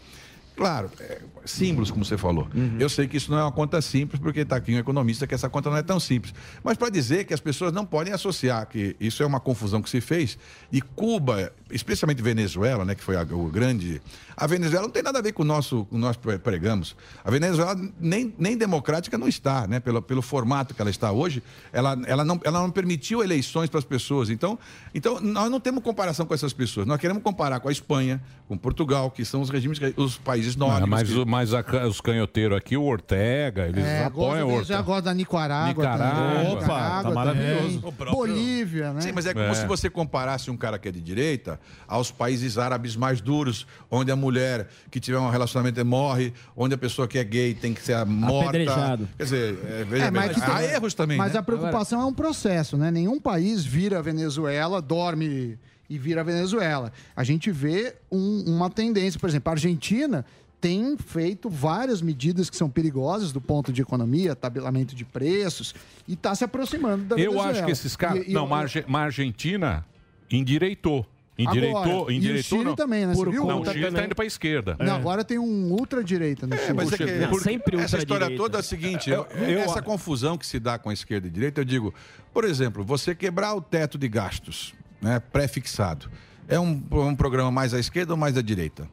Claro, é, símbolos, como você falou. Eu sei que isso não é uma conta simples, porque está aqui um economista que essa conta não é tão simples. Mas para dizer que as pessoas não podem associar, que isso é uma confusão que se fez, e Cuba, especialmente Venezuela, né, que foi a, o grande. A Venezuela não tem nada a ver com o nosso, com o nós pre- pregamos. A Venezuela nem, nem democrática não está, né? Pelo, pelo formato que ela está hoje, ela, ela, não, ela não permitiu eleições para as pessoas. Então, então, nós não temos comparação com essas pessoas. Nós queremos comparar com a Espanha, com Portugal, que são os regimes, que- os países Ah, nórdicos. mas que- o- mas a ca- os canhoteiros aqui, o Ortega, eles É, gosta apoiam o deles, Ortega. Já gosto da Nicarágua. Nicarágua. também, Opa, Nicarágua tá maravilhoso. também. O próprio- Bolívia, né? Sim, mas é como É. se você comparasse um cara que é de direita aos países árabes mais duros, onde a mulher que tiver um relacionamento morre, onde a pessoa que é gay tem que ser morta. Apedrejado. Quer dizer, é, veja É, bem, mas que há tem- erros também. Mas né? a preocupação é um processo, né? Nenhum país vira Venezuela, dorme e vira Venezuela. A gente vê um- uma tendência, por exemplo, a Argentina tem feito várias medidas que são perigosas do ponto de economia, tabelamento de preços e está se aproximando da Eu Venezuela. acho que esses caras. E- e- não, mas a Arge- mas a Argentina endireitou. Endireitou, Agora, e o endireitou. Chile não. também, né? Você Por viu? Não, o Conta Chile está também. indo para a esquerda. Não, agora tem um ultra-direita no Chile. É, mas é que por- essa história toda é a seguinte, eu- eu- essa confusão que se dá com a esquerda e direita, eu digo, por exemplo, você quebrar o teto de gastos, né, pré-fixado, é um, um programa mais à esquerda ou mais à direita?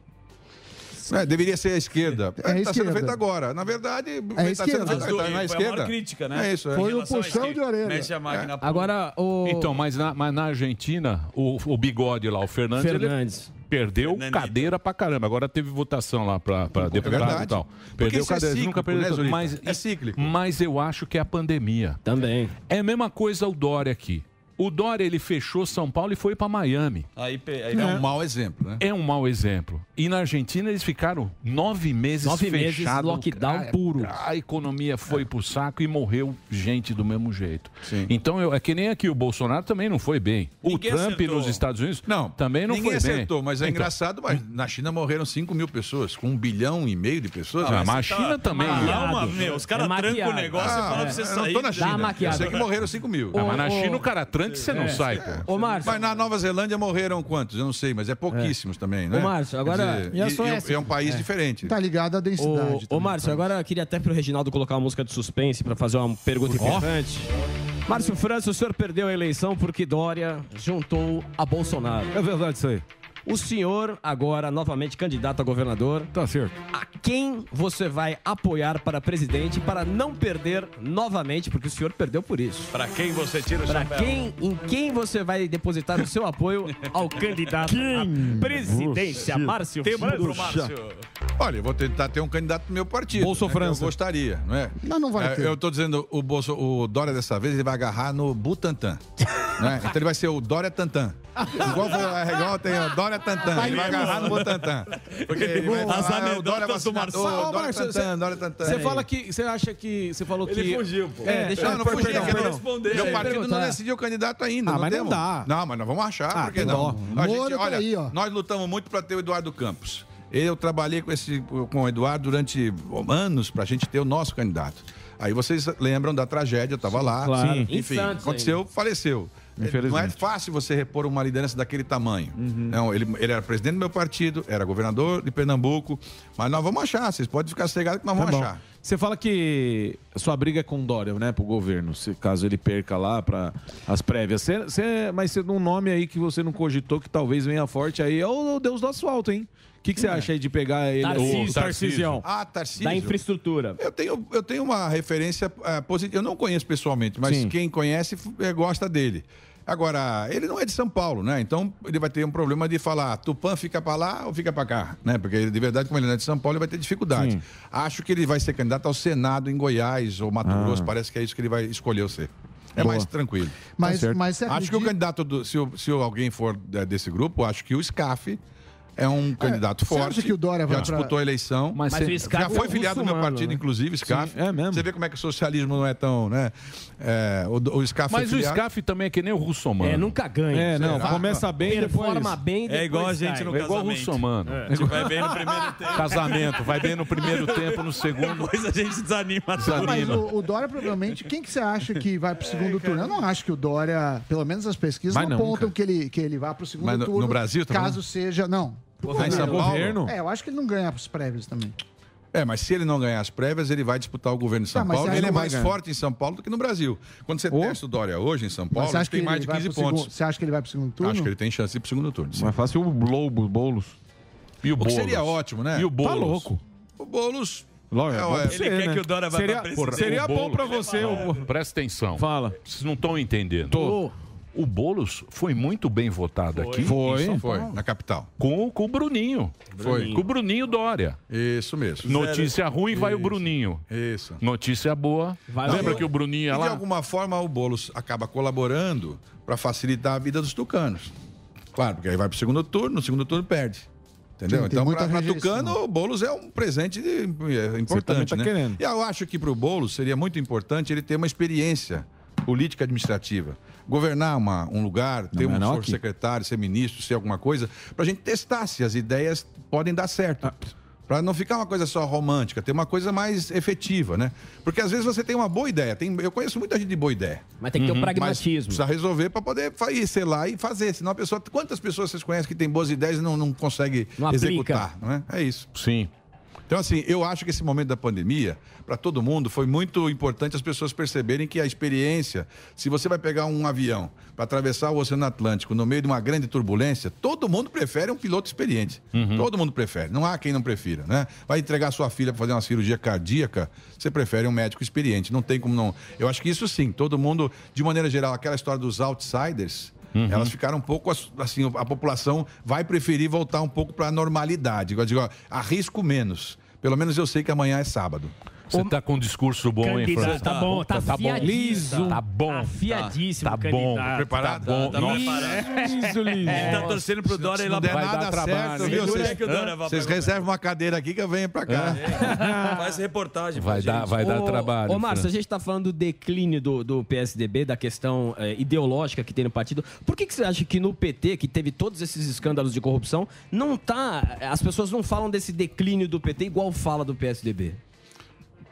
É, deveria ser à esquerda. É à Está sendo esquerda. feito agora. Na verdade, É à está esquerda. sendo feito As tá duas- na foi a maior esquerda. crítica, né? É isso. Foi é. o puxão de orelha. Mexe a máquina É. pro- Agora, o- Então, mas na, mas na Argentina, o, o bigode lá, o Fernandes, ele Fernandes. perdeu cadeira pra caramba. Agora teve votação lá pra, É pra deputado e verdade. tal. Porque Perdeu isso é cadeira. cíclico, nunca perdeu. né, Zurita? mas, É cíclico. Mas eu acho que é a pandemia. Também. É a mesma coisa o Dória aqui. O Dória, ele fechou São Paulo e foi pra Miami. Aí, pe- aí É um mau exemplo, né? É um mau exemplo. E na Argentina eles ficaram nove meses Nove meses, fechados. Ah, é, lockdown puro. A economia É. foi pro saco e morreu gente do mesmo jeito. Então eu- é que nem aqui o Bolsonaro também não foi bem. O Ninguém Trump acertou. nos Estados Unidos também não Ninguém foi acertou, bem. mas é Então, engraçado, mas na China morreram 5 mil pessoas, com um bilhão e meio de pessoas. Tá Ah, mas a China também. Calma, Maquiado. meu, os É caras trancam maquiado. o negócio e falam pra você É, sair. eu tô na China. Eu sei que morreram 5 mil. Ah, mas na China o cara tranca e você não É. sai, É. pô. Mas na Nova Zelândia morreram quantos? Eu não sei, mas é pouquíssimos também, né? Ô, Márcio, Ah, agora- Quer dizer, E a e- e Suécia? é um país É. diferente. Tá ligado à densidade. então. Ô, ô Márcio, agora eu queria até pro Reginaldo colocar uma música de suspense pra fazer uma pergunta Ó. importante. Márcio França, o senhor perdeu a eleição porque Dória juntou a Bolsonaro. É verdade isso aí. O senhor, agora novamente candidato a governador. Tá certo. A quem você vai apoiar para presidente para não perder novamente, porque o senhor perdeu por isso? Pra quem você tira o Para chapéu? quem, em quem você vai depositar o seu apoio ao candidato à presidência, é Você Márcio tira o um, França? um, Márcio. Olha, eu vou tentar ter um candidato do meu partido. Bolso né, que França. Eu gostaria, não é? Não, não vai É, ter. Eu tô dizendo, o, Bolso, o Dória dessa vez, ele vai agarrar no Butantan. né? Então ele vai ser o Dória Tantan. Igual, foi- é igual tem o Dória Tantan. Ele vai agarrar no Butantan. Porque ele vai As falar, "Ah, o anedotas Dória do vacinador, Marcelo. o Dória Marcelo, Tantan, você- Dória Tantan. Você fala que. Você acha que. Você falou que. Ele fugiu, pô. É, deixa não, não fugi, perdão, é que eu perdão. respondi. Meu Deixa eu partido não perguntar. decidiu o candidato ainda. Ah, mas não temos. dá. Não, mas nós vamos achar, Ah, por que tem não? dó. A gente, Moro tá olha, aí, ó. nós lutamos muito para ter o Eduardo Campos. Eu trabalhei com, esse, com o Eduardo durante anos para a gente ter o nosso candidato. Aí vocês lembram da tragédia, eu estava lá. claro. Sim. Enfim, Em Santos aconteceu, ainda. faleceu. Não é Infelizmente. Uhum. fácil você repor uma liderança daquele tamanho. Não, ele, ele era presidente do meu partido, era governador de Pernambuco, mas nós vamos achar, vocês podem ficar sossegados que nós Tá vamos bom. achar. Você fala que sua briga é com o Dória, né? Pro governo, se caso ele perca lá para as prévias. Você- você- mas você, um nome aí que você não cogitou que talvez venha forte aí é o Deus do Asfalto, hein? O que, que você acha aí de pegar ele? Tarcísio. O Tarcísio. É. Ah, Tarcísio. Da infraestrutura. Eu tenho, eu tenho uma referência ah, positiva. Eu não conheço pessoalmente, mas Sim. quem conhece f- eh, gosta dele. Agora, ele não é de São Paulo, né? Então ele vai ter um problema de falar Tupã fica pra lá ou fica pra cá, né? Porque de verdade, como ele não é de São Paulo, ele vai ter dificuldade. Acho que ele vai ser candidato ao Senado em Goiás ou Mato Ah. Grosso, parece que é isso que ele vai escolher ser. É Boa. mais tranquilo. Mas- Tá certo. mas você acho que o acredita- candidato do, se, o- se alguém for de- desse grupo, acho que o SCAF é um candidato você acha forte. que o Dória vai já pra- disputou a eleição. Mas Mas você- o SCAF já é foi um filiado do meu muçulmano, partido, né? inclusive, SCAF. Sim, é mesmo. Você vê como é que o socialismo não é tão, né? É, o, o SCAF Mas é o filiado. SCAF também é que nem o Russomano. É, nunca ganha. É, não, Será? começa bem e depois. Performa bem e É igual a gente no casamento. É igual o Russomano. É. A gente vai bem no primeiro tempo. Casamento, vai bem no primeiro tempo, no segundo. Depois a gente desanima. Mas o, o Dória, provavelmente, quem que você acha que vai É, pro segundo turno? Eu não acho que o Dória, pelo menos as pesquisas, Mas não não, apontam que ele, que ele vá pro segundo Mas no- turno. no Brasil também? Caso seja. Não. Pro Ah, em São Paulo? Governo? É, eu acho que ele não ganha pros prévios também. É, mas se ele não ganhar as prévias, ele vai disputar o governo de São Tá, mas Paulo. aí Ele não é vai mais ganhar. forte em São Paulo do que no Brasil. Quando você testa o Dória hoje em São Mas Paulo, você ele acha que tem ele mais de vai 15 pro pontos. Segundo, você acha que ele vai pro segundo turno? Acho que ele tem chance de ir pro segundo turno. sim. Mais fácil o Boulos. Boulos. E O que seria ótimo, né? E o Boulos. Tá louco. O Boulos. Lógico, É, bom ué. pra você, né? seria, seria bom pra você. o- Presta atenção. Fala. Vocês não estão entendendo. O Boulos foi muito bem votado aqui. Foi. em São Foi, Paulo. na capital. Com, com o Bruninho. Foi. Com o Bruninho Dória. Isso mesmo. Notícia ruim, vai o Isso. Bruninho. Isso. Notícia boa. Lembra que o Bruninho ia é E de lá? alguma forma o Boulos acaba colaborando para facilitar a vida dos tucanos. Claro, porque aí vai pro segundo turno, no segundo turno perde. Sim, Entendeu? tem então, muita para rejeição. Tucano, o Boulos é um presente de- é também importante. tá né? querendo. E eu acho que para o Boulos seria muito importante ele ter uma experiência política administrativa. Governar uma- um lugar, ter mas um não senhor aqui. secretário, ser ministro, ser alguma coisa, para a gente testar se as ideias podem dar Ah. certo. Para não ficar uma coisa só romântica, ter uma coisa mais efetiva, né? Porque às vezes você tem uma boa ideia. tem- eu conheço muita gente de boa ideia. Mas tem que ter Uhum. um pragmatismo. Mas precisa resolver para poder fa- ir, sei lá, e fazer. Senão a pessoa. Quantas pessoas vocês conhecem que tem boas ideias e não, não consegue Não aplica. executar? Não é? é isso. Sim. Então, assim, eu acho que esse momento da pandemia, para todo mundo, foi muito importante as pessoas perceberem que a experiência, se você vai pegar um avião para atravessar o Oceano Atlântico no meio de uma grande turbulência, todo mundo prefere um piloto experiente. Todo mundo prefere. Não há quem não prefira, né? Vai entregar sua filha para fazer uma cirurgia cardíaca, você prefere um médico experiente. Não tem como não. Eu acho que isso sim, todo mundo, de maneira geral, aquela história dos outsiders. Uhum. Elas ficaram um pouco ass- assim, a população vai preferir voltar um pouco para a normalidade. Eu digo, ó, arrisco menos. Pelo menos eu sei que amanhã é sábado. Você tá com um discurso bom, hein, Candidato, Fran? tá bom, tá afiadíssimo. Liso. Tá bom. Afiadíssimo, Tá bom. candidato. Preparado? Tá bom. Tá preparado. Liso, liso. É. Tá torcendo pro Dória Se ir não lá der pra- vai nada dar trabalho. certo, né? viu? Segura Vocês, aí é que o Dória vai É? vocês pra- reservam uma cadeira aqui que eu venho pra cá. Faz reportagem. Vai dar, vai dar Ô, trabalho. Ô, Márcio, Fran. a gente tá falando do declínio do, do PSDB, da questão eh, ideológica que tem no partido. Por que, que você acha que no PT, que teve todos esses escândalos de corrupção, não tá. As pessoas não falam desse declínio do PT igual fala do PSDB?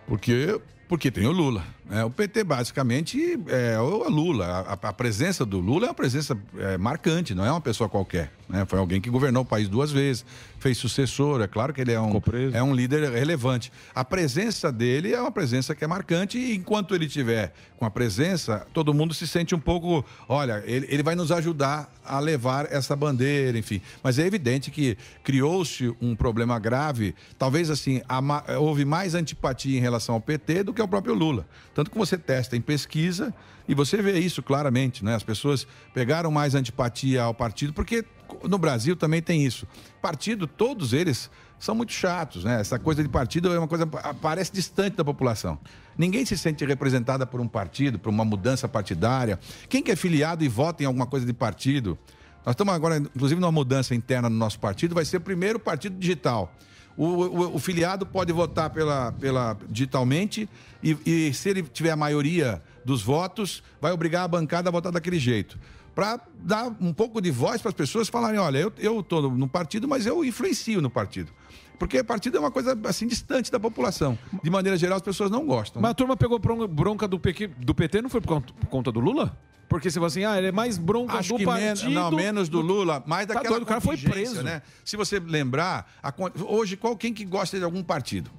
Porque, porque tem o Lula. né? O PT, basicamente, é o Lula. A, a presença do Lula é uma presença é, marcante, não é uma pessoa qualquer. né? Foi alguém que governou o país duas vezes, fez sucessor. É claro que ele é um, é um líder relevante. A presença dele é uma presença que é marcante e enquanto ele tiver com a presença, todo mundo se sente um pouco, olha, ele, ele vai nos ajudar a levar essa bandeira, enfim. Mas é evidente que criou-se um problema grave. Talvez assim, a ma- houve mais antipatia em relação ao PT do que ao próprio Lula. Tanto que você testa em pesquisa e você vê isso claramente, né? As pessoas pegaram mais antipatia ao partido, porque no Brasil também tem isso. Partido, todos eles são muito chatos, né? Essa coisa de partido é uma coisa parece distante da população. Ninguém se sente representada por um partido, por uma mudança partidária. Quem que é filiado e vota em alguma coisa de partido? Nós estamos agora, inclusive, numa mudança interna no nosso partido, vai ser o primeiro partido digital. O, o- o filiado pode votar pela, pela, digitalmente e, e se ele tiver a maioria dos votos, vai obrigar a bancada a votar daquele jeito. Para dar um pouco de voz para as pessoas falarem: olha, eu- eu estou no partido, mas eu influencio no partido. Porque partido é uma coisa assim distante da população. De maneira geral, as pessoas não gostam. Mas a turma pegou bron- bronca do, PQ, do PT, não foi por conta, por conta do Lula? Porque você fala assim, ah, ele é mais bronca Acho do que menos, partido... não, menos do Lula, mais Tá daquela doido, o cara foi contingência, preso. né? Se você lembrar, a con- hoje qual quem que gosta de algum partido?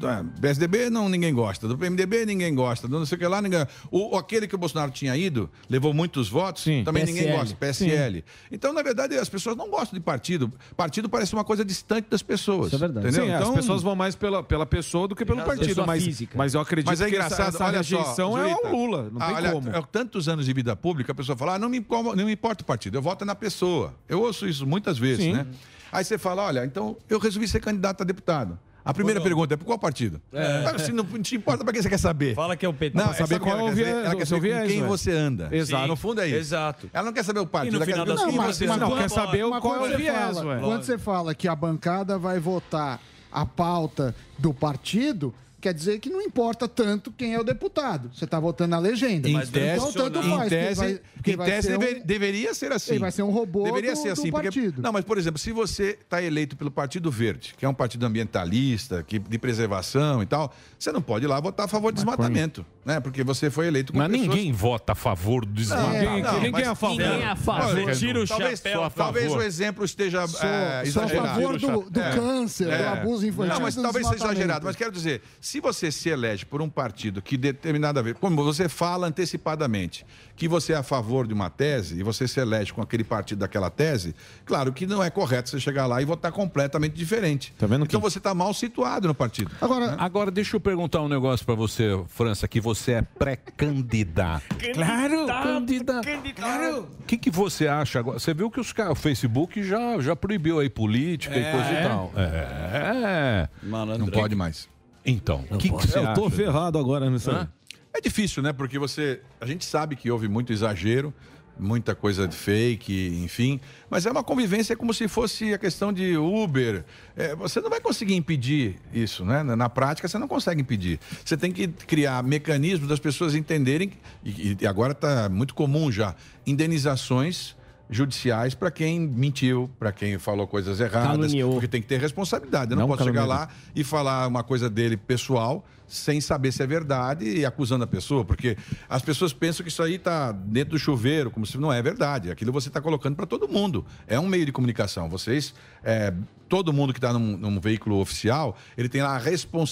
Ah, PSDB não ninguém gosta, do PMDB ninguém gosta, do não sei o que lá ninguém. O, aquele que o Bolsonaro tinha ido, levou muitos votos, também ninguém PSL. gosta, PSL. Então, na verdade, as pessoas não gostam de partido. Partido parece uma coisa distante das pessoas. Isso é verdade. Entendeu? Sim, as pessoas vão mais pela, pela pessoa do que pelo partido, Pessoa mas, física. mas eu acredito Mas é que engraçado, essa, essa olha só, rejeição é Zurita, ao Lula, não ah, tem olha, como. é tantos anos de vida pública, a pessoa fala, ah, não me, incomo- não me importa o partido, eu voto na pessoa. Eu ouço isso muitas vezes, Sim. né? Aí você fala, olha, então eu resolvi ser candidato a deputado. A primeira pergunta é, por qual partido? É. Ah, Se não te importa, pra que você quer saber? Fala que é o PT. Não, Pra saber saber qual qual ela quer é saber, o viés, ela quer o seu saber com viés, quem né? você anda. Exato. No fundo é isso. Exato. Ela não quer saber o partido, E no ela quer final saber das quem contas, você não, anda. quer saber o Mas qual é o quando você viés, fala- ué. Quando você fala que a bancada vai votar a pauta do partido, quer dizer que não importa tanto quem é o deputado. Você está votando na legenda. Em tese, então, tanto em faz. quem tese, vai- que quem em vai tese ser um- deve- deveria ser assim. Ele vai ser um robô Deveria do- ser assim, do porque- partido. Não, mas, por exemplo, se você está eleito pelo Partido Verde, que é um partido ambientalista, que, de preservação e tal, você não pode ir lá votar a favor do desmatamento, né? Porque você foi eleito com Mas pessoas- ninguém vota a favor do desmatamento. Não, não, mas- é é Olha, Você tira o talvez, chapéu a favor. Talvez o exemplo esteja Sou- é, sou a exagerado. favor do- do câncer, do abuso infantil, É. Não, mas do talvez seja desmatamento. exagerado. Mas quero dizer, se você se elege por um partido que determinada vez, como você fala antecipadamente, que você é a favor de uma tese e você se elege com aquele partido daquela tese, claro que não é correto você chegar lá e votar completamente diferente. então você está mal situado no partido. Agora, agora deixa eu perguntar um negócio pra você, França, que você é pré-candidato. Claro, candidato. Claro. O que, que você acha agora? Você viu que os caras, o Facebook já, já proibiu aí política É. e coisa e tal. É. Não pode mais. Então, o que, que você acha? É, ferrado agora nisso aí. É difícil, né? Porque você. A gente sabe que houve muito exagero, muita coisa de fake, enfim. Mas é uma convivência como se fosse a questão de Uber. É, você não vai conseguir impedir isso, né? Na na prática, você não consegue impedir. Você tem que criar mecanismos das pessoas entenderem, e, e agora está muito comum já, indenizações judiciais para quem mentiu, para quem falou coisas erradas, Caluniou. porque tem que ter responsabilidade. Eu não, Não posso chegar caluniou. lá e falar uma coisa dele pessoal sem saber se é verdade e acusando a pessoa, porque as pessoas pensam que isso aí está dentro do chuveiro, como se não é verdade. Aquilo você está colocando para todo mundo. É um meio de comunicação. Vocês, é, todo mundo que está num, num veículo oficial, ele tem lá a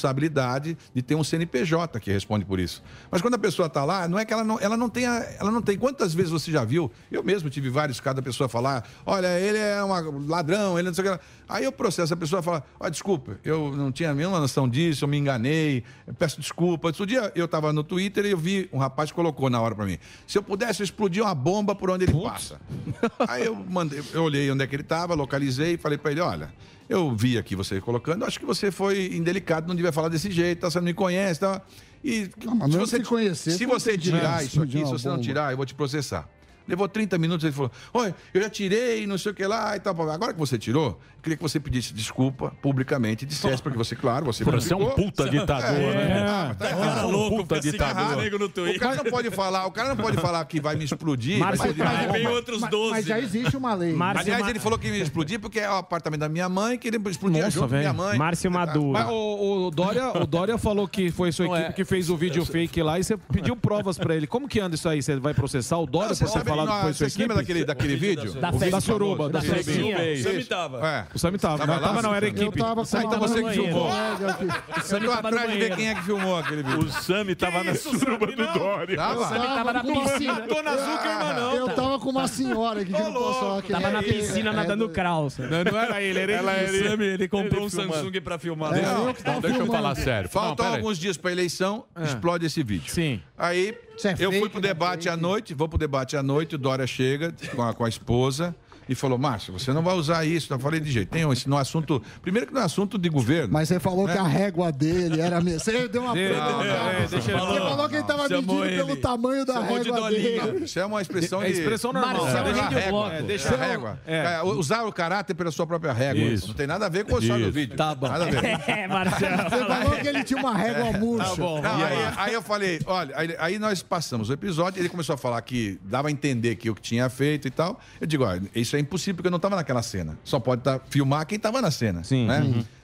responsabilidade de ter um CNPJ que responde por isso. Mas quando a pessoa está lá, não é que ela não, ela não tenha, ela não tem. Quantas vezes você já viu? Eu mesmo tive vários casos da pessoa falar, olha, ele é um ladrão, ele não sei o que. lá. Aí eu processo, a pessoa fala, ó, desculpa, eu não tinha nenhuma noção disso, eu me enganei, eu peço desculpa. Outro dia eu estava no Twitter e eu vi um rapaz colocou na hora para mim, se eu pudesse eu explodir uma bomba por onde ele passa. Aí eu mandei, eu olhei onde é que ele estava, localizei e falei para ele, olha, eu vi aqui você colocando, acho que você foi indelicado, não devia falar desse jeito, tá, você não me conhece, tá? E mas se mesmo você, se conhecer, se você você não podia tirar isso aqui, explodir se uma você não bomba. tirar, eu vou te processar. Levou 30 minutos, ele falou: Oi, eu já tirei, não sei o que lá e tal. Agora que você tirou, eu queria que você pedisse desculpa publicamente, dissesse, porque você, claro, você. Pô, você é um publicou. puta ditador, né? Ah, mas tá Tá errado. cara louco, Puta fica se ditador. agarrando, nego, no Twitter. O cara não pode falar, o cara não pode falar que vai me explodir. Mas vai você me tá- dar Vem uma- outros Mas- 12. mas né? já existe uma lei. Márcio Aliás, Ma- ele falou que ia explodir porque é o apartamento da minha mãe, que ele explodia Nossa, junto com minha velho. mãe. Mas o, o Dória, o Dória falou que foi sua é. equipe que fez o vídeo fake lá e você pediu provas pra ele. Como que anda isso aí? Você vai processar o Dória Não, por ter sabe, falado não, que foi sua você se equipe? lembra daquele, daquele vídeo? Da, O vídeo da famoso. Suruba. Você viu? Isso. É. O Sami tava. Não, lá, tava não, era Sami? equipe. Eu tava com Ah, então uma você que banheira. filmou. É, Eu tô atrás de ver quem é que filmou aquele vídeo. O Sami tava na suruba do Dória. O Sami Eu tava na com uma piscina. senhora- Dona Zuckerman, não, Ah, Eu tá. tava com uma senhora aqui que não posso falar que Tava é- na piscina é- nadando kraus. Não, é não era ele, era ele. Ele- ele comprou um Samsung pra filmar. Não, não, deixa eu falar sério. Não, Faltam pera aí. alguns dias pra eleição, explode esse vídeo. Ah. Sim. Aí é né? eu fui pro debate à noite, vou pro debate à noite, o Dória chega com a, com a esposa. e falou, Márcio, você não vai usar isso. Eu falei, de jeito nenhum, esse não é assunto... Primeiro que não é assunto de governo. Mas você falou né? que a régua dele era... me- Você deu uma... Deu, bronca, cara. é, é, deixa você ele falar. falou que ele tava Chamou medindo pelo ele. tamanho da Chamou de régua dolinho. dele. Isso é uma expressão É de... expressão normal. Marcelo Deixa Henrique a régua. Bloco. é, deixa a É. régua. É. Cara, Usar o caráter pela sua própria régua. Isso. Não tem nada a ver com o história do Isso. vídeo. Tá bom. Nada a ver. É, Marcelo. Você falou que ele tinha uma régua Tá murcha. Não, aí, aí eu falei, olha, aí, aí nós passamos o episódio, ele começou a falar que dava a entender que eu que tinha feito e tal. Eu digo, olha, isso é impossível porque eu não estava naquela cena. Só pode tá, filmar quem estava na cena. Sim.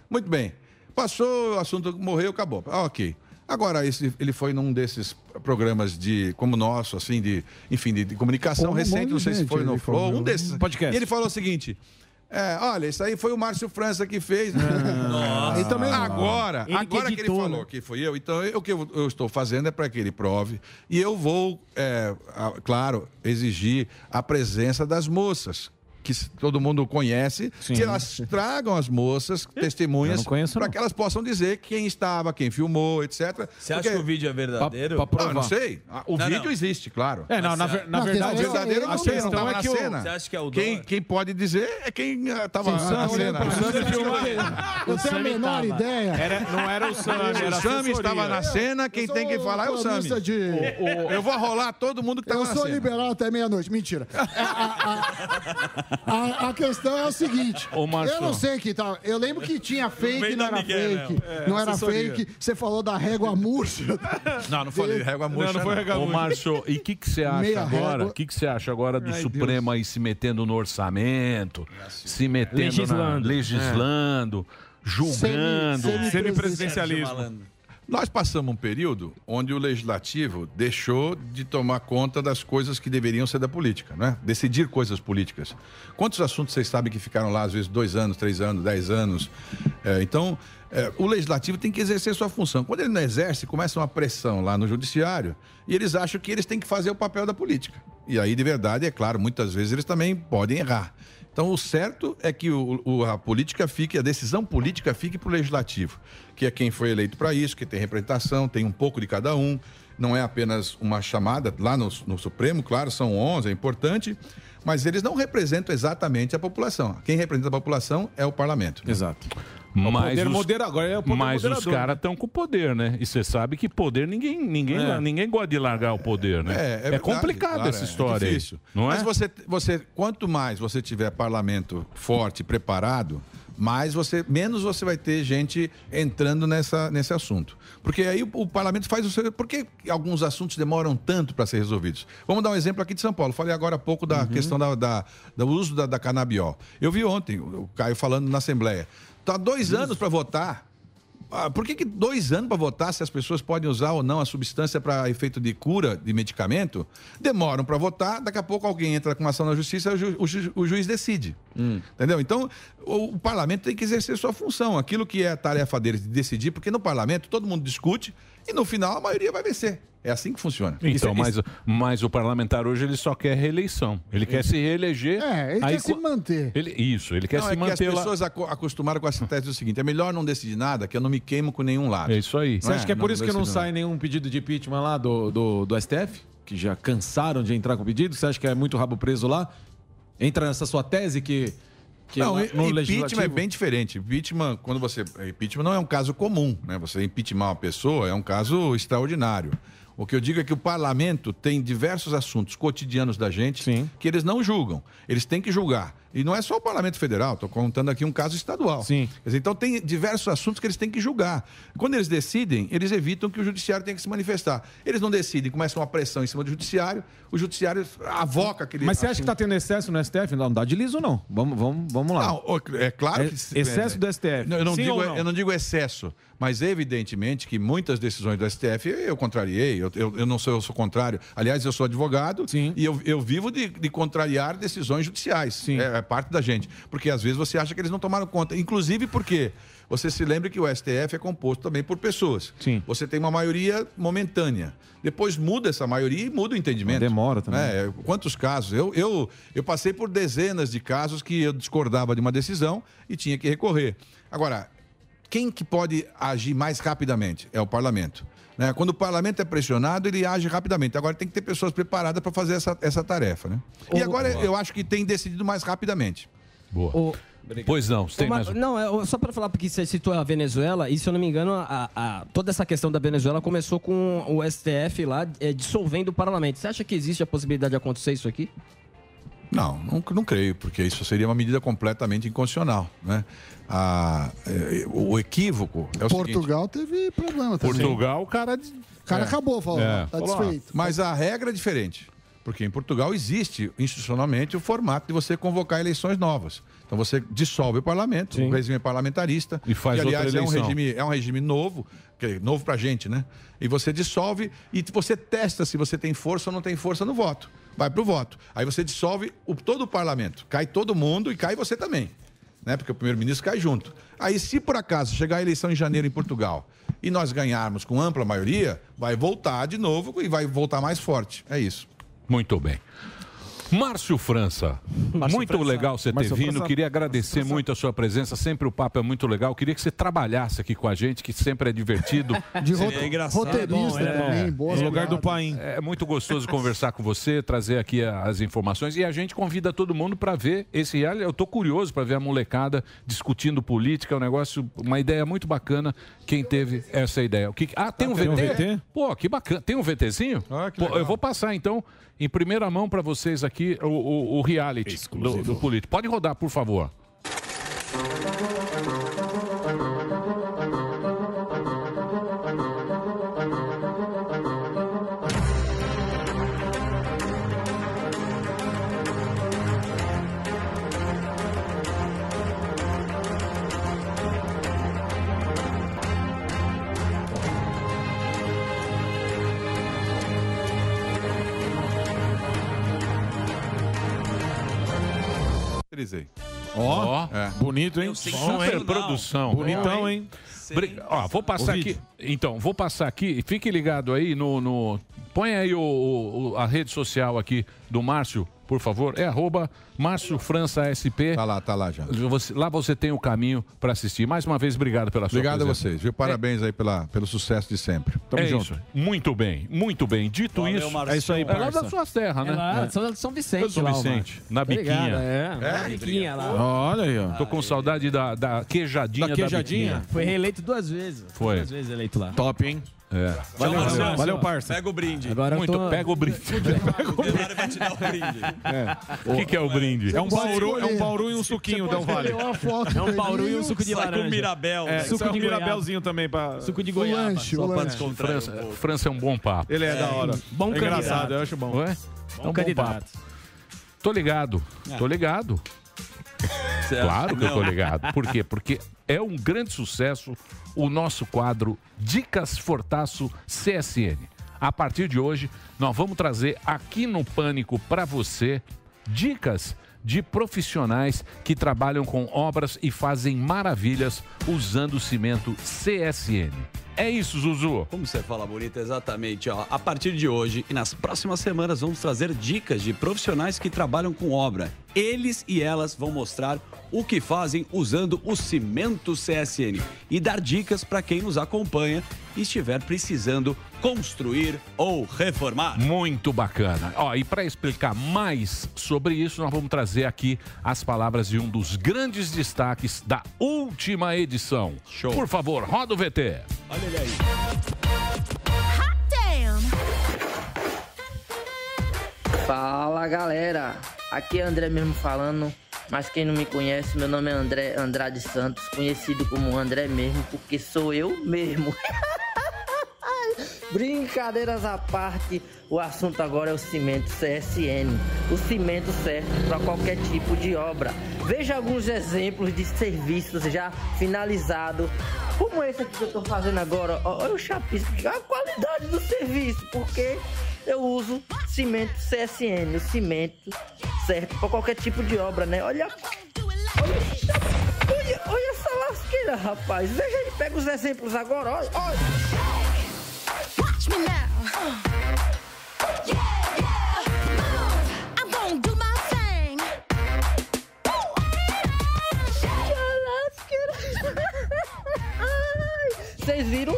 Muito bem. Passou, o assunto morreu, acabou. Ah, ok. Agora, esse, ele foi num desses programas de, como o nosso, assim, de, enfim, de, de comunicação Ou um recente, monte não de sei se gente foi no ele Flow, falou. um desses. Podcast. E ele falou o seguinte, é, olha, isso aí foi o Márcio França que fez. Ah. Nossa. E também- agora, Ele que agora que, editou, ele falou né? que fui eu, então eu- o que eu, eu estou fazendo é para que ele prove. E eu vou, é, a- claro, exigir a presença das moças. Que s- todo mundo conhece, que elas tragam as moças, testemunhas, para que elas possam dizer quem estava, quem filmou, etc. Você acha que o vídeo é verdadeiro? Pra, Pra provar. não provar. sei. Ah, O Não, vídeo não. existe, claro. É, não, na Mas ver- se- na verdade, o verdadeiro a não tem, não questão tava é na que o- cena. Você acha que é o quem, quem pode dizer é quem estava Sim, na Sam, cena. olhando pra né? Eu tenho a menor ideia. Era, não era o Sam, Se era o a Sami assessoria. estava na cena, quem tem que falar é o um Sami. cronista de- O- o- Eu vou rolar todo mundo que estava Eu na sou cena. liberal até meia-noite. Mentira. É, A, a- a- a questão é o seguinte. Ô, Márcio. eu não sei que tal. Eu lembro que tinha fake, vem não dar era migué, fake. não. É, não era assessoria. fake. Você falou da régua murcha. Não, não falei régua murcha. Ô, Márcio, e o que que você acha Meia agora? régua. O que que você acha agora do Ai, É assim. Supremo aí se metendo no orçamento, se metendo Legislando. na, legislando, É. julgando, Semi- né? semipresidencialismo. Nós passamos um período onde o legislativo deixou de tomar conta das coisas que deveriam ser da política, né? Decidir coisas políticas. Quantos assuntos vocês sabem que ficaram lá, às vezes, dois anos, três anos, dez anos? É, então, é, o legislativo tem que exercer sua função. Quando ele não exerce, começa uma pressão lá no judiciário e eles acham que eles têm que fazer o papel da política. E aí, de verdade, é claro, muitas vezes eles também podem errar. Então, o certo é que o- o- a política fique, a decisão política fique para o legislativo, que é quem foi eleito para isso, que tem representação, tem um pouco de cada um, não é apenas uma chamada lá no, no Supremo, claro, são 11, é importante, mas eles não representam exatamente a população. Quem representa a população é o parlamento. Exato. Mas É poder os, modera- agora é o poder mas os moderador. caras estão com o poder, né? E você sabe que poder ninguém ninguém É. ninguém gosta de largar o poder, né? É, é verdade, complicado claro, essa é história, aí, difícil. não é? Mas você, você, quanto mais você tiver parlamento forte, preparado, mais você, menos você vai ter gente entrando nessa, nesse assunto. Porque aí o, o parlamento faz o seu. Por que alguns assuntos demoram tanto para ser resolvidos? Vamos dar um exemplo aqui de São Paulo. Falei agora há pouco Uhum. da questão da, da- do uso da, da canabiol. Eu vi ontem o Caio falando na Assembleia. Tá dois anos para votar. Ah, por que, que dois anos para votar se as pessoas podem usar ou não a substância para efeito de cura de medicamento? Demoram para votar, daqui a pouco alguém entra com ação na justiça, o, ju- o ju- o juiz decide. Hum. Entendeu? Então, o, o parlamento tem que exercer sua função, aquilo que é a tarefa deles de decidir, porque no parlamento todo mundo discute e no final a maioria vai vencer. É assim que funciona. Então, mas, mas o parlamentar hoje ele só quer reeleição. Ele quer se reeleger. É, ele quer se manter. isso, ele quer Não, se é que as manter lá. pessoas aco- acostumaram com essa tese do seguinte: é melhor não decidir nada, que eu não me queimo com nenhum lado. É isso aí. Você acha que é por isso que não sai nenhum pedido de impeachment lá do, do, do STF? Que já cansaram de entrar com pedido? Você acha que é muito rabo preso lá? Entra nessa sua tese que, que não, lá e- impeachment é bem diferente. Impeachment, quando você. Impeachment não é um caso comum, né? Você impeachment uma pessoa é um caso extraordinário. O que eu digo é que o parlamento tem diversos assuntos cotidianos da gente que eles não julgam. Eles têm que julgar. E não é só o parlamento federal, estou contando aqui um caso estadual. Sim. Então tem diversos assuntos que eles têm que julgar. Quando eles decidem, eles evitam que o judiciário tenha que se manifestar. Eles não decidem, começa uma pressão em cima do judiciário, o judiciário avoca aquele Mas você acha que tá tendo excesso no STF? Não, não dá de liso, não. Vamos, vamos, vamos lá. assim. Não, ô, é claro que se- Excesso do STF. Não, eu, não Sim digo, é, ou não? eu não digo excesso, mas evidentemente que muitas decisões do STF eu contrariei, eu, eu- eu não sou, eu sou contrário. Aliás, eu sou advogado e eu, eu vivo de, de contrariar decisões judiciais. É, é parte da gente. Porque às vezes você acha que eles não tomaram conta. Inclusive porque você se lembre que o STF é composto também por pessoas. Você tem uma maioria momentânea. Depois muda essa maioria e muda o entendimento. Demora também. quantos casos? Eu, eu, eu passei por dezenas de casos que eu discordava de uma decisão e tinha que recorrer. Agora, quem que pode agir mais rapidamente? É o parlamento. Né? Quando o parlamento é pressionado, ele age rapidamente. Agora tem que ter pessoas preparadas para fazer essa, essa tarefa. Né? E agora eu acho que tem decidido mais rapidamente. Boa. Pois não, você tem Uma- mais um. Não, é, ó, só para falar, porque você citou a Venezuela, e se eu não me engano, a- a- toda essa questão da Venezuela começou com o STF lá é, dissolvendo o parlamento. Você acha que existe a possibilidade de acontecer isso aqui? Não, não, não creio, porque isso seria uma medida completamente inconstitucional. Né? A- é, o equívoco é o seguinte. Portugal teve problema também. Portugal, o cara. O É. É. cara acabou, falou. Tá ah. desfeito. Mas a regra é diferente. Porque em Portugal existe institucionalmente o formato de você convocar eleições novas. Então você dissolve o parlamento, o regime parlamentarista. E faz aliás, outra é um eleição. regime é um regime novo, que é novo pra gente, né? E você dissolve e você testa se você tem força ou não tem força no voto. Vai pro voto. Aí você dissolve o- todo o parlamento. Cai todo mundo e cai você também. Né? Porque o primeiro-ministro cai junto. Aí, se por acaso chegar a eleição em janeiro em Portugal e nós ganharmos com ampla maioria, vai voltar de novo e vai voltar mais forte. É isso. Muito bem. Márcio França, Márcio muito França. legal você ter Márcio vindo. França. Queria agradecer muito a sua presença. Sempre o papo é muito legal. Queria que você trabalhasse aqui com a gente, que sempre é divertido. De rote- É engraçado. roteirista É bom, é bom. também, boas No lugar do piadas. pai. É muito gostoso conversar com você, trazer aqui a- as informações e a gente convida todo mundo para ver esse reality. Eu tô curioso para ver a molecada discutindo política, é um negócio, uma ideia muito bacana. Quem teve essa ideia? O que... Ah, tem um tem um VT? VT? Pô, que bacana. Tem um VTzinho? Ah, Pô, eu vou passar então em primeira mão para vocês aqui o, o- o reality do, do político. Pode rodar, por favor. Utilizei. Tá Ó, é. bonito, hein? Bom, Super hein? produção. Bonitão, hein? Bri- Ó, vou passar O aqui. vídeo. Então, vou passar aqui. e Fique ligado aí no. no- Põe aí o- o- o- a rede social aqui do Márcio, por favor. É arroba Márcio França SP. Tá lá, tá lá já. lá você tem o caminho para assistir. Mais uma vez, obrigado pela sua Obrigado a presença. vocês, viu? Parabéns aí pela, pelo sucesso de sempre. Tamo É junto. isso. Muito bem, muito bem. Dito Valeu, isso, Marcião. É isso aí, é lá parça. das suas terras, né? É lá, É. São, São Vicente, São lá, Vicente, ó, na Tô ligado, biquinha. É, na É? biquinha lá. Olha aí, ó. Tô com saudade da, da queijadinha da, biquinha. Foi reeleito duas vezes. Foi. Duas vezes eleito lá. Top, hein? É. Valeu, Marcelo. valeu, valeu, parça. Pega o brinde. Agora eu Muito, tô- pega o brinde. O que, que é o brinde? É um bauru, é um bauru e um suquinho, Del Vale. foto É um bauru e um suco de Sai com laranja. Mirabel, É, né? suco Sai de com goiaba. mirabelzinho também para Suco de goiaba, Lanche, só pra descontrair França, França é um bom papo. Ele é, da hora. Bom é candidato. engraçado, eu acho bom. Ué? É um É. bom papo. Tô ligado, tô ligado. Claro que eu tô Não. ligado. Por quê? Porque é um grande sucesso o nosso quadro Dicas Fortaço CSN. A partir de hoje, nós vamos trazer aqui no Pânico para você dicas de profissionais que trabalham com obras e fazem maravilhas usando o cimento CSN. É isso, Zuzu. Como você fala bonito, exatamente. Ó, a partir de hoje e nas próximas semanas vamos trazer dicas de profissionais que trabalham com obra. Eles e elas vão mostrar o que fazem usando o cimento CSN e dar dicas para quem nos acompanha e estiver precisando construir ou reformar. Muito bacana. Ó, e para explicar mais sobre isso, nós vamos trazer aqui as palavras de um dos grandes destaques da última edição. Show. Por favor, roda o VT. Olha ele aí. Fala galera, aqui é André mesmo falando, mas quem não me conhece, meu nome é André Andrade Santos, conhecido como André mesmo, porque sou eu mesmo. Brincadeiras à parte, o assunto agora é o cimento CSN, o cimento certo para qualquer tipo de obra. Veja alguns exemplos de serviços já finalizados, como esse aqui que eu estou fazendo agora. ó, Olha o chapisco, a qualidade do serviço, porque eu uso cimento CSN, o cimento certo para qualquer tipo de obra, né? Olha, olha esse chapisco, olha, olha essa lasqueira, rapaz. Veja aí, pega os exemplos agora, olha, olha. Watch me now. Uh. Yeah, yeah. I'm gonna do my thing. Woo. Chalasqueira. Vocês viram?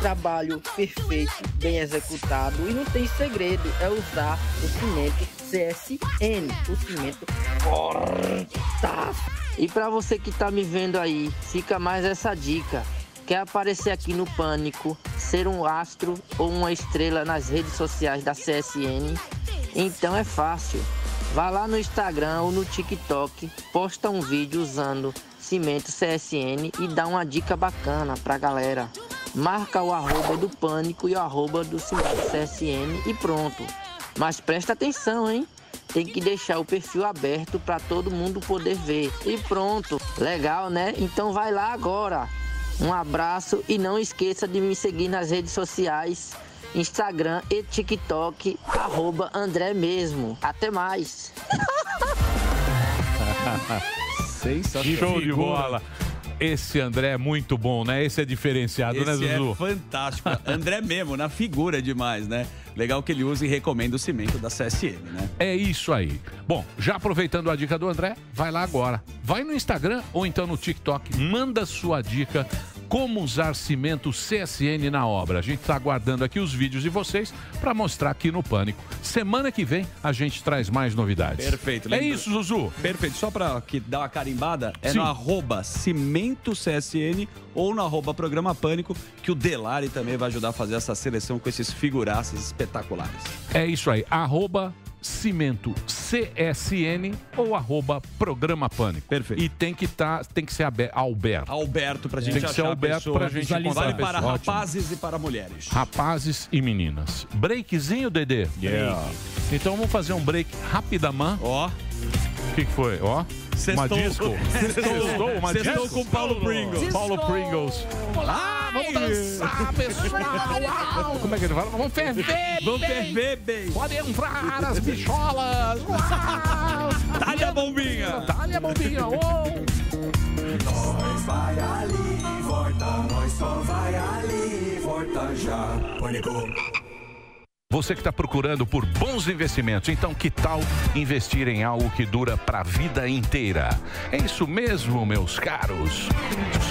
Trabalho perfeito, bem executado e não tem segredo, é usar o cimento CSN, o cimento fortaço. E para você que tá me vendo aí, fica mais essa dica. Quer aparecer aqui no Pânico, ser um astro ou uma estrela nas redes sociais da CSN? Então é fácil. Vá lá no Instagram ou no TikTok, posta um vídeo usando cimento CSN e dá uma dica bacana pra galera. Marca o arroba do Pânico e o arroba do cimento CSN e pronto. Mas presta atenção, hein? Tem que deixar o perfil aberto para todo mundo poder ver. E pronto. Legal, né? Então vai lá agora. Um abraço e não esqueça de me seguir nas redes sociais, Instagram e TikTok, arroba André mesmo. Até mais. Sensacional. Show de bola. Esse André é muito bom, né? Esse é diferenciado, né, Esse Dudu? é fantástico. André mesmo, na figura demais, né? Legal que ele usa e recomenda o cimento da CSM, né? É isso aí. Bom, já aproveitando a dica do André, vai lá agora. Vai no Instagram ou então no TikTok, manda sua dica como usar cimento CSN na obra. A gente está aguardando aqui os vídeos de vocês para mostrar aqui no Pânico. Semana que vem a gente traz mais novidades. Perfeito. É isso, Zuzu. Perfeito. Só pra que dar uma carimbada, é Sim. no arroba Cimento CSN ou no arroba Programa Pânico, que o Delari também vai ajudar a fazer essa seleção com esses figuraças espetaculares. É isso aí. Arroba Cimento CSN ou arroba Programa Pânico. Perfeito. E tem que, tá, tem que ser abe- Alberto. Alberto, pra É. gente Tem que achar ser Alberto pessoas, pra gente visualizar. Vale encontrar. para Ótimo. rapazes e para mulheres. Rapazes e meninas. Breakzinho, Dedê? Yeah. Então vamos fazer um break rapidamã. Ó. É, O que, que foi? Ó. Uma disco. Sextou, uma disco. com Paulo Pringles. Paulo Pringles. Olá, vamos dançar, pessoal. É Como é que ele fala? Vamos ferver, Vamos bem. ferver, bem. Pode entrar as bicholas. Uau. Dá-lhe a bombinha. Dá-lhe a bombinha. Uou. Nós vai ali e volta, nós só vai ali e volta já. Pânico. Você que está procurando por bons investimentos, então que tal investir em algo que dura para a vida inteira? É isso mesmo, meus caros.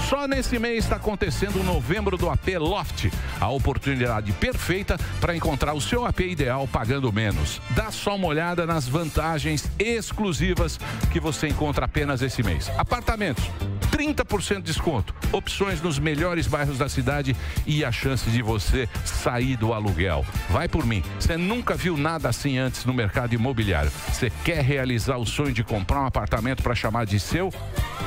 Só nesse mês está acontecendo o novembro do AP Loft, a oportunidade perfeita para encontrar o seu AP ideal pagando menos. Dá só uma olhada nas vantagens exclusivas que você encontra apenas esse mês. Apartamentos. 30% de desconto. Opções nos melhores bairros da cidade e a chance de você sair do aluguel. Vai por mim. Você nunca viu nada assim antes no mercado imobiliário. Você quer realizar o sonho de comprar um apartamento para chamar de seu?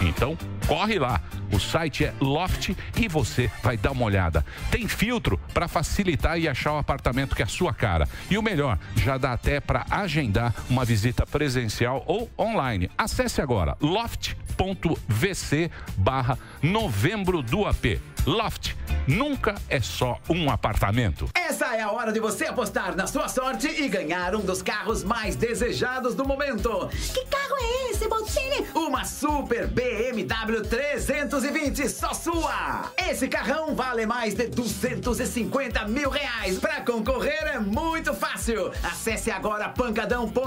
Então, corre lá. O site é Loft e você vai dar uma olhada. Tem filtro para facilitar e achar o apartamento que é a sua cara. E o melhor, já dá até para agendar uma visita presencial ou online. Acesse agora loft.vc barra novembro do AP. Loft, nunca é só um apartamento. Essa é a hora de você apostar na sua sorte e ganhar um dos carros mais desejados do momento. Que carro é esse, Botini? Uma super BMW 320, só sua! Esse carrão vale mais de 250 mil reais. Pra concorrer é muito fácil. Acesse agora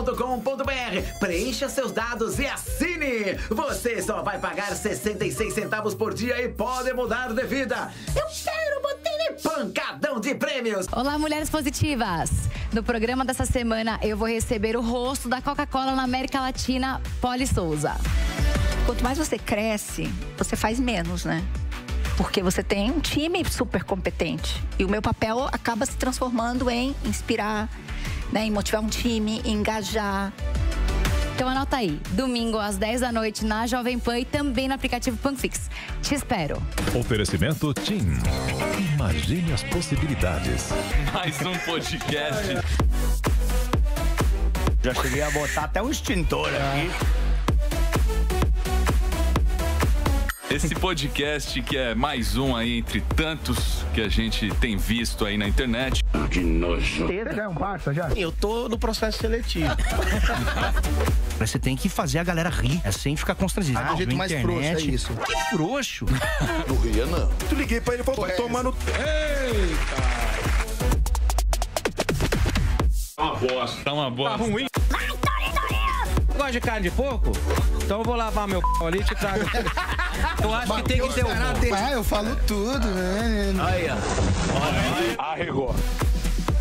pancadão.com.br, preencha seus dados e assine. Você só vai pagar 66 centavos por dia e pode mudar de vida. Eu quero, Botini! Pancadão de prêmios! Olá, mulheres positivas! No programa dessa semana, eu vou receber o rosto da Coca-Cola na América Latina, Polly Souza. Quanto mais você cresce, você faz menos, né? Porque você tem um time super competente. E o meu papel acaba se transformando em inspirar, né? em motivar um time, em engajar. Então anota aí, domingo às 10 da noite na Jovem Pan e também no aplicativo Panflix. Te espero! Oferecimento TIM. Imagine as possibilidades. Mais um podcast. Já cheguei a botar É até um extintor aqui. Esse podcast que é mais um aí entre tantos que a gente tem visto aí na internet. Que nojo. Já é um Barça, já? Eu tô no processo seletivo. Mas Você tem que fazer a galera rir, é sem ficar constrangido. Ah, do jeito mais frouxo, é isso. Que frouxo? Não ria, não. Tu liguei pra ele e falou, vai tomar no... Uma bosta, tá uma bosta. ruim. Gosta de carne de porco? Então eu vou lavar meu c ali e te trago. Eu acho que tem que ter um. Ah, eu falo tudo, né? Aí, ó. Olha, arregou.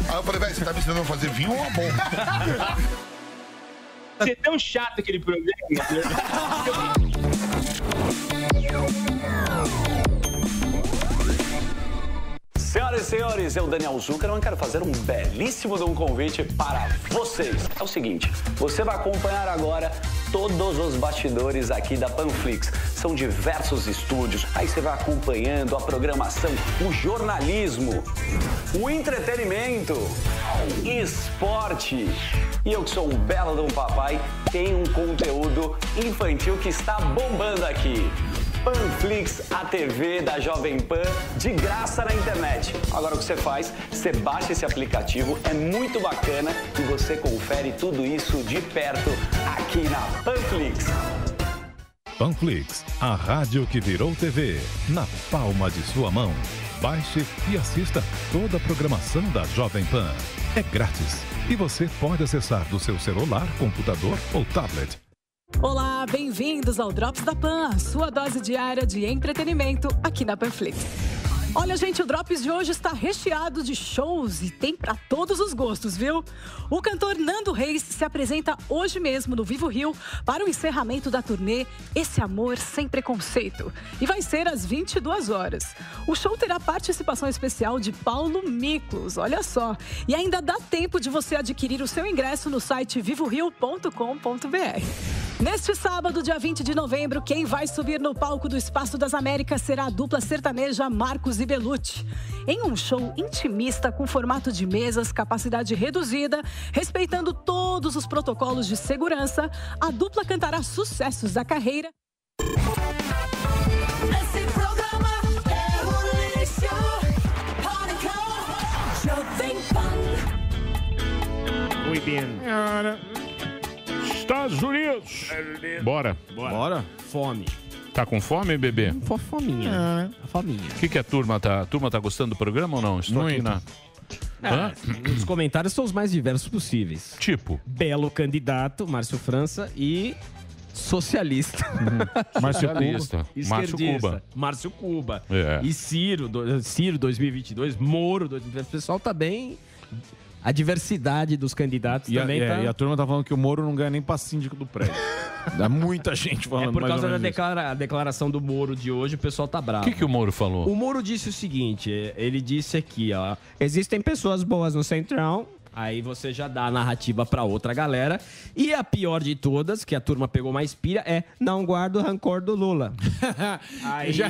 Aí eu falei, velho, você tá me ensinando a fazer vinho ou a bomba? Você é tão chato aquele programa. Senhoras e senhores, eu, Daniel Zuckerman, quero fazer um belíssimo de um convite para vocês. É o seguinte, você vai acompanhar agora todos os bastidores aqui da Panflix. São diversos estúdios, aí você vai acompanhando a programação, o jornalismo, o entretenimento, esporte. E eu que sou um belo de um papai, tenho um conteúdo infantil que está bombando aqui. Panflix, a TV da Jovem Pan, de graça na internet. Agora o que você faz? Você baixa esse aplicativo, é muito bacana e você confere tudo isso de perto aqui na Panflix. Panflix, a rádio que virou TV, na palma de sua mão. Baixe e assista toda a programação da Jovem Pan. É grátis e você pode acessar do seu celular, computador ou tablet. Olá, bem-vindos ao Drops da Pan, a sua dose diária de entretenimento aqui na Panflix. Olha, gente, o Drops de hoje está recheado de shows e tem para todos os gostos, viu? O cantor Nando Reis se apresenta hoje mesmo no Vivo Rio para o encerramento da turnê Esse Amor Sem Preconceito. E vai ser às 22 horas. O show terá participação especial de Paulo Miklos, olha só. E ainda dá tempo de você adquirir o seu ingresso no site vivorio.com.br. Neste sábado, dia 20 de novembro, quem vai subir no palco do Espaço das Américas será a dupla sertaneja Marcos e Belucci. Em um show intimista com formato de mesas, capacidade reduzida, respeitando todos os protocolos de segurança, a dupla cantará sucessos da carreira. Esse programa é um lixo. Pânico, Jovem Pan. Muito bem. Estados Unidos. Bora. Bora. Fome. Tá com fome, bebê? Ah, né? Fominha. A faminha. O que, que a turma tá? A turma tá gostando do programa ou não? Estou aqui na. Ah, os comentários são os mais diversos possíveis. Tipo? Belo candidato, Márcio França e socialista. Uhum. Márcio Cuba. Márcio Esquerdista. Cuba. Márcio Cuba. É. E Ciro, do- Ciro 2022, Moro 2022. O pessoal tá bem... A diversidade dos candidatos E a, também é, tá... e a turma tá falando que o Moro não ganha nem pra síndico do prédio. Dá muita gente falando É por mais causa ou da menos isso. declara- declaração do Moro de hoje, o pessoal tá bravo. O que, que o Moro falou? O Moro disse o seguinte, é, ele disse aqui, ó, existem pessoas boas no Centrão, aí você já dá a narrativa pra outra galera, e a pior de todas, que a turma pegou mais pira, é não guardo o rancor do Lula. aí, Já-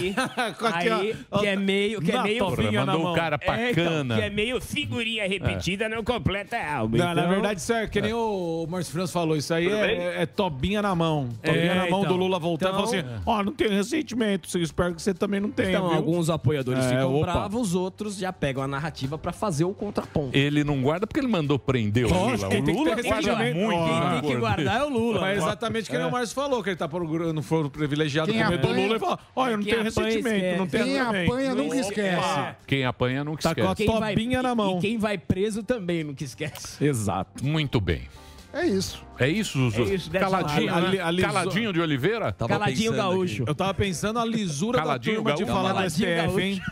com aqui, aí, ó, que é meio, que é na meio... porra, mandou o cara pra então, cana. que é meio- Meio figurinha repetida não completa álbum. Não, na então- verdade, isso é que nem o Márcio França falou, isso aí Tudo bem? é, é tobinha na mão. É, Tobinha na mão então. do Lula voltando e falou assim: Então- ó, não tenho ressentimento, eu espero que você também não tenha. Então, viu?" alguns apoiadores É, ficam opa. bravos, os outros já pegam a narrativa pra fazer o contraponto. Ele não guarda porque ele mandou prender o Lógico, Lula. quem tem O que Lula ter guarda ressentimento- muito. né? Ó, rancor quem tem que dele. guardar é o Lula. Mas É. exatamente o que É. nem o Márcio falou, que ele tá procurando foro privilegiado Quem com medo do apanha- Lula e fala, ó, eu não Quem tenho apanha, ressentimento, não tenho esquece. Quem argumento." apanha, Opa! nunca esquece. Quem apanha nunca Tá com a esquece. tobinha na mão. E quem vai preso também nunca esquece. Exato. Muito bem. É isso. É isso, Zuzu? É isso, deve caladinho, falar, né? ali- caladinho de Oliveira? Eu tava pensando a lisura Caladinho da turma de gaúcho. falar do Caladinho STF, hein?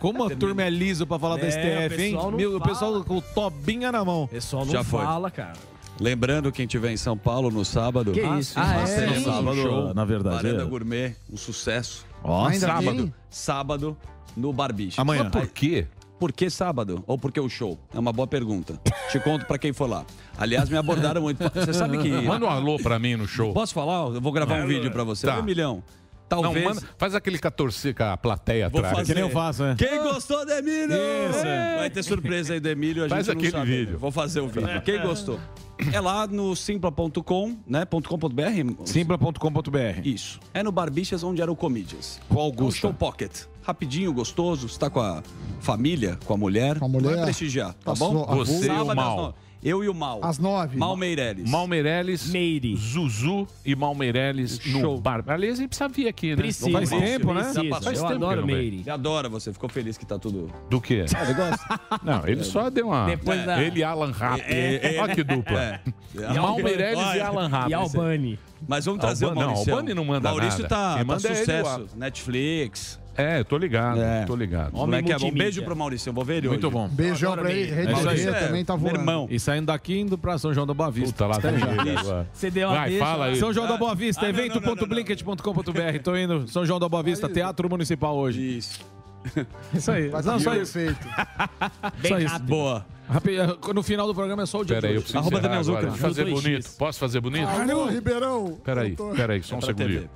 Como a turma é liso pra falar do É, STF, hein? o pessoal não Meu, o pessoal com tobinha na mão. O pessoal não Já foi. fala, cara. Lembrando quem tiver em São Paulo no sábado. Que isso, Ah, isso. é? Ah, No é? sábado, Show. na verdade. Varanda é. Gourmet, um sucesso. Ó, Ainda sábado. tem? Sábado no Barbicha. Amanhã. Mas por quê? Por que sábado? Ou por que o show? É uma boa pergunta. Te conto pra quem for lá. Aliás, me abordaram muito. Você sabe que. Manda um alô pra mim no show. Posso falar? Eu vou gravar um Alô. vídeo pra você. Tá. Um milhão. Não, Talvez. manda- faz aquele 14 com a plateia Vou atrás. fazer. né? Quem gostou do Emílio? né? Isso, é. Vai ter surpresa aí do Emílio. A Faz gente não aquele sabe ainda. Vou fazer um o vídeo. Quem gostou? É lá no simpla.com, né? .com.br? Simpla.com.br. Isso. É no Barbichas, onde era o Comídias. Com Augusto. Show Pocket. rapidinho, gostoso. Você tá com a família, com a mulher. Com a mulher. Vai prestigiar, tá Passou bom? a Você e o Sábado às Mal. nove. Eu e o Mal. Às nove. Mal Meirelles. Mal Meirelles, Zuzu e Mal Meirelles no bar. Aliás, a gente precisa vir aqui, né? Precisa, Não vai precisa, mal. precisa. Já faz Eu tempo adoro que eu não venho. Meire. né? Ele adora você. Ficou feliz que tá tudo... Do quê? Ah, ele gosta? Não, ele só deu uma. Depois da- Ele e Alan Rapp. É, é, Olha que dupla. É. Mal Meirelles e Alan Rapp. E Albani. Mas vamos trazer Albani- o Maurício. Não, Albani não manda Maurício nada. tá, Quem tá manda é ele, sucesso. o- Netflix. É, eu tô ligado, É. tô ligado. Homem É Moleque é bom. Beijo pro Maurício. Eu vou ver ele Muito hoje. bom. É Beijão pra ele, Rede TV também tá voando. Irmão. E saindo daqui indo pra São João da Boa Vista. Tá lá Até vem já. ele agora. Você deu a Vai, deixa fala lá. aí. São João da Boa Ah, Vista, não, não, evento.blinket.com.br. Tô indo, São João da Boa Vista, Teatro Municipal hoje. Isso. Isso aí. um Não, só isso. Perfeito. só isso. rápido. Boa. Rapi- No final do programa é só o dia Peraí, eu preciso encerrar agora. Deixa eu fazer bonito. Posso fazer bonito? Alô, Ribeirão. Peraí, Eu tô- peraí, só É um pra segundinho. TV.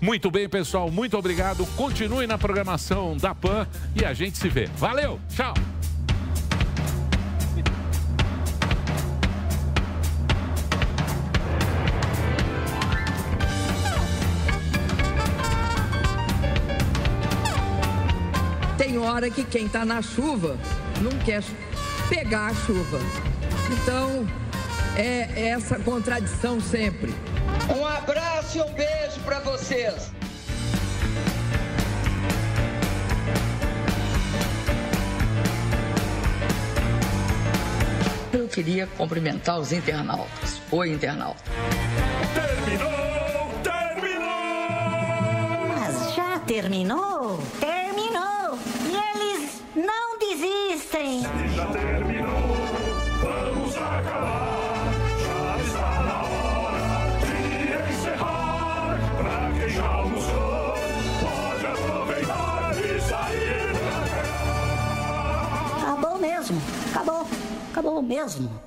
Muito bem, pessoal, muito obrigado. Continue na programação da PAN e a gente se vê. Valeu, tchau! Tem hora que quem está na chuva não quer pegar a chuva. Então, é essa contradição sempre. Um abraço e um beijo para vocês. Eu queria cumprimentar os internautas. Oi, internauta. Mas já terminou? Terminou! E eles não desistem! Já terminou, vamos acabar. Já está na hora de encerrar. Pra quem já almoçou, pode aproveitar e sair pra cá. Acabou mesmo! Acabou! Acabou mesmo!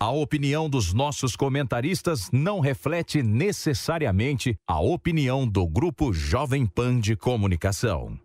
A opinião dos nossos comentaristas não reflete necessariamente a opinião do Grupo Jovem Pan de Comunicação.